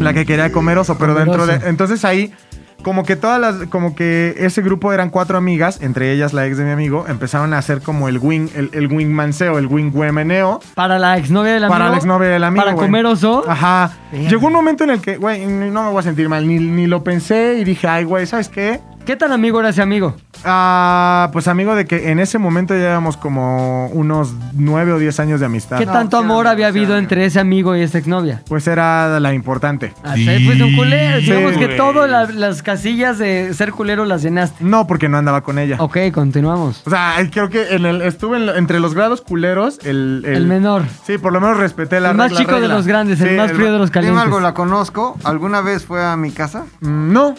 [SPEAKER 4] La que quería comer oso, pero
[SPEAKER 3] Comer
[SPEAKER 4] dentro de...
[SPEAKER 3] oso.
[SPEAKER 4] Entonces ahí, como que todas las... Como que ese grupo eran cuatro amigas, entre ellas la ex de mi amigo, empezaron a hacer como el wing, el, el wingmanseo, el wingüemeneo.
[SPEAKER 3] Para la exnovia del amigo.
[SPEAKER 4] Para la exnovia del amigo,
[SPEAKER 3] Para
[SPEAKER 4] güey. Ah.
[SPEAKER 3] comer oso.
[SPEAKER 4] Ajá. Llegó un momento en el que, güey, ni- no me voy a sentir mal. Ni, ni lo pensé y dije, ay, güey, ¿sabes qué?
[SPEAKER 3] ¿Qué tan amigo era ese amigo?
[SPEAKER 4] Ah, pues amigo de que en ese momento ya éramos como unos nueve o diez años de amistad.
[SPEAKER 3] ¿Qué tanto
[SPEAKER 5] sí era
[SPEAKER 3] amor
[SPEAKER 5] amigo,
[SPEAKER 3] había
[SPEAKER 5] sí era
[SPEAKER 3] habido
[SPEAKER 5] amigo.
[SPEAKER 3] entre ese amigo y esa exnovia?
[SPEAKER 4] Pues era la importante.
[SPEAKER 3] Ah, sí, fuiste un culero.
[SPEAKER 4] Sí,
[SPEAKER 3] Digamos que
[SPEAKER 6] güey.
[SPEAKER 3] todas la- las casillas de ser culero las llenaste.
[SPEAKER 4] No, porque no andaba con ella.
[SPEAKER 3] Ok, continuamos.
[SPEAKER 4] O sea, ay, creo que en el, estuve en lo- entre los grados culeros, el,
[SPEAKER 3] El menor.
[SPEAKER 4] Sí, por lo menos respeté la
[SPEAKER 3] el más
[SPEAKER 4] regla,
[SPEAKER 3] chico de
[SPEAKER 4] regla.
[SPEAKER 3] los grandes,
[SPEAKER 4] Sí,
[SPEAKER 3] el más frío de los
[SPEAKER 5] Dime algo,
[SPEAKER 3] calientes.
[SPEAKER 5] la conozco. ¿Alguna vez fue a mi casa?
[SPEAKER 4] Mm, No.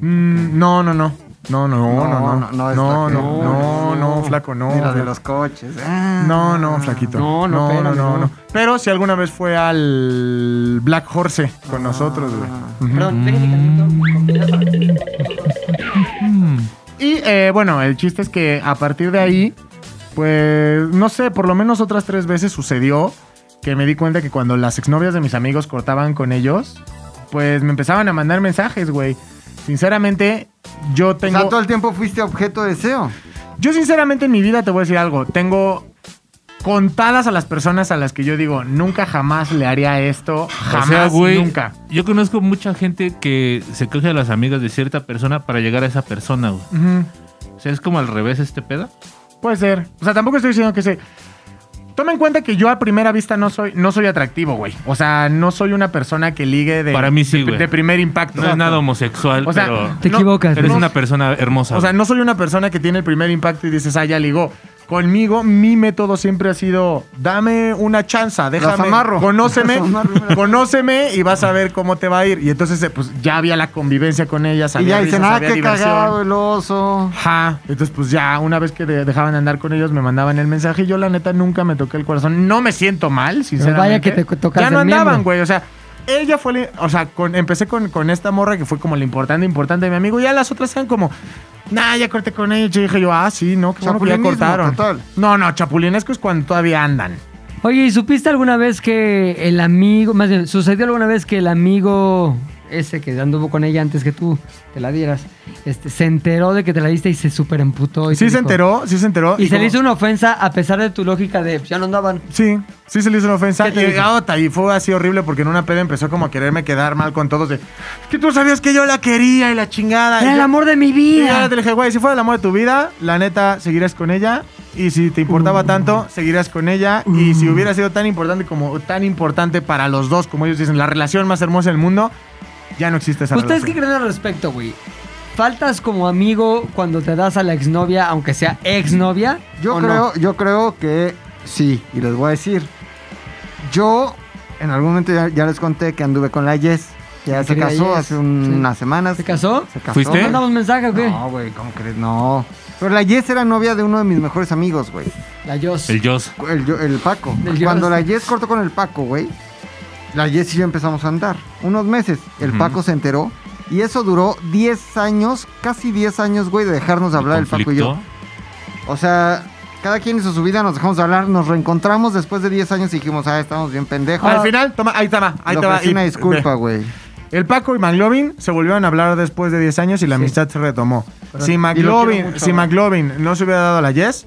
[SPEAKER 4] Mm, No, no, no. No, no, no, no. No, no,
[SPEAKER 5] es
[SPEAKER 4] no,
[SPEAKER 5] flaco.
[SPEAKER 4] no, no, flaco, no.
[SPEAKER 5] Mira, de
[SPEAKER 4] flaco.
[SPEAKER 5] los coches. Ah.
[SPEAKER 4] No, no, flaquito.
[SPEAKER 3] No, no, espérame,
[SPEAKER 4] no,
[SPEAKER 3] no.
[SPEAKER 4] no. Pero si alguna vez fue al Black Horse con nosotros, güey.
[SPEAKER 5] Ah.
[SPEAKER 3] Perdón, técnicamente.
[SPEAKER 4] Y eh, bueno, el chiste es que a partir de ahí, pues no sé, por lo menos otras tres veces sucedió que me di cuenta que cuando las exnovias de mis amigos cortaban con ellos, pues me empezaban a mandar mensajes, güey. Sinceramente, yo
[SPEAKER 5] O
[SPEAKER 4] tengo.
[SPEAKER 5] sea, todo el tiempo fuiste objeto de deseo.
[SPEAKER 4] Yo sinceramente en mi vida te voy a decir algo. Tengo contadas a las personas a las que yo digo, nunca jamás le haría esto. Jamás,
[SPEAKER 6] o sea, güey,
[SPEAKER 4] nunca.
[SPEAKER 6] Yo conozco mucha gente que se coge a las amigas de cierta persona para llegar a esa persona, güey.
[SPEAKER 4] Ujú.
[SPEAKER 6] O sea, es como al revés este pedo.
[SPEAKER 4] Puede ser. O sea, tampoco estoy diciendo que se. Toma en cuenta que yo a primera vista no soy, no soy atractivo, güey. O sea, no soy una persona que ligue de.
[SPEAKER 6] Para mí sí,
[SPEAKER 4] de-
[SPEAKER 6] güey.
[SPEAKER 4] De, primer impacto.
[SPEAKER 6] No es nada homosexual,
[SPEAKER 4] O sea,
[SPEAKER 6] pero
[SPEAKER 3] Te
[SPEAKER 4] no,
[SPEAKER 3] equivocas.
[SPEAKER 6] eres
[SPEAKER 3] güey.
[SPEAKER 6] una persona hermosa.
[SPEAKER 4] O sea,
[SPEAKER 6] güey.
[SPEAKER 4] no soy una persona que tiene el primer impacto y dices, ah, ya ligó. Conmigo, mi método siempre ha sido, dame una chanza, déjame,
[SPEAKER 5] amarro.
[SPEAKER 4] conóceme,
[SPEAKER 5] Las amarro, mira.
[SPEAKER 4] conóceme y vas a ver cómo te va a ir. Y entonces, eh, pues, ya había la convivencia con ellas,
[SPEAKER 5] Y
[SPEAKER 4] había
[SPEAKER 5] ya dicen,
[SPEAKER 4] risas,
[SPEAKER 5] ah,
[SPEAKER 4] había
[SPEAKER 5] qué
[SPEAKER 4] diversión.
[SPEAKER 5] cagado el oso.
[SPEAKER 4] Ajá. Entonces, pues ya, una vez que de- dejaban de andar con ellos, me mandaban el mensaje. Y yo, la neta, nunca me toqué el corazón. No me siento mal, sinceramente.
[SPEAKER 3] vaya que te co- tocas
[SPEAKER 4] Ya no
[SPEAKER 3] el miembro.
[SPEAKER 4] andaban, güey. O sea, ella fue. la- O sea, con- empecé con, con esta morra que fue como la importante, importante de mi amigo. Y ya las otras eran como. Nah, ya corté con ella. Y dije yo, ah, sí, no, qué bueno que ya
[SPEAKER 5] Chapulinismo
[SPEAKER 4] cortaron.
[SPEAKER 5] total.
[SPEAKER 4] No, no, chapulinesco es cuando todavía andan.
[SPEAKER 3] Oye, ¿y supiste alguna vez que el amigo, más bien, sucedió alguna vez que el amigo ese que anduvo con ella antes que tú te la dieras, este, se enteró de que te la diste y se superemputó? y
[SPEAKER 4] Sí
[SPEAKER 3] te
[SPEAKER 4] se
[SPEAKER 3] dijo-
[SPEAKER 4] enteró, sí se enteró.
[SPEAKER 3] Y, se
[SPEAKER 4] como-
[SPEAKER 3] le hizo una ofensa a pesar de tu lógica de pues, ya no andaban.
[SPEAKER 4] Sí, sí se le hizo una ofensa.
[SPEAKER 3] ¿Qué te
[SPEAKER 4] Y,
[SPEAKER 3] dijo?
[SPEAKER 4] ah, ota, y fue así horrible porque en una peda empezó como a quererme quedar mal con todos. De, "Es que tú sabías que yo la quería y la chingada.
[SPEAKER 3] Era
[SPEAKER 4] Y
[SPEAKER 3] el
[SPEAKER 4] yo-
[SPEAKER 3] amor de mi
[SPEAKER 4] Y ahora
[SPEAKER 3] vida.
[SPEAKER 4] te dije, güey, si fuera el amor de tu vida, la neta, seguirías con ella. Y si te importaba tanto, seguirías con ella. Y si hubiera sido tan importante como tan importante para los dos, como ellos dicen, la relación más hermosa del mundo, ya no existe esa
[SPEAKER 3] ¿Ustedes qué
[SPEAKER 4] relación.
[SPEAKER 3] creen al respecto, güey? ¿Faltas como amigo cuando te das a la exnovia, aunque sea exnovia?
[SPEAKER 5] Yo
[SPEAKER 3] ¿o no?
[SPEAKER 5] creo, yo creo que sí, y les voy a decir. Yo en algún momento ya, ya les conté que anduve con la Yes. Ya
[SPEAKER 3] Mi
[SPEAKER 5] se
[SPEAKER 3] querida
[SPEAKER 5] casó
[SPEAKER 3] Yes,
[SPEAKER 5] hace un-
[SPEAKER 3] sí.
[SPEAKER 5] unas semanas.
[SPEAKER 3] ¿Se casó?
[SPEAKER 5] Se casó.
[SPEAKER 3] ¿No
[SPEAKER 6] ¿Fuiste?
[SPEAKER 3] mandamos mensajes, güey?
[SPEAKER 5] No, güey, ¿cómo crees? No. Pero la Yes era novia de uno de mis mejores amigos, güey.
[SPEAKER 3] La Jos.
[SPEAKER 6] El Joss.
[SPEAKER 5] El, yo- el Paco.
[SPEAKER 3] El yo-
[SPEAKER 5] Cuando la Yes cortó con el Paco, güey, la Yes y yo empezamos a andar. Unos meses. El
[SPEAKER 6] Ujú.
[SPEAKER 5] Paco se enteró. Y eso duró 10 años, casi 10 años, güey, de dejarnos de hablar el Paco y yo. O sea, cada quien hizo su vida, nos dejamos de hablar, nos reencontramos después de 10 años y dijimos, ah, estamos bien pendejos.
[SPEAKER 4] Al final, toma, ahí está, va, ahí
[SPEAKER 5] Le
[SPEAKER 4] te va.
[SPEAKER 5] ofrecí
[SPEAKER 4] Y-
[SPEAKER 5] una disculpa, güey.
[SPEAKER 4] El Paco y McLovin se volvieron a hablar después de 10 años y la amistad se retomó. Si McLovin,
[SPEAKER 5] quiero mucho,
[SPEAKER 4] si
[SPEAKER 5] güey.
[SPEAKER 4] McLovin no se hubiera dado a la Yes,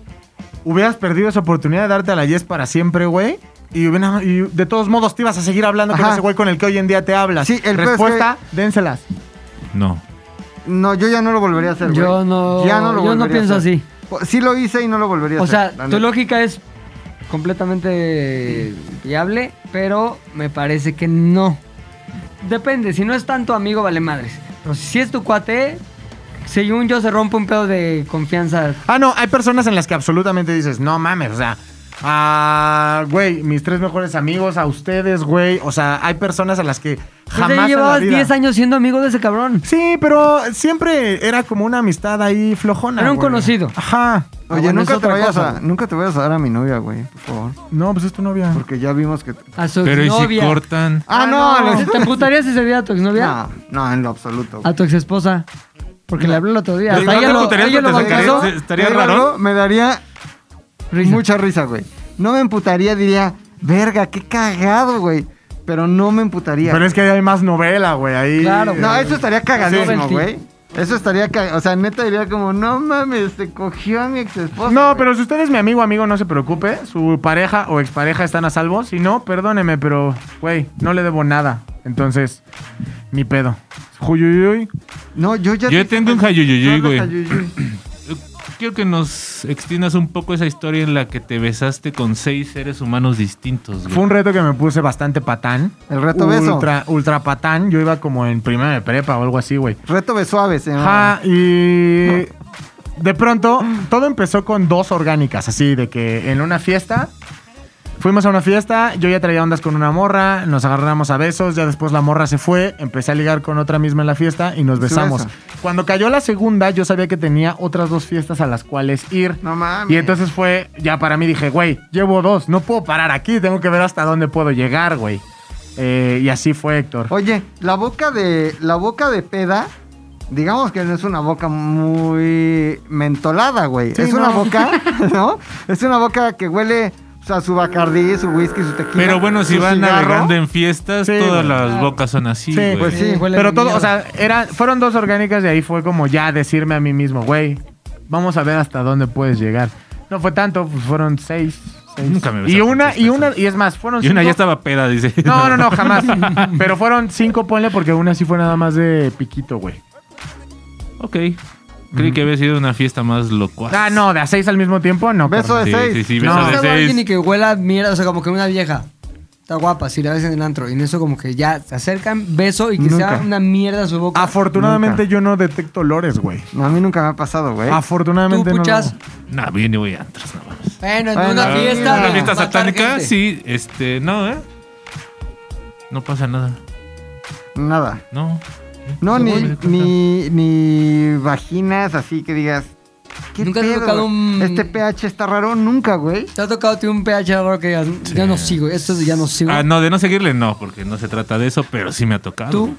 [SPEAKER 4] hubieras perdido esa oportunidad de darte a la Yes para siempre, güey. Y, hubiera- y de todos modos te ibas a seguir hablando con
[SPEAKER 5] Ajá.
[SPEAKER 4] ese güey con el que hoy en día te hablas.
[SPEAKER 5] Sí, el peor es
[SPEAKER 4] Respuesta, dénselas.
[SPEAKER 6] No.
[SPEAKER 5] No, yo ya no lo volvería a hacer, güey.
[SPEAKER 3] Yo no,
[SPEAKER 5] Ya no lo
[SPEAKER 3] yo no
[SPEAKER 5] volvería a
[SPEAKER 3] pienso
[SPEAKER 5] hacer.
[SPEAKER 3] así.
[SPEAKER 5] Po- Sí lo hice y no lo volvería a
[SPEAKER 3] O
[SPEAKER 5] hacer.
[SPEAKER 3] sea,
[SPEAKER 5] la
[SPEAKER 3] tu
[SPEAKER 5] neta.
[SPEAKER 3] lógica es completamente viable, pero me parece que no. Depende, si no es tanto amigo, vale madres. Pero si es tu cuate, según yo se rompe un pedo de confianza.
[SPEAKER 4] Ah, no, hay personas en las que absolutamente dices, no mames, o sea, ah, güey, mis tres mejores amigos, a ustedes, güey. O sea, hay personas a las que
[SPEAKER 3] Pues
[SPEAKER 4] jamás.
[SPEAKER 3] ya
[SPEAKER 4] en la
[SPEAKER 3] llevabas
[SPEAKER 4] vida-
[SPEAKER 3] 10 años siendo amigo de ese cabrón.
[SPEAKER 4] Sí, pero siempre era como una amistad ahí flojona.
[SPEAKER 3] Era un
[SPEAKER 4] güey.
[SPEAKER 3] conocido.
[SPEAKER 4] Ajá.
[SPEAKER 3] Ah,
[SPEAKER 5] Oye,
[SPEAKER 3] bueno, es
[SPEAKER 5] nunca, te
[SPEAKER 3] otra
[SPEAKER 5] vayas
[SPEAKER 3] cosa,
[SPEAKER 5] a, nunca te vayas a dar a mi novia, güey, por favor.
[SPEAKER 4] No, pues es tu novia.
[SPEAKER 5] Porque ya vimos que...
[SPEAKER 3] A su
[SPEAKER 6] Pero ¿y si
[SPEAKER 3] exnovia.
[SPEAKER 6] cortan?
[SPEAKER 5] Ah, no,
[SPEAKER 3] ¿Te emputarías si se viera a tu exnovia?
[SPEAKER 5] No, no, en lo absoluto. güey.
[SPEAKER 3] A tu exesposa. Porque le hablé el otro día.
[SPEAKER 6] Pero
[SPEAKER 3] Hasta
[SPEAKER 6] no
[SPEAKER 3] ella
[SPEAKER 6] te
[SPEAKER 3] lo,
[SPEAKER 6] emputarías,
[SPEAKER 3] ella
[SPEAKER 6] no
[SPEAKER 3] lo
[SPEAKER 6] te
[SPEAKER 3] bancazó.
[SPEAKER 6] sacarías, sí. ¿Estaría
[SPEAKER 5] ¿Te digo
[SPEAKER 6] raro?
[SPEAKER 5] algo? Me daría
[SPEAKER 3] Risa.
[SPEAKER 5] mucha risa, güey. No me emputaría, diría, verga, qué cagado, güey. Pero no me emputaría.
[SPEAKER 4] Pero es que ahí hay más novela, güey. Ahí.
[SPEAKER 3] Claro,
[SPEAKER 5] No, eso estaría cagadísimo,
[SPEAKER 3] Sí.
[SPEAKER 5] güey. Eso estaría cagado. O sea, neta diría como, no mames, te cogió a mi ex esposa.
[SPEAKER 4] No, pero si usted es mi amigo, amigo, no se preocupe. Su pareja o expareja están a salvo. Si no, perdóneme, pero, güey, no le debo nada. Entonces, mi pedo. Juyuyuy.
[SPEAKER 5] No, yo ya.
[SPEAKER 6] Yo tengo un
[SPEAKER 5] No,
[SPEAKER 6] jayuyuyuy,
[SPEAKER 5] no,
[SPEAKER 6] güey.
[SPEAKER 5] jayuyuy.
[SPEAKER 6] Quiero que nos extiendas un poco esa historia en la que te besaste con seis seres humanos distintos,
[SPEAKER 4] Fue
[SPEAKER 6] güey.
[SPEAKER 4] un reto que me puse bastante patán.
[SPEAKER 5] El reto beso.
[SPEAKER 4] ultra, ultra patán. Yo iba como en primera de prepa o algo así, güey.
[SPEAKER 5] Reto de suaves, señor.
[SPEAKER 4] Ajá, y de pronto todo empezó con dos orgánicas, así de que en una fiesta fuimos a una fiesta, yo ya traía ondas con una morra, nos agarramos a besos, ya después la morra se fue, empecé a ligar con otra misma en la fiesta y nos
[SPEAKER 5] Sí,
[SPEAKER 4] besamos.
[SPEAKER 5] beso.
[SPEAKER 4] Cuando cayó la segunda, yo sabía que tenía otras dos fiestas a las cuales ir.
[SPEAKER 5] No mames.
[SPEAKER 4] Y entonces fue, ya para mí dije, güey, llevo dos, no puedo parar aquí, tengo que ver hasta dónde puedo llegar, güey. Eh, y así fue, Héctor.
[SPEAKER 5] Oye, la boca de. La boca de peda. Digamos que no es una boca muy mentolada, güey.
[SPEAKER 4] Sí,
[SPEAKER 5] es una
[SPEAKER 4] no.
[SPEAKER 5] boca, ¿no? Es una boca que huele o sea, su bacardí, su whisky, su tequila.
[SPEAKER 6] Pero bueno, si
[SPEAKER 5] su
[SPEAKER 6] van
[SPEAKER 5] cigarro.
[SPEAKER 6] navegando en fiestas,
[SPEAKER 4] Sí,
[SPEAKER 6] todas
[SPEAKER 4] güey.
[SPEAKER 6] las bocas son así,
[SPEAKER 4] Sí,
[SPEAKER 6] güey.
[SPEAKER 4] pues
[SPEAKER 5] Sí,
[SPEAKER 3] huele
[SPEAKER 4] Pero
[SPEAKER 3] de
[SPEAKER 4] todo,
[SPEAKER 3] mierda.
[SPEAKER 4] o sea, era, fueron dos orgánicas y ahí fue como ya decirme a mí mismo, güey, vamos a ver hasta dónde puedes llegar. No fue tanto, pues fueron seis. seis.
[SPEAKER 6] Nunca me besé
[SPEAKER 4] Y
[SPEAKER 6] con
[SPEAKER 4] una,
[SPEAKER 6] seis
[SPEAKER 4] y una,
[SPEAKER 6] personas.
[SPEAKER 4] y es más, fueron
[SPEAKER 6] y una
[SPEAKER 4] cinco-
[SPEAKER 6] ya estaba peda, dice.
[SPEAKER 4] No, no, no, jamás. Pero fueron cinco, ponle, porque una sí fue nada más de piquito, güey.
[SPEAKER 6] Ok. Creí que había sido una fiesta más locuaz.
[SPEAKER 4] Ah, no, de a seis al mismo tiempo, no.
[SPEAKER 5] Beso
[SPEAKER 4] carnal.
[SPEAKER 5] de
[SPEAKER 6] Sí,
[SPEAKER 5] seis.
[SPEAKER 6] sí, sí, beso
[SPEAKER 4] No.
[SPEAKER 6] de
[SPEAKER 3] Estaba
[SPEAKER 6] seis.
[SPEAKER 3] alguien y que huela mierda, o sea, como que una vieja. Está guapa, si la ves en el antro. Y en eso como que ya se acercan, beso y que sea
[SPEAKER 5] Nunca.
[SPEAKER 3] una mierda su boca.
[SPEAKER 4] Afortunadamente yo no detecto olores, güey. ¿Eh?
[SPEAKER 5] No, a mí nunca me ha pasado, güey.
[SPEAKER 6] Ah.
[SPEAKER 4] Afortunadamente
[SPEAKER 3] Tú,
[SPEAKER 4] no.
[SPEAKER 3] puchas,
[SPEAKER 4] lo-
[SPEAKER 6] Nah, bien, yo voy a antros, no.
[SPEAKER 3] Bueno, en
[SPEAKER 5] Bueno,
[SPEAKER 3] una
[SPEAKER 6] Ah,
[SPEAKER 3] fiesta.
[SPEAKER 6] ¿Una
[SPEAKER 3] de
[SPEAKER 6] fiesta
[SPEAKER 3] matar
[SPEAKER 6] satánica?
[SPEAKER 3] gente.
[SPEAKER 6] Sí, este, no, ¿eh? No pasa nada,
[SPEAKER 5] Nada.
[SPEAKER 6] no.
[SPEAKER 5] No,
[SPEAKER 6] Sí,
[SPEAKER 5] ni,
[SPEAKER 6] me di
[SPEAKER 5] ni, ni vaginas así que digas. ¿qué
[SPEAKER 3] Nunca te ha
[SPEAKER 5] pedo,
[SPEAKER 3] tocado
[SPEAKER 5] güey?
[SPEAKER 3] un-
[SPEAKER 5] Este pH está raro nunca, güey.
[SPEAKER 3] ¿Te ha tocado tío, un pH raro que digas, "Mm, ya no sigo, esto es de ya no sigo?
[SPEAKER 6] Ah, no, de no seguirle, no, porque no se trata de eso, pero sí me ha tocado.
[SPEAKER 3] ¿Tú?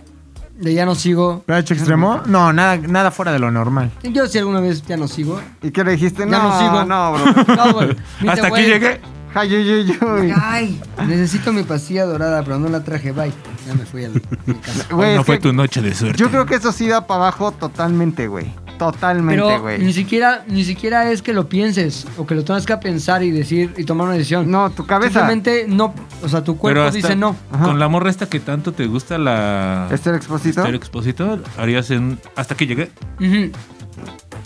[SPEAKER 3] De ya no sigo.
[SPEAKER 4] ¿PH extremo? No, nada, nada fuera de lo normal.
[SPEAKER 3] Yo sí alguna vez ya no sigo.
[SPEAKER 5] ¿Y qué le dijiste?
[SPEAKER 3] Ya
[SPEAKER 5] no,
[SPEAKER 3] no sigo.
[SPEAKER 5] no, bro.
[SPEAKER 3] No, güey. Dice,
[SPEAKER 6] Hasta aquí
[SPEAKER 3] güey,
[SPEAKER 6] llegué.
[SPEAKER 5] Ay, yo, yo,
[SPEAKER 3] Ay, necesito mi pastilla dorada, pero no la traje. Bye. Ya me fui al- a mi casa.
[SPEAKER 6] Hoy
[SPEAKER 5] Güey,
[SPEAKER 6] no
[SPEAKER 5] es
[SPEAKER 6] fue
[SPEAKER 5] que
[SPEAKER 6] tu noche de suerte.
[SPEAKER 5] yo creo que eso sí da para abajo totalmente, güey. Totalmente,
[SPEAKER 3] Pero ni
[SPEAKER 5] güey.
[SPEAKER 3] siquiera, ni siquiera es que lo pienses o que lo tengas que pensar y decir y tomar una decisión.
[SPEAKER 5] No, tu cabeza.
[SPEAKER 3] Simplemente no, o sea, tu cuerpo
[SPEAKER 6] hasta
[SPEAKER 3] dice no.
[SPEAKER 6] Con la morra esta que tanto te gusta la...
[SPEAKER 5] Este el exposito.
[SPEAKER 6] Estéreo expositor, harías en... Hasta aquí llegué.
[SPEAKER 3] Ujú.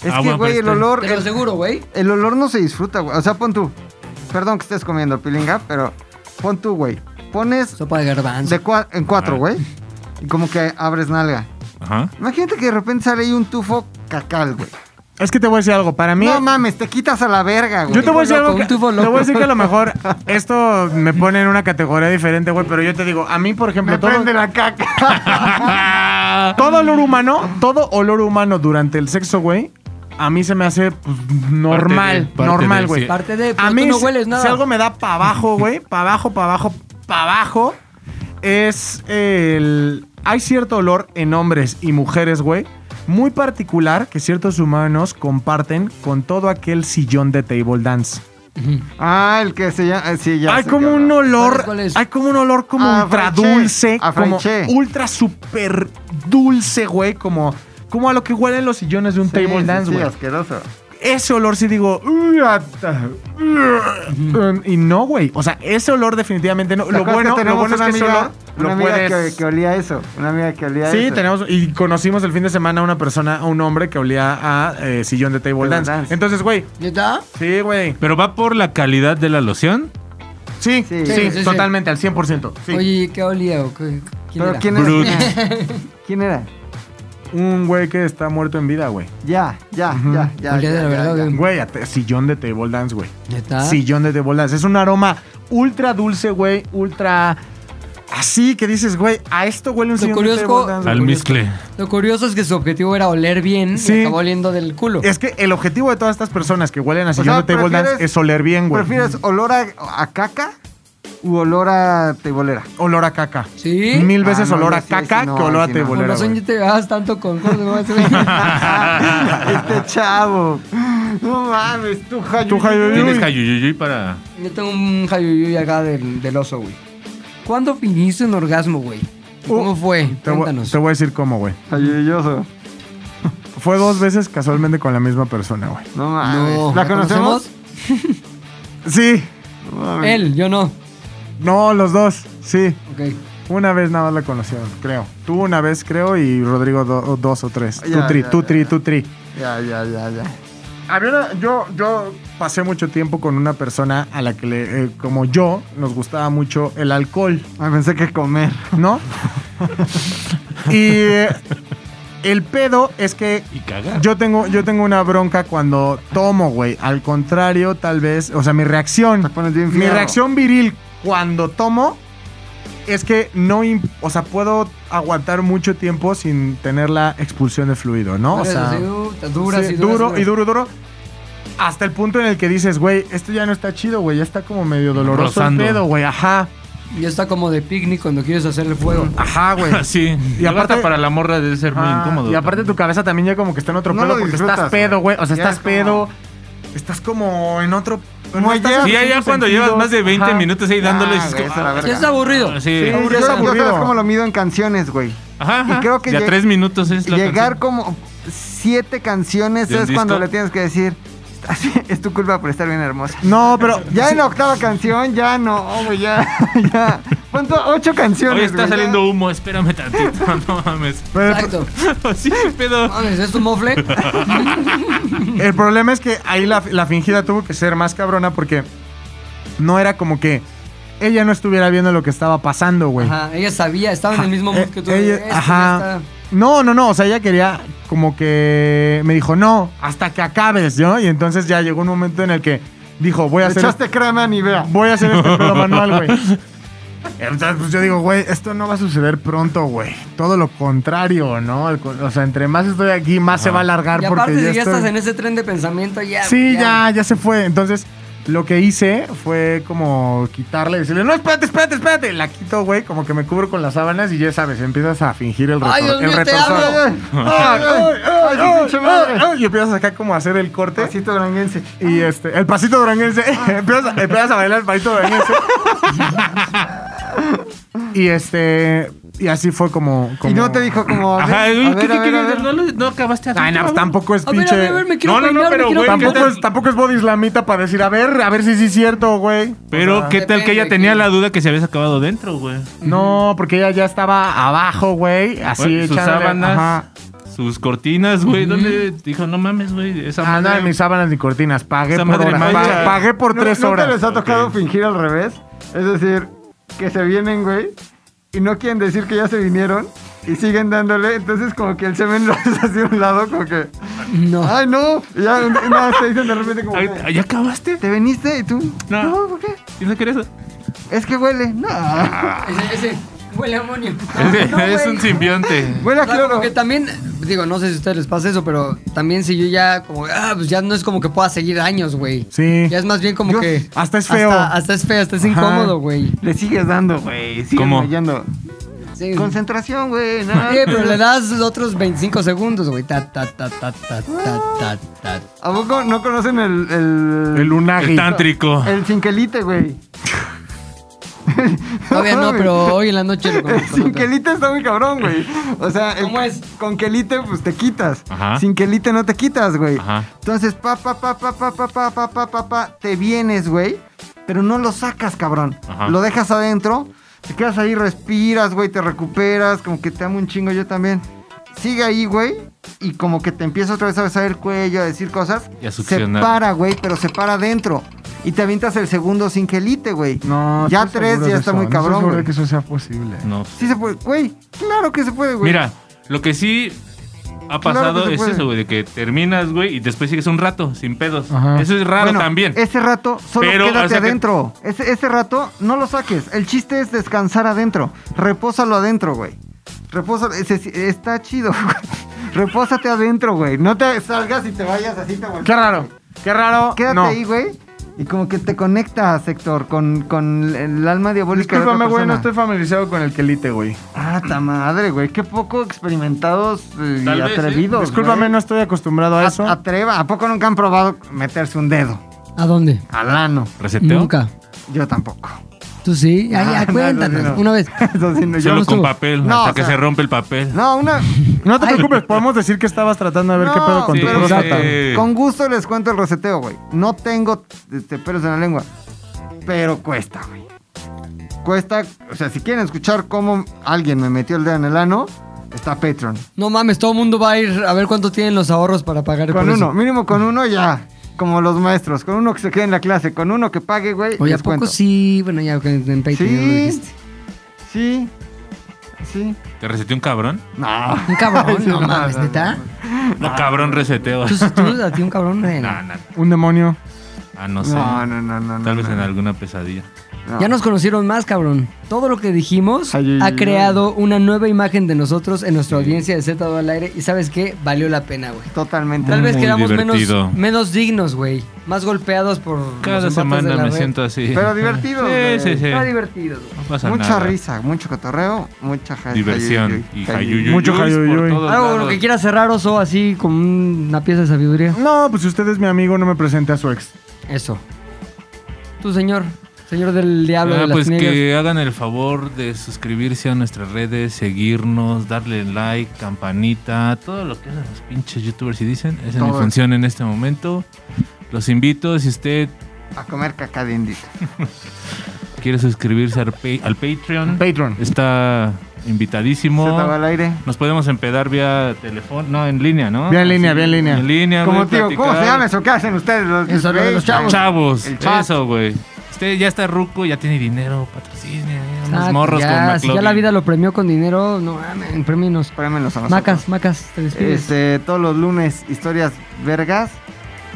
[SPEAKER 5] Es
[SPEAKER 6] Ah,
[SPEAKER 5] que,
[SPEAKER 4] pues,
[SPEAKER 5] güey, el
[SPEAKER 6] bueno, pero este-
[SPEAKER 5] olor.
[SPEAKER 3] Te lo
[SPEAKER 5] El,
[SPEAKER 3] aseguro, güey.
[SPEAKER 5] el olor no se disfruta, güey. O sea, pon tú. Perdón que estés comiendo, pilinga, pero pon tú, güey. Pones
[SPEAKER 3] Sopa de garbanzo.
[SPEAKER 5] de cua- en cuatro,
[SPEAKER 6] Ah.
[SPEAKER 5] güey. Y como que abres nalga.
[SPEAKER 6] Ajá.
[SPEAKER 5] Imagínate que de repente sale ahí un tufo cacal, güey.
[SPEAKER 4] Es que te voy a decir algo. Para mí,
[SPEAKER 5] No mames, te quitas a la verga, güey.
[SPEAKER 4] Yo te voy a decir
[SPEAKER 3] loco,
[SPEAKER 4] algo. que-
[SPEAKER 3] un tubo
[SPEAKER 4] te
[SPEAKER 3] loco.
[SPEAKER 4] voy a decir que a lo mejor esto me pone en una categoría diferente, güey. Pero yo te digo, a mí, por ejemplo,
[SPEAKER 5] Me
[SPEAKER 4] todo,
[SPEAKER 5] prende la caca.
[SPEAKER 4] todo olor humano, todo olor humano durante el sexo, güey, a mí se me hace pues, normal,
[SPEAKER 6] de- parte
[SPEAKER 4] normal,
[SPEAKER 6] de-
[SPEAKER 4] güey.
[SPEAKER 6] sí.
[SPEAKER 3] Parte de, pero
[SPEAKER 4] A
[SPEAKER 3] tú
[SPEAKER 4] mí,
[SPEAKER 3] no
[SPEAKER 4] si-
[SPEAKER 3] hueles nada.
[SPEAKER 4] si algo me da para abajo, güey, para abajo, para abajo, para abajo, es el... Hay cierto olor en hombres y mujeres, güey, muy particular que ciertos humanos comparten con todo aquel sillón de table dance.
[SPEAKER 5] ah, el que se llama. eh, sí, ya
[SPEAKER 4] hay
[SPEAKER 5] sé
[SPEAKER 4] como
[SPEAKER 5] qué
[SPEAKER 4] un
[SPEAKER 5] olor.
[SPEAKER 4] olor,
[SPEAKER 3] ¿Cuál es, cuál es?
[SPEAKER 4] hay como un olor como
[SPEAKER 5] A
[SPEAKER 4] ultra
[SPEAKER 5] Franché,
[SPEAKER 4] dulce,
[SPEAKER 5] a
[SPEAKER 4] como
[SPEAKER 5] Franché.
[SPEAKER 4] ultra super dulce, güey, como como a lo que huelen los sillones de un
[SPEAKER 5] Sí,
[SPEAKER 4] table
[SPEAKER 5] sí,
[SPEAKER 4] dance,
[SPEAKER 5] sí,
[SPEAKER 4] güey.
[SPEAKER 5] asqueroso.
[SPEAKER 4] ese olor sí digo, "Uy, ata, uy". Um, y no, güey, o sea, ese olor definitivamente no.
[SPEAKER 5] ¿Te
[SPEAKER 4] Lo
[SPEAKER 5] acuerdas
[SPEAKER 4] bueno,
[SPEAKER 5] este que
[SPEAKER 4] lo
[SPEAKER 5] tenemos
[SPEAKER 4] bueno es
[SPEAKER 5] una
[SPEAKER 4] que ese
[SPEAKER 5] amiga,
[SPEAKER 4] olor
[SPEAKER 5] una
[SPEAKER 4] lo
[SPEAKER 5] amiga
[SPEAKER 4] puedes
[SPEAKER 5] que, que olía eso. Una amiga que olía eso.
[SPEAKER 4] Sí, tenemos y conocimos el fin de semana a una persona, a un hombre que olía a eh, sillón de table
[SPEAKER 5] Table
[SPEAKER 4] dance.
[SPEAKER 5] dance.
[SPEAKER 4] Entonces, güey,
[SPEAKER 3] ¿Neta?
[SPEAKER 4] sí, güey.
[SPEAKER 6] Pero va por la calidad de la loción.
[SPEAKER 4] Sí,
[SPEAKER 5] Sí.
[SPEAKER 4] sí,
[SPEAKER 3] Sí, sí, sí.
[SPEAKER 4] totalmente al 100%. Sí.
[SPEAKER 3] Oye, ¿qué olía? o qué- ¿Quién
[SPEAKER 5] Pero
[SPEAKER 3] era?
[SPEAKER 5] ¿quién
[SPEAKER 6] Brut.
[SPEAKER 5] era? ¿Quién era?
[SPEAKER 4] Un güey que está muerto en vida, güey.
[SPEAKER 5] Ya, ya,
[SPEAKER 4] Ujú.
[SPEAKER 5] ya, ya.
[SPEAKER 3] Olía de la
[SPEAKER 5] ya, ya,
[SPEAKER 3] verdad,
[SPEAKER 5] ya.
[SPEAKER 3] güey.
[SPEAKER 4] Güey, a te- sillón de table dance, güey.
[SPEAKER 3] ¿Neta?
[SPEAKER 4] Sillón de table dance. Es un aroma ultra dulce, güey. Ultra. Así que dices, güey, a esto huele un
[SPEAKER 3] Lo
[SPEAKER 4] sillón de
[SPEAKER 3] curioso-
[SPEAKER 4] table dance.
[SPEAKER 6] Al
[SPEAKER 4] güey.
[SPEAKER 6] mezcle.
[SPEAKER 3] Lo curioso es que su objetivo era oler bien y
[SPEAKER 4] Sí.
[SPEAKER 3] acabó oliendo del culo.
[SPEAKER 4] Es que el objetivo de todas estas personas que huelen a sillón de
[SPEAKER 5] sea,
[SPEAKER 4] table dance
[SPEAKER 5] prefieres-
[SPEAKER 4] es oler bien, güey.
[SPEAKER 5] ¿Prefieres olor a, a caca u olor a tebolera?
[SPEAKER 4] Olor a caca.
[SPEAKER 3] ¿Sí?
[SPEAKER 4] Mil
[SPEAKER 5] Ah,
[SPEAKER 4] veces
[SPEAKER 5] no,
[SPEAKER 4] olor
[SPEAKER 5] no,
[SPEAKER 4] a
[SPEAKER 5] sí,
[SPEAKER 4] caca
[SPEAKER 5] sí, no,
[SPEAKER 4] que olor a
[SPEAKER 5] sí,
[SPEAKER 3] Por
[SPEAKER 5] no.
[SPEAKER 4] tebolera.
[SPEAKER 3] razón
[SPEAKER 4] güey.
[SPEAKER 3] yo te llevas tanto con cosas, güey.
[SPEAKER 4] Ah,
[SPEAKER 5] este chavo. No mames, tú, Jayo.
[SPEAKER 4] Tú, Jayo, yo-
[SPEAKER 6] Tienes cayuyuyuy para...
[SPEAKER 3] Yo tengo un jayuyuy acá del, del oso, güey. ¿Cuándo fingiste un orgasmo, güey? ¿Cómo fue?
[SPEAKER 4] Uh, Te voy,
[SPEAKER 3] Cuéntanos.
[SPEAKER 4] te voy a decir cómo, güey.
[SPEAKER 5] Jayoyoso.
[SPEAKER 4] Fue dos veces casualmente con la misma persona, güey.
[SPEAKER 5] No mames.
[SPEAKER 3] No,
[SPEAKER 5] ¿La conocemos?
[SPEAKER 4] Sí.
[SPEAKER 5] No mames.
[SPEAKER 3] Él, yo no.
[SPEAKER 4] No, los dos. Sí.
[SPEAKER 3] Ok.
[SPEAKER 4] Una vez nada más la conocieron, creo. Tú una vez, creo, y Rodrigo do- dos o tres.
[SPEAKER 5] Ya,
[SPEAKER 4] tú tri,
[SPEAKER 5] ya,
[SPEAKER 4] tú
[SPEAKER 5] ya,
[SPEAKER 4] tri,
[SPEAKER 5] ya.
[SPEAKER 4] tú tri.
[SPEAKER 5] Ya, ya, ya, ya.
[SPEAKER 4] Había una- yo, yo pasé mucho tiempo con una persona a la que, le- eh, como yo, nos gustaba mucho el alcohol,
[SPEAKER 5] Ay, pensé que comer.
[SPEAKER 4] ¿no? y eh, el pedo es que
[SPEAKER 6] Y cagar.
[SPEAKER 4] yo tengo, yo tengo una bronca cuando tomo, güey. Al contrario, tal vez, o sea, mi reacción...
[SPEAKER 5] Te pones bien
[SPEAKER 4] Mi
[SPEAKER 5] fierro.
[SPEAKER 4] reacción viril cuando tomo es que no, im- o sea, puedo aguantar mucho tiempo sin tener la expulsión de fluido, ¿no? O
[SPEAKER 3] Pero
[SPEAKER 4] sea,
[SPEAKER 3] así, uh, te duras
[SPEAKER 4] sí,
[SPEAKER 3] y duras,
[SPEAKER 4] duro
[SPEAKER 3] güey.
[SPEAKER 4] y duro, duro. Hasta el punto en el que dices, güey, esto ya no está chido, güey, ya está como medio doloroso
[SPEAKER 6] Rozando.
[SPEAKER 4] el pedo, güey, ajá,
[SPEAKER 3] Y está como de picnic cuando quieres hacer el fuego.
[SPEAKER 4] ajá, güey.
[SPEAKER 6] Sí.
[SPEAKER 4] Y
[SPEAKER 6] Y
[SPEAKER 4] aparte-
[SPEAKER 6] aparte para la morra debe ser muy
[SPEAKER 4] Ah,
[SPEAKER 6] incómodo.
[SPEAKER 4] Y aparte tu cabeza también ya como que está en otro
[SPEAKER 5] No
[SPEAKER 4] pedo
[SPEAKER 5] lo
[SPEAKER 4] porque
[SPEAKER 5] disfrutas,
[SPEAKER 4] estás pedo, güey, o sea,
[SPEAKER 5] Ya
[SPEAKER 4] estás
[SPEAKER 5] es como-
[SPEAKER 4] pedo, estás como en otro... no
[SPEAKER 5] Muelle.
[SPEAKER 4] estás en
[SPEAKER 6] Sí, ya,
[SPEAKER 4] tus
[SPEAKER 6] ya cuando
[SPEAKER 4] sentidos,
[SPEAKER 6] llevas más de 20
[SPEAKER 4] ajá.
[SPEAKER 6] minutos ahí dándole...
[SPEAKER 5] Ah,
[SPEAKER 6] es
[SPEAKER 5] güey,
[SPEAKER 6] como-
[SPEAKER 5] esa es la verga.
[SPEAKER 3] Sí, es aburrido.
[SPEAKER 6] Ah, sí.
[SPEAKER 4] Sí.
[SPEAKER 5] Yo,
[SPEAKER 4] Pobre,
[SPEAKER 5] yo
[SPEAKER 4] es
[SPEAKER 5] sabes
[SPEAKER 4] aburrido.
[SPEAKER 5] cómo lo mido en canciones, güey.
[SPEAKER 6] Ajá,
[SPEAKER 5] Y
[SPEAKER 6] ajá.
[SPEAKER 5] creo que
[SPEAKER 6] Ya
[SPEAKER 5] lleg-
[SPEAKER 6] tres minutos es la
[SPEAKER 5] Llegar
[SPEAKER 6] canción.
[SPEAKER 5] como siete canciones
[SPEAKER 6] ¿De un
[SPEAKER 5] es cuando
[SPEAKER 6] disco?
[SPEAKER 5] le tienes que decir, "Estás bien- es tu culpa por estar bien hermosa.
[SPEAKER 4] No, pero
[SPEAKER 5] Ya en la octava canción, ya no, güey, ya, ya. Ponte ocho canciones,
[SPEAKER 6] Hoy está
[SPEAKER 5] güey, ya.
[SPEAKER 6] saliendo humo, espérame tantito. No mames.
[SPEAKER 3] Exacto.
[SPEAKER 6] Sí, qué pedo.
[SPEAKER 3] Mames, ¿es tu mofle?
[SPEAKER 4] El problema es que ahí la, la fingida tuvo que ser más cabrona porque no era como que ella no estuviera viendo lo que estaba pasando, güey.
[SPEAKER 3] Ajá, ella sabía, estaba en el mismo mood
[SPEAKER 4] Eh,
[SPEAKER 3] que tú.
[SPEAKER 4] ella-
[SPEAKER 3] Este ya
[SPEAKER 4] ajá.
[SPEAKER 3] está-
[SPEAKER 4] No, no, no. O sea, ella quería como que me dijo, no, hasta que acabes, ¿no? Y entonces ya llegó un momento en el que dijo, voy a
[SPEAKER 5] Le
[SPEAKER 4] hacer.
[SPEAKER 5] echaste crema a Nivea.
[SPEAKER 4] Voy a hacer este pedo manual, güey. Entonces, pues yo digo, güey, esto no va a suceder pronto, güey. Todo lo contrario, ¿no? Al co- O sea, entre más estoy aquí, más se va a alargar
[SPEAKER 3] Y
[SPEAKER 4] porque
[SPEAKER 3] aparte,
[SPEAKER 4] ya
[SPEAKER 3] si ya
[SPEAKER 4] estoy-
[SPEAKER 3] estás en ese tren de pensamiento, Ah, ya.
[SPEAKER 4] Sí, ya, ya se fue. Entonces, lo que hice fue como quitarle y decirle, no, espérate, espérate, espérate. La quito, güey, como que me cubro con las sábanas y ya sabes, empiezas a fingir el, retor
[SPEAKER 3] Ay, Dios
[SPEAKER 4] el
[SPEAKER 3] mío, te
[SPEAKER 4] retorso.
[SPEAKER 3] hablo.
[SPEAKER 4] Ay, ay, ay,
[SPEAKER 5] Ay, pinche madre.
[SPEAKER 4] ay, ay, Y empiezas acá como a hacer el corte.
[SPEAKER 5] Pasito duranguense.
[SPEAKER 4] Y este, el pasito duranguense. empiezas, empiezas a bailar el pasito duranguense. y este, y así fue como. como-
[SPEAKER 5] Y no te dijo como. a ver,
[SPEAKER 6] Ajá,
[SPEAKER 5] a
[SPEAKER 6] güey,
[SPEAKER 5] ver,
[SPEAKER 6] ¿qué te
[SPEAKER 5] a ver, a
[SPEAKER 6] quieres?
[SPEAKER 5] ver.
[SPEAKER 6] No, no, no acabaste a
[SPEAKER 4] Ay, no, pues tampoco es
[SPEAKER 3] A ver, a
[SPEAKER 4] pinche.
[SPEAKER 3] ver, a ver, me quiero
[SPEAKER 6] No, no, no,
[SPEAKER 3] peinar, me
[SPEAKER 6] pero,
[SPEAKER 3] quiero
[SPEAKER 6] güey,
[SPEAKER 3] peinar.
[SPEAKER 4] Tampoco es, tampoco es body islamita para decir, a ver, a ver si sí es cierto, güey.
[SPEAKER 6] Pero, ¿qué tal que ella
[SPEAKER 3] depende,
[SPEAKER 6] tenía
[SPEAKER 3] güey.
[SPEAKER 6] la duda que se habías acabado dentro, güey?
[SPEAKER 4] No, porque ella ya estaba abajo, güey. Así
[SPEAKER 6] Güey, sus
[SPEAKER 4] echándole-
[SPEAKER 6] sábanas,
[SPEAKER 4] Ajá.
[SPEAKER 6] sus cortinas, güey. ¿Dónde? Dijo, no mames, güey. Esa
[SPEAKER 4] Ah, nada,
[SPEAKER 6] madre-
[SPEAKER 4] mis sábanas ni cortinas. Pagué
[SPEAKER 6] Esa
[SPEAKER 4] por
[SPEAKER 6] madre
[SPEAKER 4] horas. Pa-
[SPEAKER 6] mancha.
[SPEAKER 4] pagué por
[SPEAKER 5] ¿Nu-
[SPEAKER 4] tres
[SPEAKER 5] ¿Nunca
[SPEAKER 4] horas.
[SPEAKER 5] les ha tocado fingir al revés? Es decir, que se vienen, güey, y no quieren decir que ya se vinieron y siguen dándole. Entonces, como que el semen lo hace así a un lado, como que.
[SPEAKER 3] No.
[SPEAKER 5] ¡Ay, no! Y ya nada, se dicen de repente como.
[SPEAKER 6] Ay, ¿Ya acabaste?
[SPEAKER 5] ¿Te viniste? ¿Y tú?
[SPEAKER 6] No.
[SPEAKER 5] ¿por qué?
[SPEAKER 6] ¿Piensa que eres?
[SPEAKER 5] Es que huele. No.
[SPEAKER 4] Ah.
[SPEAKER 3] Ese, ese huele a amonio.
[SPEAKER 6] Es,
[SPEAKER 3] No,
[SPEAKER 6] es
[SPEAKER 3] güey.
[SPEAKER 6] un simbionte.
[SPEAKER 5] Huele
[SPEAKER 3] O
[SPEAKER 5] a
[SPEAKER 3] sea,
[SPEAKER 5] cloro.
[SPEAKER 3] como que también, digo, no sé si a ustedes les pasa eso, pero también si yo ya, como, ah, pues ya no es como que pueda seguir años, güey.
[SPEAKER 4] Sí.
[SPEAKER 3] Ya es más bien como
[SPEAKER 5] Yo-
[SPEAKER 3] que.
[SPEAKER 4] hasta es feo.
[SPEAKER 3] Hasta, hasta es feo, hasta es
[SPEAKER 4] Ajá.
[SPEAKER 3] incómodo, güey.
[SPEAKER 5] Le sigues dando, güey. sigues
[SPEAKER 6] ¿Cómo?
[SPEAKER 5] mayando.
[SPEAKER 3] Sí.
[SPEAKER 5] Concentración, güey. nada.
[SPEAKER 3] Sí, Eh, pero le das otros 25 segundos, güey. Ta, ta, ta, ta, ta, ta, ta, ta.
[SPEAKER 5] ¿A poco no conocen el. El,
[SPEAKER 4] El unagi.
[SPEAKER 6] El tántrico.
[SPEAKER 5] el cinquelite, güey?
[SPEAKER 3] Todavía no, pero hoy en la noche lo
[SPEAKER 5] El
[SPEAKER 3] comemos con
[SPEAKER 5] sin
[SPEAKER 3] otro.
[SPEAKER 5] quelite está muy cabrón, güey. O sea, el-
[SPEAKER 3] ¿Cómo es?
[SPEAKER 5] con quelite, pues te quitas.
[SPEAKER 6] Ajá.
[SPEAKER 5] Sin quelite no te quitas, güey.
[SPEAKER 6] Ajá.
[SPEAKER 5] Entonces, pa, pa, pa, pa, pa, pa, pa, pa, pa, pa, pa, te vienes, güey. Pero no lo sacas, cabrón.
[SPEAKER 6] Ajá.
[SPEAKER 5] Lo dejas adentro. Te quedas ahí, respiras, güey, te recuperas. Como que te amo un chingo yo también. Sigue ahí, güey. Y como que te empieza otra vez a besar el cuello, a decir cosas.
[SPEAKER 6] Y a
[SPEAKER 5] se
[SPEAKER 6] succionar.
[SPEAKER 5] para, güey, pero se para adentro. Y te avientas el segundo sin quelite, güey.
[SPEAKER 4] No,
[SPEAKER 5] Ya
[SPEAKER 4] estoy
[SPEAKER 5] tres,
[SPEAKER 4] seguro
[SPEAKER 5] ya
[SPEAKER 4] de
[SPEAKER 5] está
[SPEAKER 4] eso.
[SPEAKER 5] muy
[SPEAKER 4] No estoy
[SPEAKER 5] cabrón,
[SPEAKER 4] seguro de
[SPEAKER 5] güey.
[SPEAKER 4] que eso sea posible.
[SPEAKER 6] No.
[SPEAKER 5] Sí se puede, güey. Claro que se puede, güey.
[SPEAKER 6] Mira, lo que sí ha pasado
[SPEAKER 5] que se
[SPEAKER 6] es
[SPEAKER 5] puede.
[SPEAKER 6] eso, güey, de que terminas, güey, y después sigues un rato, sin pedos.
[SPEAKER 4] Ajá.
[SPEAKER 6] Eso es raro
[SPEAKER 5] Bueno,
[SPEAKER 6] también.
[SPEAKER 5] Ese rato solo
[SPEAKER 6] Pero,
[SPEAKER 5] quédate
[SPEAKER 6] o sea que-
[SPEAKER 5] adentro. Ese, ese rato no lo saques. El chiste es descansar adentro. Repósalo adentro, güey. Repósalo. ese sí- está chido, güey. Repósate adentro, güey. No te salgas y te vayas así, te
[SPEAKER 4] Qué
[SPEAKER 5] volteas.
[SPEAKER 4] raro. Qué raro.
[SPEAKER 5] Quédate
[SPEAKER 4] No.
[SPEAKER 5] ahí, güey. Y como que te conectas, Héctor, con, con el alma diabólica de
[SPEAKER 4] Discúlpame,
[SPEAKER 5] otra
[SPEAKER 4] güey, no estoy
[SPEAKER 5] persona.
[SPEAKER 4] familiarizado con el quelite, güey.
[SPEAKER 5] Ah, ta madre, güey. Qué poco experimentados eh,
[SPEAKER 6] Tal
[SPEAKER 5] y
[SPEAKER 6] vez, ¿eh?
[SPEAKER 5] atrevidos,
[SPEAKER 4] Discúlpame,
[SPEAKER 5] güey.
[SPEAKER 4] no estoy acostumbrado a
[SPEAKER 5] A-
[SPEAKER 4] eso.
[SPEAKER 5] Atreva. ¿A poco nunca han probado meterse un dedo?
[SPEAKER 3] ¿A dónde?
[SPEAKER 5] Al ano.
[SPEAKER 6] ¿Reseteo?
[SPEAKER 3] Nunca.
[SPEAKER 5] Yo tampoco.
[SPEAKER 3] Tú sí. Ay,
[SPEAKER 5] Ah,
[SPEAKER 3] ya,
[SPEAKER 5] no,
[SPEAKER 3] cuéntanos.
[SPEAKER 5] no, no.
[SPEAKER 3] Una vez.
[SPEAKER 5] Eso sí, no, yo no
[SPEAKER 6] Solo con
[SPEAKER 5] estuve.
[SPEAKER 6] papel,
[SPEAKER 5] No,
[SPEAKER 6] hasta
[SPEAKER 5] o
[SPEAKER 6] que
[SPEAKER 5] sea,
[SPEAKER 6] se rompe el papel.
[SPEAKER 5] No, una.
[SPEAKER 4] No te
[SPEAKER 3] Ay.
[SPEAKER 4] preocupes, podemos decir que estabas tratando de ver qué
[SPEAKER 5] No,
[SPEAKER 4] pedo con
[SPEAKER 5] sí,
[SPEAKER 4] tu
[SPEAKER 5] pero
[SPEAKER 4] próstata.
[SPEAKER 6] sí.
[SPEAKER 5] Con gusto les cuento el reseteo, güey. No tengo este, pelos en la lengua. Pero cuesta, güey. Cuesta. O sea, si quieren escuchar cómo alguien me metió el dedo en el ano, está Patreon.
[SPEAKER 3] No mames, todo el mundo va a ir a ver cuánto tienen los ahorros para pagar
[SPEAKER 5] Con
[SPEAKER 3] por eso.
[SPEAKER 5] uno, mínimo con uno ya. Como los maestros. Con uno que se quede en la clase. Con uno que pague, güey.
[SPEAKER 3] Oye, ¿a
[SPEAKER 5] les
[SPEAKER 3] poco
[SPEAKER 5] cuento.
[SPEAKER 3] sí? Bueno, ya que en Patreon ya lo
[SPEAKER 5] Sí.
[SPEAKER 3] dijiste.
[SPEAKER 5] Sí. Sí.
[SPEAKER 6] ¿Te reseteó un cabrón?
[SPEAKER 5] No.
[SPEAKER 3] Un cabrón, no
[SPEAKER 5] no,
[SPEAKER 3] mames,
[SPEAKER 5] no,
[SPEAKER 3] neta.
[SPEAKER 6] No,
[SPEAKER 5] Ah.
[SPEAKER 6] cabrón reseteo.
[SPEAKER 3] ¿Tú, tú a ti un cabrón? eh, no.
[SPEAKER 6] No, no, no.
[SPEAKER 4] Un demonio.
[SPEAKER 6] Ah, no sé.
[SPEAKER 5] No, no, no, no. no,
[SPEAKER 6] Tal vez
[SPEAKER 5] no,
[SPEAKER 6] en
[SPEAKER 5] no.
[SPEAKER 6] alguna pesadilla.
[SPEAKER 5] No.
[SPEAKER 3] Ya nos conocieron más, cabrón. Todo lo que dijimos
[SPEAKER 5] Ay, ay,
[SPEAKER 3] ha
[SPEAKER 5] ay.
[SPEAKER 3] creado una nueva imagen de nosotros en nuestra audiencia de Z al aire. Y sabes qué? Valió la pena, güey.
[SPEAKER 5] Totalmente.
[SPEAKER 3] Tal vez
[SPEAKER 6] Muy
[SPEAKER 3] quedamos
[SPEAKER 6] divertido.
[SPEAKER 3] menos, menos dignos, güey. Más golpeados por. los
[SPEAKER 6] Cada
[SPEAKER 3] embates de
[SPEAKER 6] semana
[SPEAKER 3] la
[SPEAKER 6] me
[SPEAKER 3] red.
[SPEAKER 6] siento así.
[SPEAKER 5] Pero divertido. güey.
[SPEAKER 6] Sí, sí, sí.
[SPEAKER 3] Está divertido, güey.
[SPEAKER 6] No pasa
[SPEAKER 5] mucha
[SPEAKER 6] nada.
[SPEAKER 5] risa, mucho cotorreo, mucha ja-
[SPEAKER 6] Diversión.
[SPEAKER 5] jayuyuy,
[SPEAKER 6] Y
[SPEAKER 5] jayuyuy.
[SPEAKER 6] jayuyuyuy
[SPEAKER 4] Mucho
[SPEAKER 6] por
[SPEAKER 4] jayuyuy.
[SPEAKER 6] todos
[SPEAKER 3] Algo con
[SPEAKER 6] lados.
[SPEAKER 3] lo que quiera cerrar, oso, así con una pieza de sabiduría.
[SPEAKER 4] No, pues si usted es mi amigo, no me presente a su ex.
[SPEAKER 3] Eso. Tú, señor. Señor del diablo
[SPEAKER 6] Ah,
[SPEAKER 3] de las
[SPEAKER 6] pues
[SPEAKER 3] negras.
[SPEAKER 6] que hagan el favor de suscribirse a nuestras redes, seguirnos, darle like, campanita, todo lo que hacen los pinches youtubers y dicen. Esa es mi
[SPEAKER 5] Todo.
[SPEAKER 6] función en este momento. Los invito, si usted
[SPEAKER 5] A comer caca de indito.
[SPEAKER 6] quiere suscribirse al, pa- al Patreon,
[SPEAKER 4] Patreon.
[SPEAKER 6] está
[SPEAKER 5] Se
[SPEAKER 6] invitadísimo.
[SPEAKER 5] estaba al aire.
[SPEAKER 6] Nos podemos empedar vía teléfono, no, en línea, ¿no?
[SPEAKER 4] Vía en línea, vía en línea.
[SPEAKER 6] En línea,
[SPEAKER 5] Como
[SPEAKER 6] güey,
[SPEAKER 5] tío, ¿cómo
[SPEAKER 6] platicar.
[SPEAKER 5] se llama eso? ¿Qué hacen ustedes? Los,
[SPEAKER 3] Eso, lo de los chavos.
[SPEAKER 6] Chavos,
[SPEAKER 5] El chat.
[SPEAKER 6] eso, güey. Usted ya está ruco, ya tiene dinero, patrocine, unos
[SPEAKER 3] Exacto,
[SPEAKER 6] morros
[SPEAKER 3] Ah, ya,
[SPEAKER 6] con
[SPEAKER 3] si ya
[SPEAKER 6] McLovin.
[SPEAKER 3] la vida lo premió con dinero, no mames, premios.
[SPEAKER 5] Espérenmelos a nosotros.
[SPEAKER 3] Macas, macas, te despides.
[SPEAKER 5] Este, todos los lunes, historias vergas.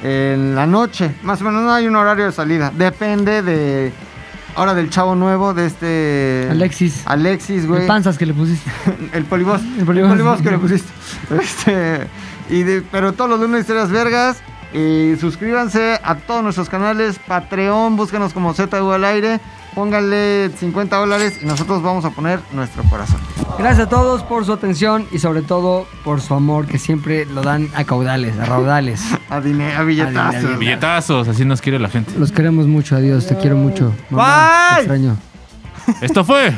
[SPEAKER 5] en la noche. Más o menos no hay un horario de salida. Depende de. Ahora del chavo nuevo, de este.
[SPEAKER 3] Alexis.
[SPEAKER 5] Alexis, güey.
[SPEAKER 3] El panzas que le pusiste.
[SPEAKER 5] El polibos.
[SPEAKER 3] El polibos.
[SPEAKER 5] que le pusiste. Este, y de- pero todos los lunes historias vergas. Y suscríbanse a todos nuestros canales. Patreon, búscanos como ZU al aire. Pónganle 50 dólares y nosotros vamos a poner nuestro corazón.
[SPEAKER 3] Gracias a todos por su atención y sobre todo por su amor que siempre lo dan a caudales, a raudales.
[SPEAKER 5] A dinero, a
[SPEAKER 3] A dinero,
[SPEAKER 5] billetazos.
[SPEAKER 6] Billetazos, así nos quiere la gente.
[SPEAKER 3] Los queremos mucho, adiós, te quiero mucho. Mamá, te extraño.
[SPEAKER 6] Esto fue.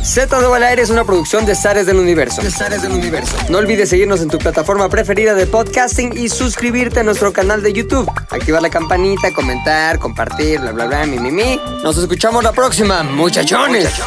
[SPEAKER 9] Z2 al aire es una producción de Zares del Universo.
[SPEAKER 2] del universo.
[SPEAKER 9] No olvides seguirnos en tu plataforma preferida de podcasting y suscribirte a nuestro canal de YouTube. Activar la campanita, comentar, compartir, bla, bla, bla, mi, mi, mi. Nos escuchamos la próxima, muchachones.